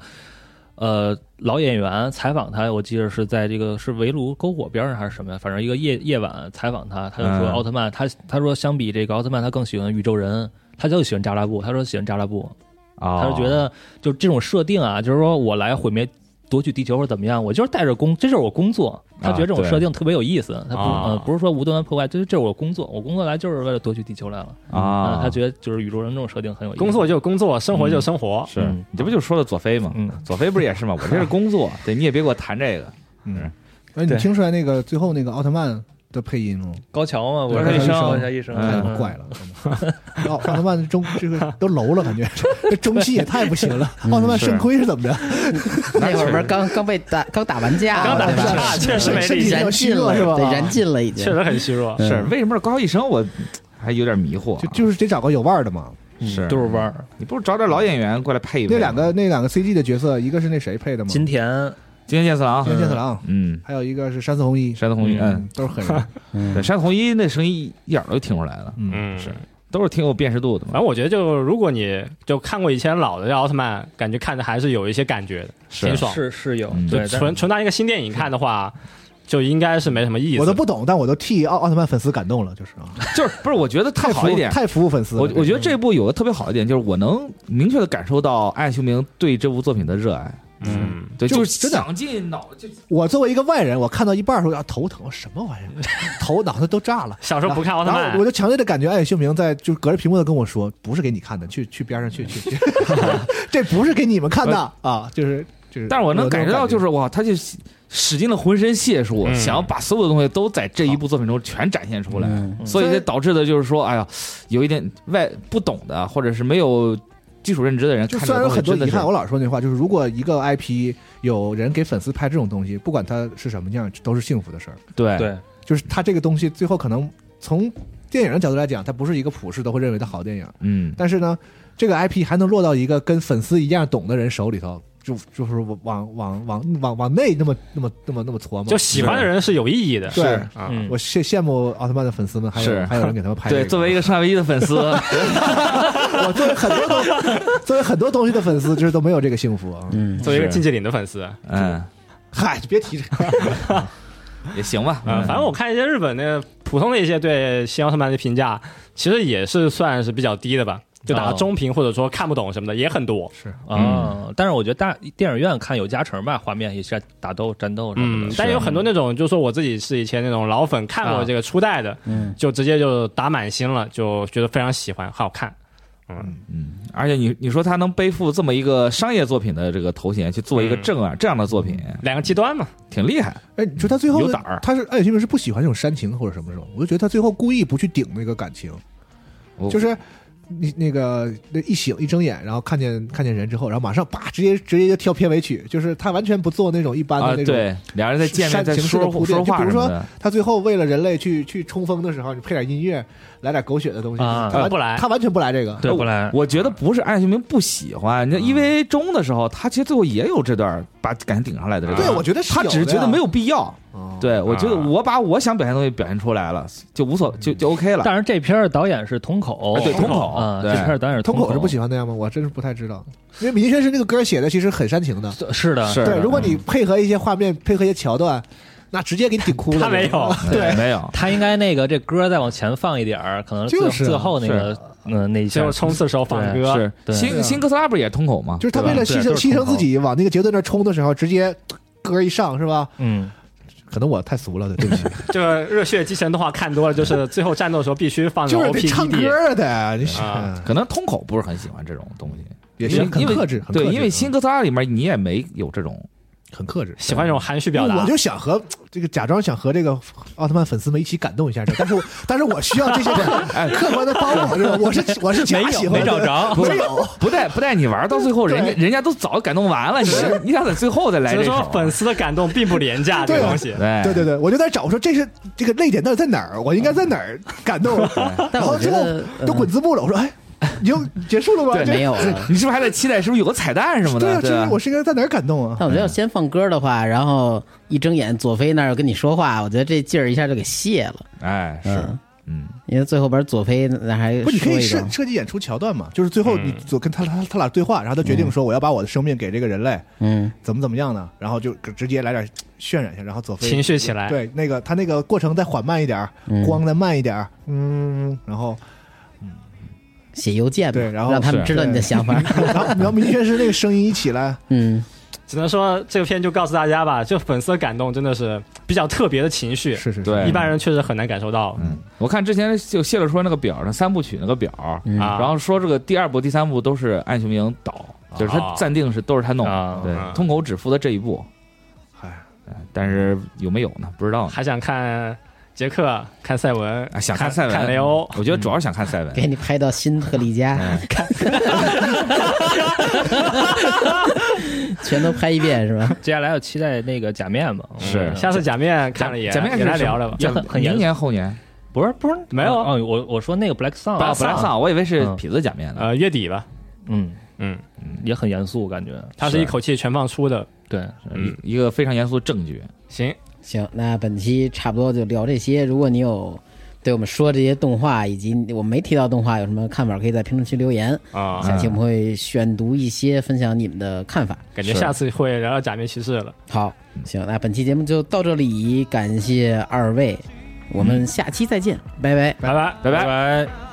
D: 呃老演员采访他，我记得是在这个是围炉篝火边上还是什么呀，反正一个夜夜晚采访他，他就说
I: 嗯
D: 奥特曼，他他说相比这个奥特曼，他更喜欢宇宙人。他就喜欢扎拉布，他说喜欢扎拉布，
I: 哦
D: 他就觉得就这种设定啊，就是说我来毁灭夺取地球或者怎么样，我就是带着工，这就是我工作。他觉得这种
I: 啊对
D: 设定特别有意思，他不、
G: 啊
D: 呃不是说无端端破坏，就是这是我工作，我工作来就是为了夺取地球来了。
I: 啊
D: 啊，，他觉得就是宇宙人这种设定很有意思。
G: 工作就工作，生活就生活。
I: 是
D: 嗯
I: 你这不就说的佐菲吗？
D: 嗯
I: 佐菲不是也是吗？我这
D: <laughs>
I: 是工作，对，你也别给我谈这个。
H: 嗯
I: 是，
H: 哎，你
D: 对
H: 听出来那个最后那个奥特曼的配音吗？
D: 高桥嘛，
H: 对
D: 我是
H: 高桥医生
D: 我是医生，
H: 太 <laughs>
D: 嗯
H: 怪了，真的奥奥特曼中这个都楼了，感觉这中气也太不行了。奥特曼肾亏是怎么着？
F: 那会儿不是刚刚被打刚打完架嘛，
G: 刚打
F: 对吧
G: 完架确实没
F: 身
G: 力
F: 体
G: 气
F: 燃尽了
H: 是吧
F: 对，燃尽了已
G: 确
F: 经。
G: 实很虚弱，
I: 是
D: 嗯
I: 为什么是高医生？我还有点迷惑啊。
H: 就就是得找个有腕儿的嘛。
I: 是
D: 都是弯儿。
I: 你不是找点老演员过来配一
H: 那
I: 配吗
H: 两个那两个 CG 的角色，一个是那谁配的吗？
D: 金田
I: 今天见次郎
H: 金，健次郎，
I: 嗯，
H: 还有一个是山寺红一，
I: 山田红一，嗯，
H: 嗯，都是狠人。
I: 对，
F: 嗯
I: 山田红一那声音一点儿都听不出来了，
H: 嗯，
G: 嗯，
I: 是都是挺有辨识度的
G: 反
I: 嘛。
G: 正我觉得，就如果你就看过以前老的奥特曼，感觉看着还是有一些感觉的，挺爽。
D: 是是有
I: 嗯，
D: 对，
G: 纯纯当一个新电影看的话，就应该是没什么意思。
H: 我都不懂，但我都替奥奥特曼粉丝感动了，就是啊，
I: 就是不是？我觉得特
H: 太
I: 好
H: 服
I: 一点。
H: 太服务粉丝了。
I: 我我觉得这部有个特别好一点，就是我能明确的感受到艾秀明对这部作品的热爱。
G: 嗯，
I: 对，
H: 就
I: 就是
H: 真的
I: 想进脑就
H: 我作为一个外人，我看到一半儿的时候啊，头疼，什么玩意
G: <laughs>
H: 儿，头脑子都炸了。
G: 小时候不看奥特
H: 然
G: 曼
H: 后我，就强烈的感觉，哎，秀明在就是隔着屏幕的跟我说，不是给你看的，去去边上去去去，这不是给你们看的啊，就是就是。
I: 但是我能感觉到，就是是哇，他就使尽了浑身解数，
G: 嗯
I: 想要把所有的东西都在这一部作品中全展现出来，
F: 嗯
I: 所以这导致的就是说，哎呀，有一点外不懂的或者是没有基础认知的人
H: 就
I: 看
H: 虽
I: 这
H: 然
I: 个
H: 有
I: 东西
H: 很多
I: 真的
H: 遗
I: 是
H: 憾，我老说那句话，就是如果一个 IP 有人给粉丝拍这种东西，不管他是什么样，都是幸福的事儿。
I: 对
D: 对
H: 就是他这个东西最后可能从电影的角度来讲，它不是一个普世都会认为的好电影，
I: 嗯，
H: 但是呢，这个 IP 还能落到一个跟粉丝一样懂的人手里头，就就是往往往往往往内那么那么那么那么琢磨，
G: 就喜欢的人是有意义的。
H: 对
I: 是
G: 啊，
D: 嗯
H: 我羡羡慕奥特曼的粉丝们，还
I: 是
H: 有还有人给
G: <laughs>
H: 他们拍这
I: 对，作为一个上唯一的粉丝，
H: 我作为很多东作为很多东西的粉丝，就是都没有这个幸福啊。
F: 嗯，
G: 作为一个
I: 是
G: 竞技岭的粉丝，啊
I: 嗯，
H: 嗨，别提这个，
I: <laughs> 也行吧，嗯
G: 啊，
H: 嗯
G: 反正我看一些日本那个普通的一些对新奥特曼的评价，其实也是算是比较低的吧，就打到
D: 哦
G: 中评或者说看不懂什么的也很多。
D: 啊，但是我觉得大电影院看有加成吧，画面也是打斗战斗什么
G: 嗯
D: 的，，
G: 但有很多
D: 那
G: 那种，就是说我自己是以前那种老粉，看过这个初代的，
F: 嗯
G: 就直接就打满星了，就觉得非常喜欢，好看。嗯，
I: 嗯，而且你你说他能背负这么一个商业作品的这个头衔去做一个
G: 嗯
I: 正啊这样的作品，
G: 两个极端嘛，
I: 挺厉害，
H: 哎，你说他最后
I: 有胆儿
H: 他是艾雪明是不喜欢这种煽情或者什么这种，我就觉得他最后故意不去顶那个感情，
I: 我
H: 就是你那个那一醒一睁眼，然后看见看见人之后，然后马上叭直接直接就跳片尾曲，就是他完全不做那种一般
I: 啊，
H: 的那种。
I: 对，俩人在见面
H: 煽
I: 在
H: 情式的
I: 说
H: 铺垫
I: 说话
H: 就比
I: 什
H: 如说
I: 么的，
H: 他最后为了人类去去冲锋的时候，你配点音乐，来点狗血的东西，
D: 啊
H: 他完
G: 不来
H: 他完全不来这个。
D: 对不来，
G: 嗯
I: 我觉得不是艾秀明不喜欢，那 EVA 中的时候，他其实最后也有这段把感情顶上来的这个。
G: 啊
H: 对，我觉得是
I: 他只是觉得没有必要。
H: 有的呀，
I: 对，我觉得
J: 啊
I: 我把我想表现的东西表现出来了，就无所就就 OK 了。
D: 但是这片儿导演是瞳
I: 哎
D: 口，
I: 对，
J: 通
I: 通
J: 口
I: 口
D: 啊，，这
I: 对，
D: 片儿导演是
H: 通口
D: 口
H: 是不喜欢那样吗？我真是不太知道，因为米津玄师那个歌写的其实很煽情的，
D: 是的，
I: 是
H: 对，
I: 的
H: 如果你配合一些画面，配合一些桥段，那直接给你顶哭了。
G: 他没有，
I: 对没有，
D: 他应该那个这歌再往前放一点儿，可能最
H: 就是啊
D: 最后那个嗯那一
G: 结
D: 下
G: 果冲刺时候放
D: 对
G: 歌，
I: 是
D: 对
H: 对啊
I: 新新哥斯拉不是也通口吗？
H: 就是他
I: 对吧
H: 为了
D: 对
H: 牺牲
D: 都是
H: 牺牲
D: 通口
H: 自己往那个杰顿那儿冲的时候，直接歌一上是吧？
D: 嗯
H: 可能我太俗了，对不
D: <laughs>
H: 起，
G: 这个热血机器人动画看多了，就是最后战斗的时候必须放个
H: 就是得唱
G: OPED。
H: 歌的，你是
G: 啊
I: 可能通口不是很喜欢这种东西，
H: 嗯也是
I: 因为
H: 很克制，嗯很克
I: 对，
H: 制
I: 因为新哥斯拉里面你也没有这种，
H: 很克制。
G: 喜欢这种含蓄表
H: 我
G: 达
H: 就，想和这个假装想和这个奥特曼粉丝们一起感动一下这，但是我但是我需要
D: <laughs>
H: 这些人客观的帮我，这个我是我是假喜欢，
D: 没找着
H: 没有，
I: 不带不带你玩，到最后人家
H: 对
I: 人家都早感动完了，你
H: 是
I: 你想在最后再来
G: 只
I: 这
G: 是说
I: 手
G: 粉丝的感动并不廉价，这个
H: 啊对啊
G: 东西。
I: 对
H: 对对对，我就在找，我说这是这个泪点到底在哪儿？我应该在哪儿感动？
F: 但
H: 然后
F: 我
H: 最
F: 觉
H: 后
F: 得嗯
H: 都滚字幕了，我说哎，你就结束了吗？
I: 对
H: 这
F: 没有了。
I: 你是不是还在期待是不是有个彩蛋什么
H: 对啊，
I: 的？
H: 这
I: 对
H: 是
I: 吧
H: 我？是应该在哪儿感动啊？
F: 但我觉得要先放歌的话，然后一睁眼佐菲那儿又跟你说话，我觉得这劲儿一下就给泄了。
I: 哎，是，
F: 嗯，
I: 嗯，
F: 因为最后边佐菲那还
H: 不，你可
F: 说
H: 以
F: 一
H: 设
F: 种，
H: 设计演出桥段嘛，就是最后你
G: 嗯
H: 所跟他他他俩对话，然后他决
D: 嗯
H: 定说我要把我的生命给这个人类，
F: 嗯，
H: 怎么怎么样呢？然后就直接来点渲染一下，然后佐菲
G: 情绪起来
H: 对，那个他那个过程再缓慢一点儿，
F: 嗯
H: 光再慢一点儿，嗯，然后
F: 写邮件嘛，
H: 对然后
F: 让他们
H: 是
F: 知道你的
H: <laughs>
F: 想法。
H: 然后然后明确是那个声音一起来，
F: 嗯，
G: 只能说这个片就告诉大家吧，就粉丝的感动真的是比较特别的情绪，
H: 是是是，
I: 对，
G: 一般人确实很难感受到。
I: 嗯，我看之前就泄露出来那个表，那三部曲那个表，
F: 嗯
G: 啊
I: 然后说这个第二部、第三部都是暗雄营导，就是他
G: 啊
I: 暂定是都是他弄
G: 啊
I: 的，对，
G: 嗯
I: 通口只负责这一部，
H: 哎，
I: 哎但是有没有呢？不知道呢，
G: 还想看杰克、看赛文、
I: 啊想看
G: 看
I: 赛文
G: 看雷欧，
I: 我觉得主要是想看赛文，
F: 嗯给你拍到新特利加，
H: 哎
F: 看， <laughs> 全都拍一遍
D: <laughs>
F: 是吧？
D: 接下来要期待那个假面嘛？
I: 是
D: 嗯
G: 下次假面看了一眼，
I: 假面
G: 也
I: 是
G: 来
I: 什么
G: 聊聊吧。
D: 也很很
I: 明
D: 严肃
I: 年后年
D: 不是不是
G: 没有啊
D: 哦，我我说那个 Black Sun
I: 啊，Black Sun，我以为是
D: 嗯
I: 痞子假面呢，
G: 呃，月底吧，
D: 嗯
G: 嗯，
D: 也很严肃，感觉
G: 它是一口气全放出的。
D: 对，
G: 嗯，
I: 一个非常严肃的证据，
G: 行，
F: 行，那本期差不多就聊这些。如果你有对我们说这些动画以及我们没提到动画有什么看法，可以在评论区留言。
G: 啊、
H: 嗯
F: 下期我们会选读一些，分享你们的看法。
G: 感觉
I: 是
G: 下次会聊聊假面骑士了。
F: 好，
H: 嗯
F: 行，那本期节目就到这
H: 嗯
F: 里，感谢二位，我们下期再见，拜拜。
G: 拜拜，拜拜。
I: 拜拜。
D: 拜。
E: 「